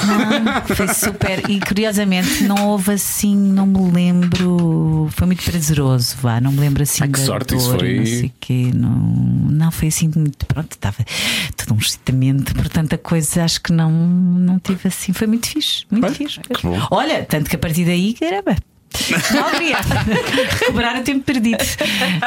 Foi super. E curiosamente não houve assim, não me lembro. Foi muito prazeroso, vá. Não me lembro assim.
Ai, que
da
sorte,
dor,
isso foi-
Não, sei quê, não, não foi assim muito. Pronto, estava todo um excitamento por tanta coisa. Acho que não, não tive assim. Foi muito fixe, muito
Bem,
fixe.
que bom.
Olha, tanto que a partir daí, caramba. Não,
*laughs*
obrigada. Recuperar o tempo perdido.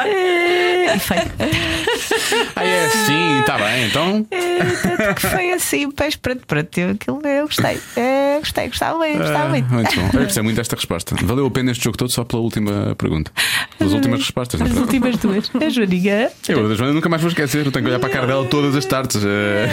Eh, E foi,
*laughs* Ah, é? Sim, está bem. Então,
eh, tanto que foi assim, pés pronto, pronto. Eu, aquilo, eu gostei, eh, gostei, gostava muito, gostava muito.
eh, Muito bom. Eu gostei muito desta resposta. Valeu a pena este jogo todo só pela última pergunta. Pelas últimas respostas, na
As
verdade.
últimas duas. A Joaniga.
Eu, da Joana, nunca mais vou esquecer. Eu tenho que olhar para a cara dela todas as tardes. Eh,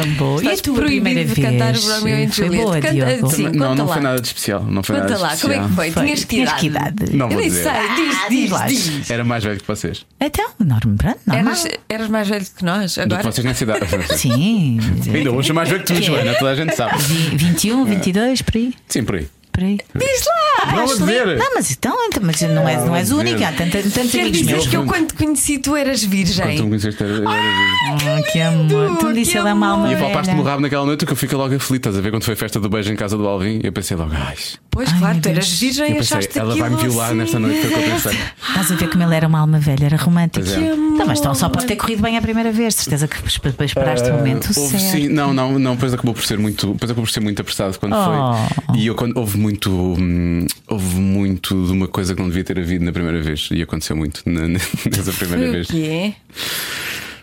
Tão boa. E a
Estás
tua
proibido
primeira
de
vez?
cantar o Romeo and
Foi
Juliet.
boa,
Canta- *laughs*
Diogo.
Sim,
não,
conta
não
lá.
foi nada de especial. Não foi
Conta
nada
lá,
de especial.
como é que foi? Tinhas que
Tinhas
idade?
que idade?
Não
Eu
vou
nem
dizer.
sei, diz,
Ah, diz lá.
diz, É, diz.
Era mais velho que vocês.
Então, enorme, pronto, normal.
Eras, eras mais velho que nós
Do
agora?
que vocês nessa idade.
*laughs*
Sim. um,
Ainda hoje é mais velho que tu, Joana. Toda a gente sabe.
Vi- 21, 22, por aí.
Sim, por aí.
Por aí. Ah,
Diz lá!
Não a dizer.
Não, mas então, então, mas não és, não és
Não,
única. Há tantos, tantos
Quer
amigos meus.
dizer que eu
Jovem.
quando te conheci tu eras virgem.
Quando tu me Então conheceste, era- era-
Ah, que amor. Tu me disse
que
ele é uma alma
E apalpaste-me o
velha.
rabo naquela noite que eu fiquei logo aflito. Estás a ver quando foi a festa do beijo em casa do Alvin? Eu pensei logo, ai.
Pois,
Ai,
claro,
meu
tu eras
Deus.
virgem
Eu
e
pensei,
achaste
ela vai-me
aquilo
violar
assim.
nesta noite. Foi o que eu pensei.
Estás a ver como ele era uma alma velha, era romântico.
Pois é. Que
Então, mas então, só pode ter corrido bem a primeira vez. Certeza que esp- esperaste o momento
Eh, Houve
certo.
sim, não, não, não, depois acabou por ser muito, depois acabou por ser muito apressado quando
Oh.
foi. E eu quando houve muito, hum, houve muito de uma coisa que não devia ter havido na primeira vez e aconteceu muito na, na- nessa primeira
Foi o
vez.
quê?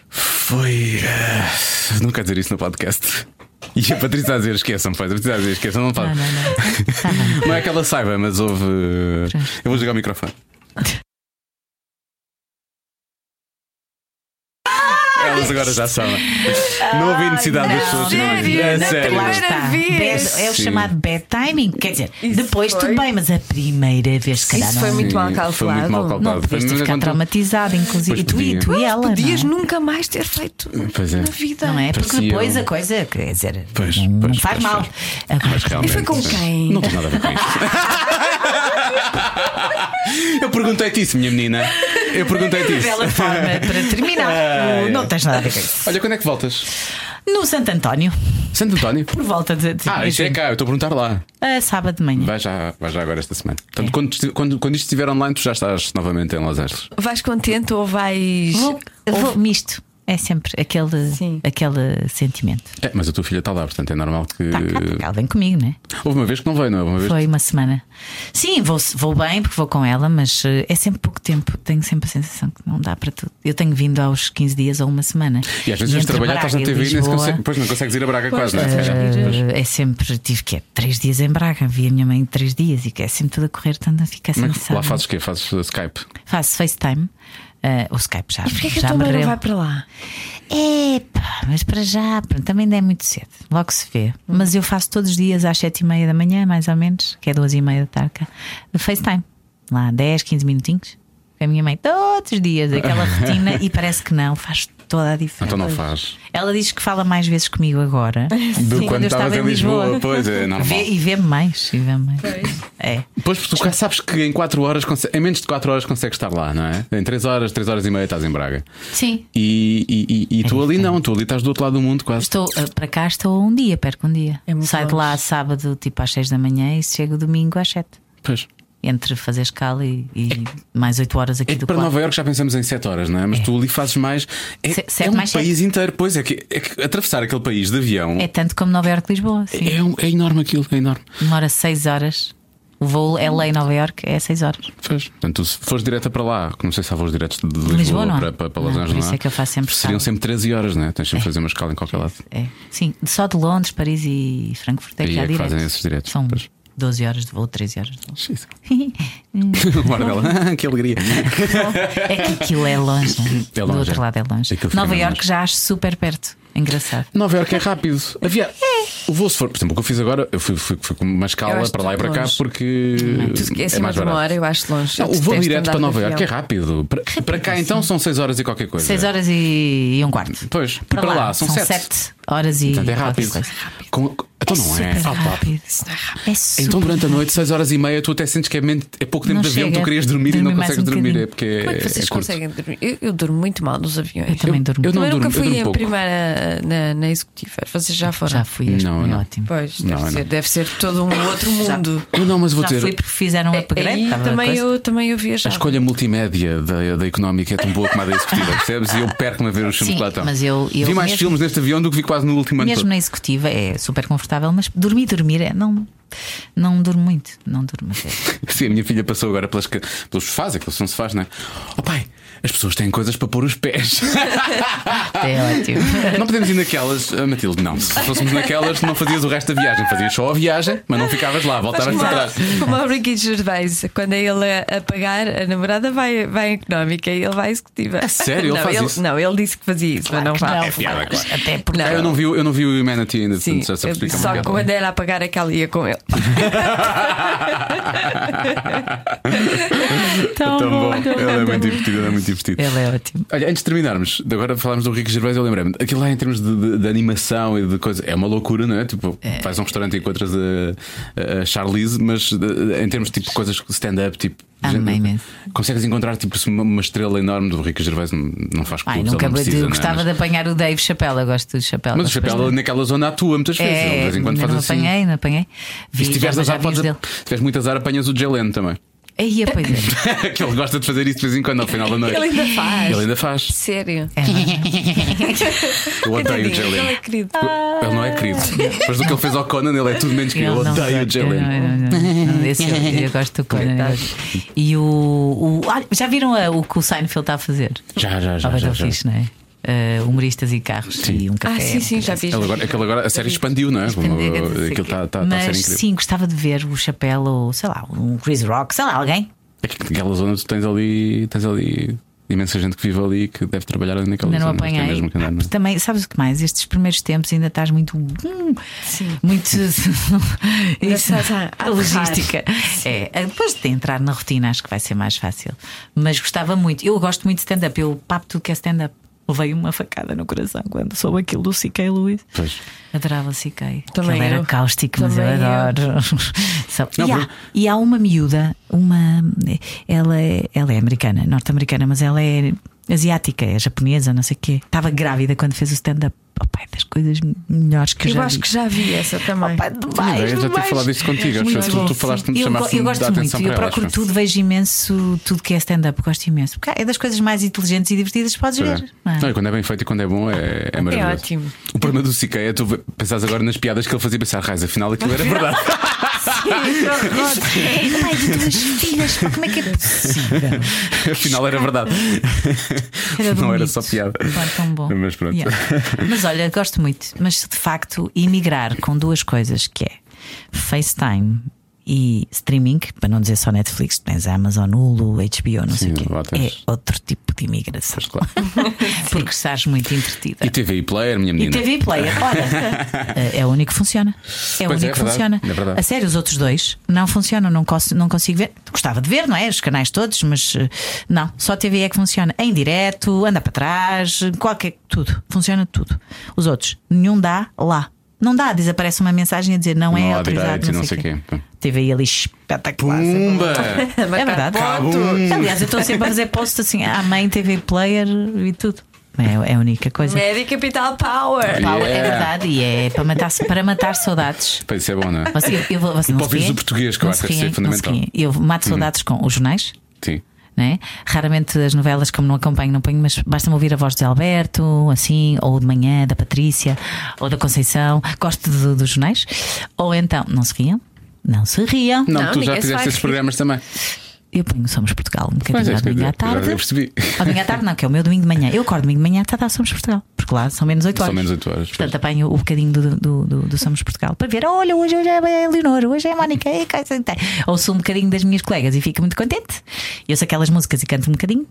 Foi, ah, não quero dizer isso no podcast. E a Patrícia a dizer, esqueçam, faz. A Patrícia a dizer, esqueçam, não fala.
Não, não, não. Tá bem.
Não é que ela saiba, mas houve. Eu vou jogar o microfone. Eles agora já sabem. Não havia necessidade das pessoas saberem. É
na
sério.
primeira
Lá está.
vez.
Bad- é o
Sim.
chamado bad timing. Quer dizer, depois
foi-
tudo bem, mas a primeira vez, se calhar,
Isso foi
não. é?
muito
Sim,
mal
Foi muito
calculado.
mal
Não
Não
calculado.
podias
Foi
ficar
mesmo-
traumatizada, inclusive.
Pois
E tu, e
podia.
tu e ela. não é?
Podias nunca mais ter feito
Pois é.
na vida.
Não é? Porque
Parecia
depois
um-
a coisa, quer dizer,
Pois,
não, não
pois,
faz
pois,
mal.
pois. Ah,
Agora,
Mas realmente,
foi com quem?
Não tem nada a ver com isto. Eu perguntei-te isso, minha menina. Eu perguntei-te
uma
isso.
bela forma para
*laughs*
terminar. o não tens nada a ver com isso.
Olha, quando é que voltas?
No Santo António,
Santo António?
por volta de. de
Ah, isto é cá, eu estou a perguntar lá.
a sábado de manhã.
Vai já, vai já agora esta semana.
É.
Portanto, quando, esti- quando, quando isto estiver online, tu já estás novamente em Los Angeles.
Vais contente ou vais.
Vou, vou misto. É sempre aquele,
Sim.
aquele sentimento.
É, mas a tua filha está lá, portanto é normal que.
Está cá, tá cá, ela vem comigo, né?
Houve uma vez que não veio, não é? Houve Uma vez
Foi uma semana. Sim, vou, vou bem porque vou com ela, mas eh, é sempre pouco tempo. Tenho sempre a sensação que não dá para tudo. Eu tenho vindo aos 15 dias ou uma semana.
E às vezes vens
entre
trabalhar, estás na
Braga e
TV e nem se
Lisboa,
consegue, pois não consegues ir a Braga quase, não
eh,
é?
é sempre, tive que é três dias em Braga, vi a minha mãe três dias e que é sempre tudo a correr, tanto a ficar sem
Como é que lá
saber.
fazes o quê? Fazes uh, Skype?
Faço FaceTime. eh, o Skype já,
E porquê é que a
já
tua
me
mãe não
reu.
vai para lá?
Epá, mas para já, pronto, também ainda é muito cedo, logo se vê. Mas eu faço todos os dias às sete e meia da manhã, mais ou menos, que é duas e meia da tarde, cá, FaceTime. Lá 10, 15 minutinhos. Com a minha mãe, todos os dias, aquela rotina, e parece que não, faz toda a diferença.
Então não faz.
Ela diz que fala mais vezes comigo agora
Do quando estavas
eu estava
em
em
Lisboa.
Lisboa.
Pois
*laughs*
é, normal.
Vê- e vê-me mais. E vê mais. É.
Pois porque tu cá sabes que em 4 horas, conse- em menos de 4 horas, consegues estar lá, não é? Em 3 horas, 3 horas e meia estás em Braga.
Sim.
E, e, e, e tu ali não, tu ali estás do outro lado do mundo quase.
É Estou eh, para cá, estou um dia, perco um dia.
É muito
Saio de lá sábado, tipo às seis da manhã, e chego domingo às sete.
Pois.
Entre fazer escala e, e mais 8 horas aqui
É que
do
para
quarto.
Nova Iorque já pensamos em 7 horas, não é? Mas tu ali fazes mais. É,
Se-
é
sete
um
mais sete.
país inteiro, pois é que, é que atravessar aquele país de avião
É
é,
tanto como Nova Iorque Lisboa. Sim.
um- é enorme aquilo, é enorme.
Demora 6 horas. O voo é lei Nova Iorque, é 6 horas.
Pois. Portanto, se fores direta para lá, que não sei se há voos diretos de Lisboa,
Lisboa, não há.
para, para, para Los
Não,
Angeles,
por isso
não há?
é que eu faço sempre
Seriam
escala.
sempre 13 horas, não é? Tens sempre de fazer uma escala em qualquer lado.
É. Sim, só de Londres, Paris e Frankfurt é
Aí
que há
é que
direto.
fazem esses diretos,
São
pois.
12 horas de voo, 13 horas de
*laughs*
voo. *laughs*
Xiz. O ar dela, Ah, que alegria.
É que aquilo é longe. não
*laughs* É
Do
longe,
outro
é.
lado é longe.
Aquilo fica
Nova
mesmo
Iorque
longe.
já acho super perto. Engraçado.
Nova Iorque é rápido. Havia.
É.
O voo, se for, por exemplo, o que eu fiz agora, eu fui, fui, fui com uma
Eu
escala
acho
para lá e para cá
longe.
porque.
Tudo que é
é
acima
mais
de uma
barato.
hora, eu acho longe.
Não,
Eu
o voo
detesto
direto
andar
para
de
Nova Iorque é
avião.
rápido. Para, para cá então são 6 horas e qualquer coisa.
6 horas e, e um quarto.
É. Pois. E para lá, são sete.
sete horas e.
Portanto, é rápido.
qualquer coisa.
Com- com- então não
super
é. Ah, pá.
rápido. É super
Então durante a noite, 6 horas e meia, tu até sentes que é, men- é pouco tempo
Não
de avião,
chega.
tu querias dormir e
Dormir
não
mais
consegues
um
dormir.
bocadinho.
É porque é,
Como é que vocês
é curto.
conseguem dormir? Eu, eu durmo muito mal nos aviões.
Eu também durmo.
eu não
eu
durmo,
nunca
eu
fui
durmo
a
pouco.
primeira na, na executiva. Vocês já foram?
Já fui, este
Não,
foi
não.
ótimo.
Pois, deve,
Não, eu
ser,
não.
deve ser todo um outro mundo.
Eu não, mas vou
Já
dizer.
fui porque fizeram um upgrade.
É, Aí
estava a
também
coisa.
eu, também eu
A
viajava.
escolha multimédia da, da económica é tão boa como a da executiva, percebes? E eu perco-me a ver os filmes
Sim,
que lá estão.
mas eu- eu
vi mais
mesmo-
filmes neste avião do que vi quase no último ano.
Mesmo
todo.
na executiva é super confortável, mas dormir, dormir é. Não, não durmo muito. Não durmo até.
Sim, a minha filha passou agora pelas, ca- pelos sofás, aquilo não se faz, não é? Oh pai, as pessoas têm coisas para pôr os pés. *laughs*
É ótimo.
não podemos ir naquelas, ah, Matilde, não. Se fôssemos naquelas, não fazias o resto da viagem. Fazias só a viagem, mas não ficavas lá, voltavas
Como
para
a-
trás.
Como o Ricky Gervais, quando é ele a- a pagar, a namorada vai, vai em económica e ele vai à executiva.
sério? Ele
não,
faz isso?
Não, ele disse que fazia isso, mas não
Não, É
vai.
É piada, claro.
Até porque.
Ah, eu, não vi, o- eu não vi o Humanity ainda,
Sim,
portanto, já
ele
sabes
disse
explicar um
só
uma
que
piada.
quando era a pagar aquela ia com
É.
ele.
Tão
É Tão
bom,
bom.
tão
Ele é muito divertido, ele é muito divertido.
Ele é ótimo.
Olha, antes de terminarmos, de agora falámos do Rico Gervais, eu lembrei-me, aquilo lá em termos de, de- de animação e de coisa, é uma loucura, não é? Tipo, vais a um restaurante e encontras a, a Charlize, mas eh, em termos de tipo, coisas stand-up, tipo.
Amei
gente-
mesmo.
Consegues encontrar tipo, uma, uma estrela enorme do Rico Gervais, não, não faz
Ai,
clubes, ele
nunca
não precisa,
eu
não é?
gostava
mas,
de apanhar o Dave Chapelle, eu gosto do Chapelle.
mas o chapéu naquela zona atua muitas vezes, ele de
É,
vez em quando
não
faz assim.
apanhei, não apanhei.
E
Vi,
se tiveres
já- já
azar,
vi os
podes,
dele.
se tiveres muito azar, apanhas o Jalen também. *laughs*
Aí, pois é.
que ele gosta de fazer isso de vez em quando, ao final da noite.
Ele ainda
*laughs*
faz.
Ele ainda faz.
Sério.
É.
Eu odeio o
Tadinho,
Jalen.
Ele é querido. Ah.
Ele não é querido. Depois do que ele fez ao Conan, ele é tudo menos querido. Eu
não é.
odeio o
gosto, eu
Jalen.
não- não- não- não, esse Eu
*laughs*
eu gosto do Conan. eu gosto. E o. o- ah, já viram a- o que o Seinfeld está a fazer?
Já, já, já.
Estava
já,
tão
já.
fixe, não é? Ah, humoristas e carros e um café.
Ah, sim, sim, já vi.
Ele agora, aquele agora, a série expandiu, não é?
Depende, não sei
Aquilo
o quê.
está tá, tá a
Mas
ser incrível.
sim, gostava de ver o Chapelle ou sei lá, um Chris Rock, sei lá, alguém.
É que Aquela zona tu tens ali. Tens ali. imensa gente que vive ali que deve trabalhar ali naquela
Ainda não
zona, mas tem
apanhei.
mesmo que andar, não é?
Porque Também, sabes o que mais? Estes primeiros tempos ainda estás muito. hum, Muito. *laughs* Isso,
estás a- a
a logística. É, depois de entrar na rotina, acho que vai ser mais fácil. Mas gostava muito. Eu gosto muito de stand-up. Eu papo tudo que é stand-up. Levei uma facada no coração quando soube aquilo do C.K. Lewis.
Pois.
Adorava C.K.
Também
Ele
eu.
era cáustico, mas eu
Também eu. *laughs*
adoro. Só-
Não,
e, há,
porque-
e há uma miúda, uma. Ela é, ela é americana, norte-americana, mas ela é asiática, é japonesa, não sei o quê. Estava grávida quando fez o stand-up. Opa, é das coisas melhores que eu,
Eu,
já
acho
vi.
que é já vi essa também.
Opa,
Olha,
demais,
eu já tinha
demais.
falado isto contigo. acho que
Muito
tu, tu
bom.
falaste
eu, go-
chamaste
eu gosto
da atenção
muito, eu
para
procuro
elas.
tudo, vejo imenso tudo que é stand-up, gosto imenso. Porque é das coisas mais inteligentes e divertidas que podes
Pois é.
ver. não é? *laughs*
Não, e quando é bem feito e quando é bom é, é maravilhoso.
ótimo.
O problema do Siquei é tu ve- pensares agora nas piadas que ele fazia e pensar, raiz, afinal aquilo era verdade. *laughs*
*laughs* É, pai de duas filhas, pá, como é que é possível?
afinal era verdade.
Era
Não era
bonito.
só piada.
Pá, tão bom.
Mas pronto.
Yeah. Mas olha, gosto muito. Mas de facto, emigrar com duas coisas que é FaceTime e streaming, para não dizer só Netflix, tens a Amazon, Hulu, HBO, não sei
Sim,
o quê.
lá
É
tens.
outro tipo de imigração.
claro.
Porque estás muito entretida.
E TV Player, minha
E
menina.
TV
*laughs*
Player, olha, é o único que funciona. É o
Pois é,
único que
é verdade,
funciona.
é verdade.
a sério, os outros dois não funcionam, não consigo, não consigo ver. Gostava de ver, não é? Os canais todos, mas eh, não, só TV é que funciona. Em direto, anda para trás, qualquer. Tudo. Funciona tudo. Os outros, nenhum dá lá. Não dá, desaparece uma mensagem a dizer não, é
há
autorizado.
direitos e
não sei o quê. TV ali é espetacular. *laughs*
Pumba!
É verdade. Aliás, eu estou sempre a fazer post assim, à mãe, TV player e tudo. É, é a única coisa.
Média Capital Power.
Paulo, é
Yeah.
verdade, e é para matar, para matar saudades.
Pois, Isso é bom, não é?
Você, eu, eu vou, você não
Para
se
ouvires
riem?
o português, que eu
Não
acho
se
que deve ser
riem, não se
fundamental. Uhum.
riem. Eu mato saudades com os jornais.
Sim.
Né? Raramente as novelas, como não acompanho, não ponho, mas basta-me ouvir a voz de Alberto, assim, ou de manhã, da Patrícia, ou da Conceição. Gosto do- dos jornais. Ou então, não se riam? Não se riam.
Não,
Não,
tu já
ninguém se vai
fizeste esses
rir.
programas também.
Eu ponho Somos Portugal um
Pois é,
bocadinho à
isso que eu
domingo à
digo, já
tarde.
percebi.
Ao domingo à tarde, não, que é o meu domingo de manhã. Eu acordo domingo de manhã, está a dar Somos Portugal. Porque lá são menos 8 horas.
São menos 8 horas.
Portanto, apanho o bocadinho do, do, do, do Somos Portugal para ver, olha, hoje, hoje é a Leonor, hoje é a Mónica, e coisa e tal. Ouço um bocadinho das minhas colegas e fico muito contente. E ouço aquelas músicas e canto um bocadinho.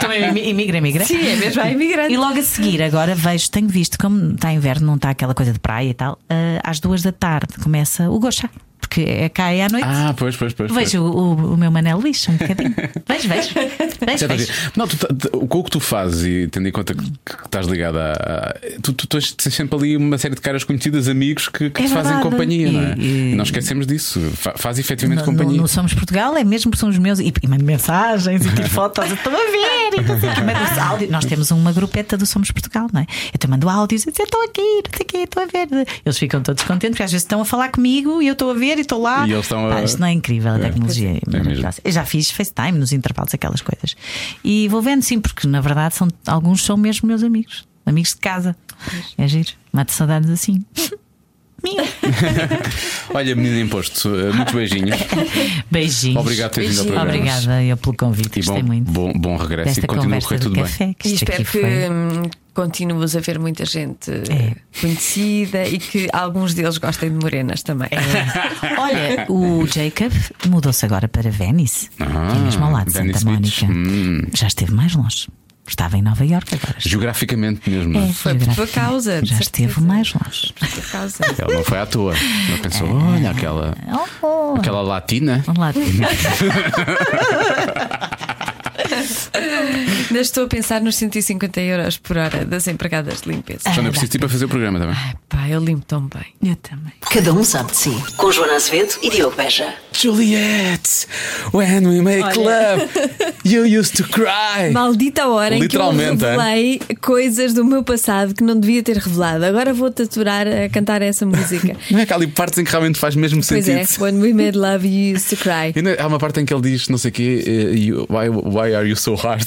Também imi- imigra, imigra.
Sim, é mesmo a imigrante.
E logo a seguir, agora vejo, tenho visto, como está inverno, não está aquela coisa de praia e tal, ah, às duas da tarde começa o Gocha, porque é cá é à noite.
Ah, pois, pois, pois. pois.
Vejo o, o meu Manel Luís um bocadinho. Vejo, vejo. Vejo,
Já tá a
vejo.
dizer. Não, tu, tá- tu- com o que tu fazes e tendo em conta que, que estás ligada a. a- tu, tu tens, tens sempre ali uma série de caras conhecidas, amigos que, que
É
te fazem
verdade.
companhia, não é?
E- e-
Não esquecemos disso. Fa- faz efetivamente
No, no,
companhia.
no Somos Portugal é mesmo que são os meus e, e mando mensagens e
*laughs*
tiro fotos, eu estou a ver, e não sei o quê, mando áudio. Nós temos uma grupeta do Somos Portugal, não é? Eu te mando áudios e dizer, estou aqui, não sei o quê, estou a ver. Eles ficam todos contentes porque às vezes estão a falar comigo e eu estou a ver e estou lá.
E eles estão a-
Pá, isto não é incrível, a
É.
tecnologia é,
mesmo.
maravilhosa. Eu já fiz FaceTime nos intervalos, aquelas coisas. E vou vendo sim, porque na verdade são, alguns são mesmo meus amigos, amigos de casa. É giro, mato saudades assim. *laughs* Minha.
Olha, menina imposto, eh, muitos
*laughs*
beijinhos.
Beijinhos.
Obrigado por teres vindo ao programa.
Obrigada eu pelo convite,
E
gostei
bom,
muito
bom, bom regresso
desta
e continua a
conversa
correr
de
tudo
café.
bem.
Que
E
isto
espero que
aqui foi. É.
hum, continuemos a ver muita gente eh, conhecida e que alguns deles gostem de morenas também.
É.
*laughs*
Olha, o Jacob mudou-se agora para Venice, que é mesmo ao lado de Santa
Ah, Venice Beach. Hum.
Mónica. Já esteve mais longe. Estava em Nova Iorque agora.
Geograficamente mesmo. não é?
É,
Foi por tua
geograficamente.
causa. de
Já esteve
certeza.
mais longe.
Por tua causa.
Ela não foi à toa. Ela pensou, olha, aquela,
Oh,
aquela latina.
Vamos lá.
Ainda estou a pensar nos 150 euros por hora das empregadas de limpeza.
Já não é preciso ir para fazer o programa também.
Ah.
Ai, Ah, pá, eu limpo tão bem.
Eu também.
Cada um sabe de si. Com Joana Azevedo e Diogo Beja.
Juliet, when we make love, you used to cry.
Maldita hora em que eu
Literalmente, é?
revelei coisas do meu passado que não devia ter revelado. Agora vou tatuar a cantar essa
*laughs*
música.
Não é que há ali partes em que realmente faz mesmo
pois
sentido.
é, When We Made Love You Used to Cry.
*laughs* E não é- há uma parte em que ele diz, não sei o quê, eh, you- why, why are you so
*laughs*
hard?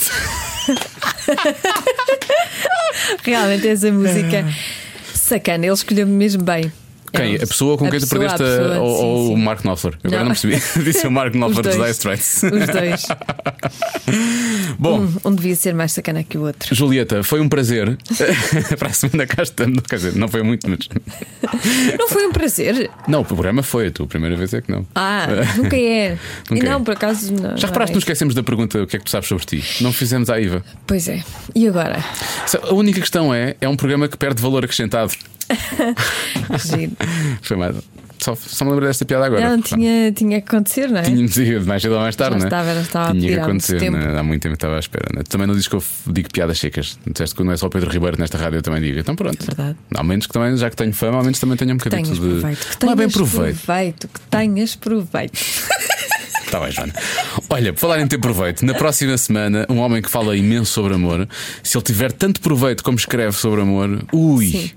Realmente essa música. Sacana, ele escolheu-me mesmo bem. É,
Quem? A pessoa com
A
quem tu
pessoa,
perdeste
a
a-
pessoa,
ou,
sim,
ou o
sim.
Mark Knopfler? Eu
*laughs*
Agora *laughs*
Não.
não percebi. Disse o Mark Knopfler dos
dois.
Dire Straits.
Os dois.
*laughs* Bom.
Um devia ser mais sacana que o outro.
Julieta, foi um prazer. *laughs* Para a segunda cá estamos. Quer dizer, não foi muito, mas.
Não foi um prazer?
Não, o programa foi a tua primeira vez é que não. *laughs*
Ah, nunca é.
Nunca
e não,
é.
por acaso não.
Já reparaste que
não
nos
é.
esquecemos da pergunta o que é que tu sabes sobre ti? Não fizemos à IVA.
Pois é. E
*laughs*
agora?
Só- A única questão é: é um programa que perde valor acrescentado. *laughs*
Giro.
Foi mais. Só, só me lembrei desta piada agora.
Não, tinha, tinha que acontecer, não é?
Tínhamos *laughs* ido mais cedo ou mais tarde,
Já
né?
estava- já estava a
Tinha que
pedir há muito
acontecer,
tempo.
né? há muito tempo estava à espera. né? Também não dizes que eu f- digo piadas secas. Disseste que não é só o Pedro Ribeiro nesta rádio, eu também digo. Então pronto.
É verdade.
Ao menos que também, já que tenho fama, ao menos também tenho um
Que
bocadinho
tenhas
de.
proveito. Que
não é bem
tenhas
proveito.
proveito. Que tenhas proveito.
Está Tá bem, Joana. Olha, por falar em ter proveito, na próxima semana, um homem que fala imenso sobre amor, se ele tiver tanto proveito como escreve sobre amor, ui.
Sim.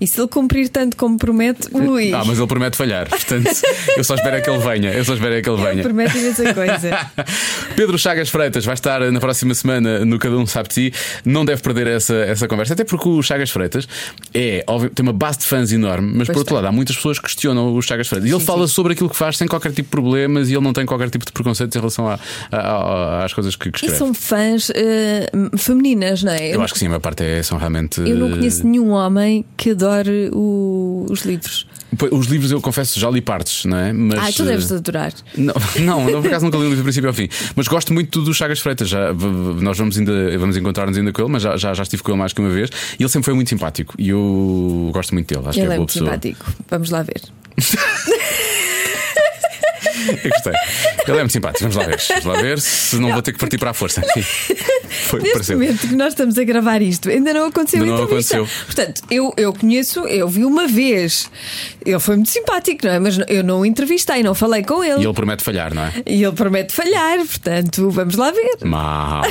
E se ele cumprir tanto como promete, ui.
Ah, mas ele promete falhar.
*laughs*
Portanto, eu só espero é que ele venha. Eu só espero é que ele venha.
Promete imensa coisa.
*laughs* Pedro Chagas Freitas vai estar na próxima semana no Cada Um Sabe de Si. Não deve perder essa, essa conversa, até porque o Chagas Freitas é, óbvio, tem uma base de fãs enorme, mas por outro lado, há muitas pessoas que questionam o Chagas Freitas. E ele fala sobre aquilo que faz sem qualquer tipo de problemas e ele não tem qualquer tipo de preconceitos em relação a- a- a- às coisas que,
E
que escreve.
são fãs eh, femininas, não é?
Eu acho que sim, a maior parte é, são realmente.
Eu não conheço nenhum homem que adore o- os livros.
eh, Pois, Os livros eu confesso já li partes, não é?
Ai,
Mas,
tu
eh,
Ah, então deves adorar.
Não, *laughs* não, não, por acaso nunca li o livro do princípio ao fim. Mas gosto muito do Chagas Freitas. Já, v- v- nós vamos, ainda, vamos encontrar-nos ainda com ele, mas já, já, já estive com ele mais que uma vez. E ele sempre foi muito simpático. E eu gosto muito dele. Acho que
Ele
é
é
boa
muito
pessoa.
simpático. Vamos lá ver.
Eu *laughs* gostei. Ele é muito simpático. Vamos lá ver. Vamos lá ver se não vou ter que partir para
*laughs*
a força. Foi,
Neste
pareceu.
momento que nós estamos a gravar isto, ainda não aconteceu
Ainda
a
não
entrevista.
aconteceu.
Portanto, eu, eu conheço, eu vi uma vez. Ele foi muito simpático, não é? Mas eu não o entrevistei, não falei com
E
ele.
ele promete falhar, não é?
E ele promete falhar, portanto, vamos lá ver.
Mal.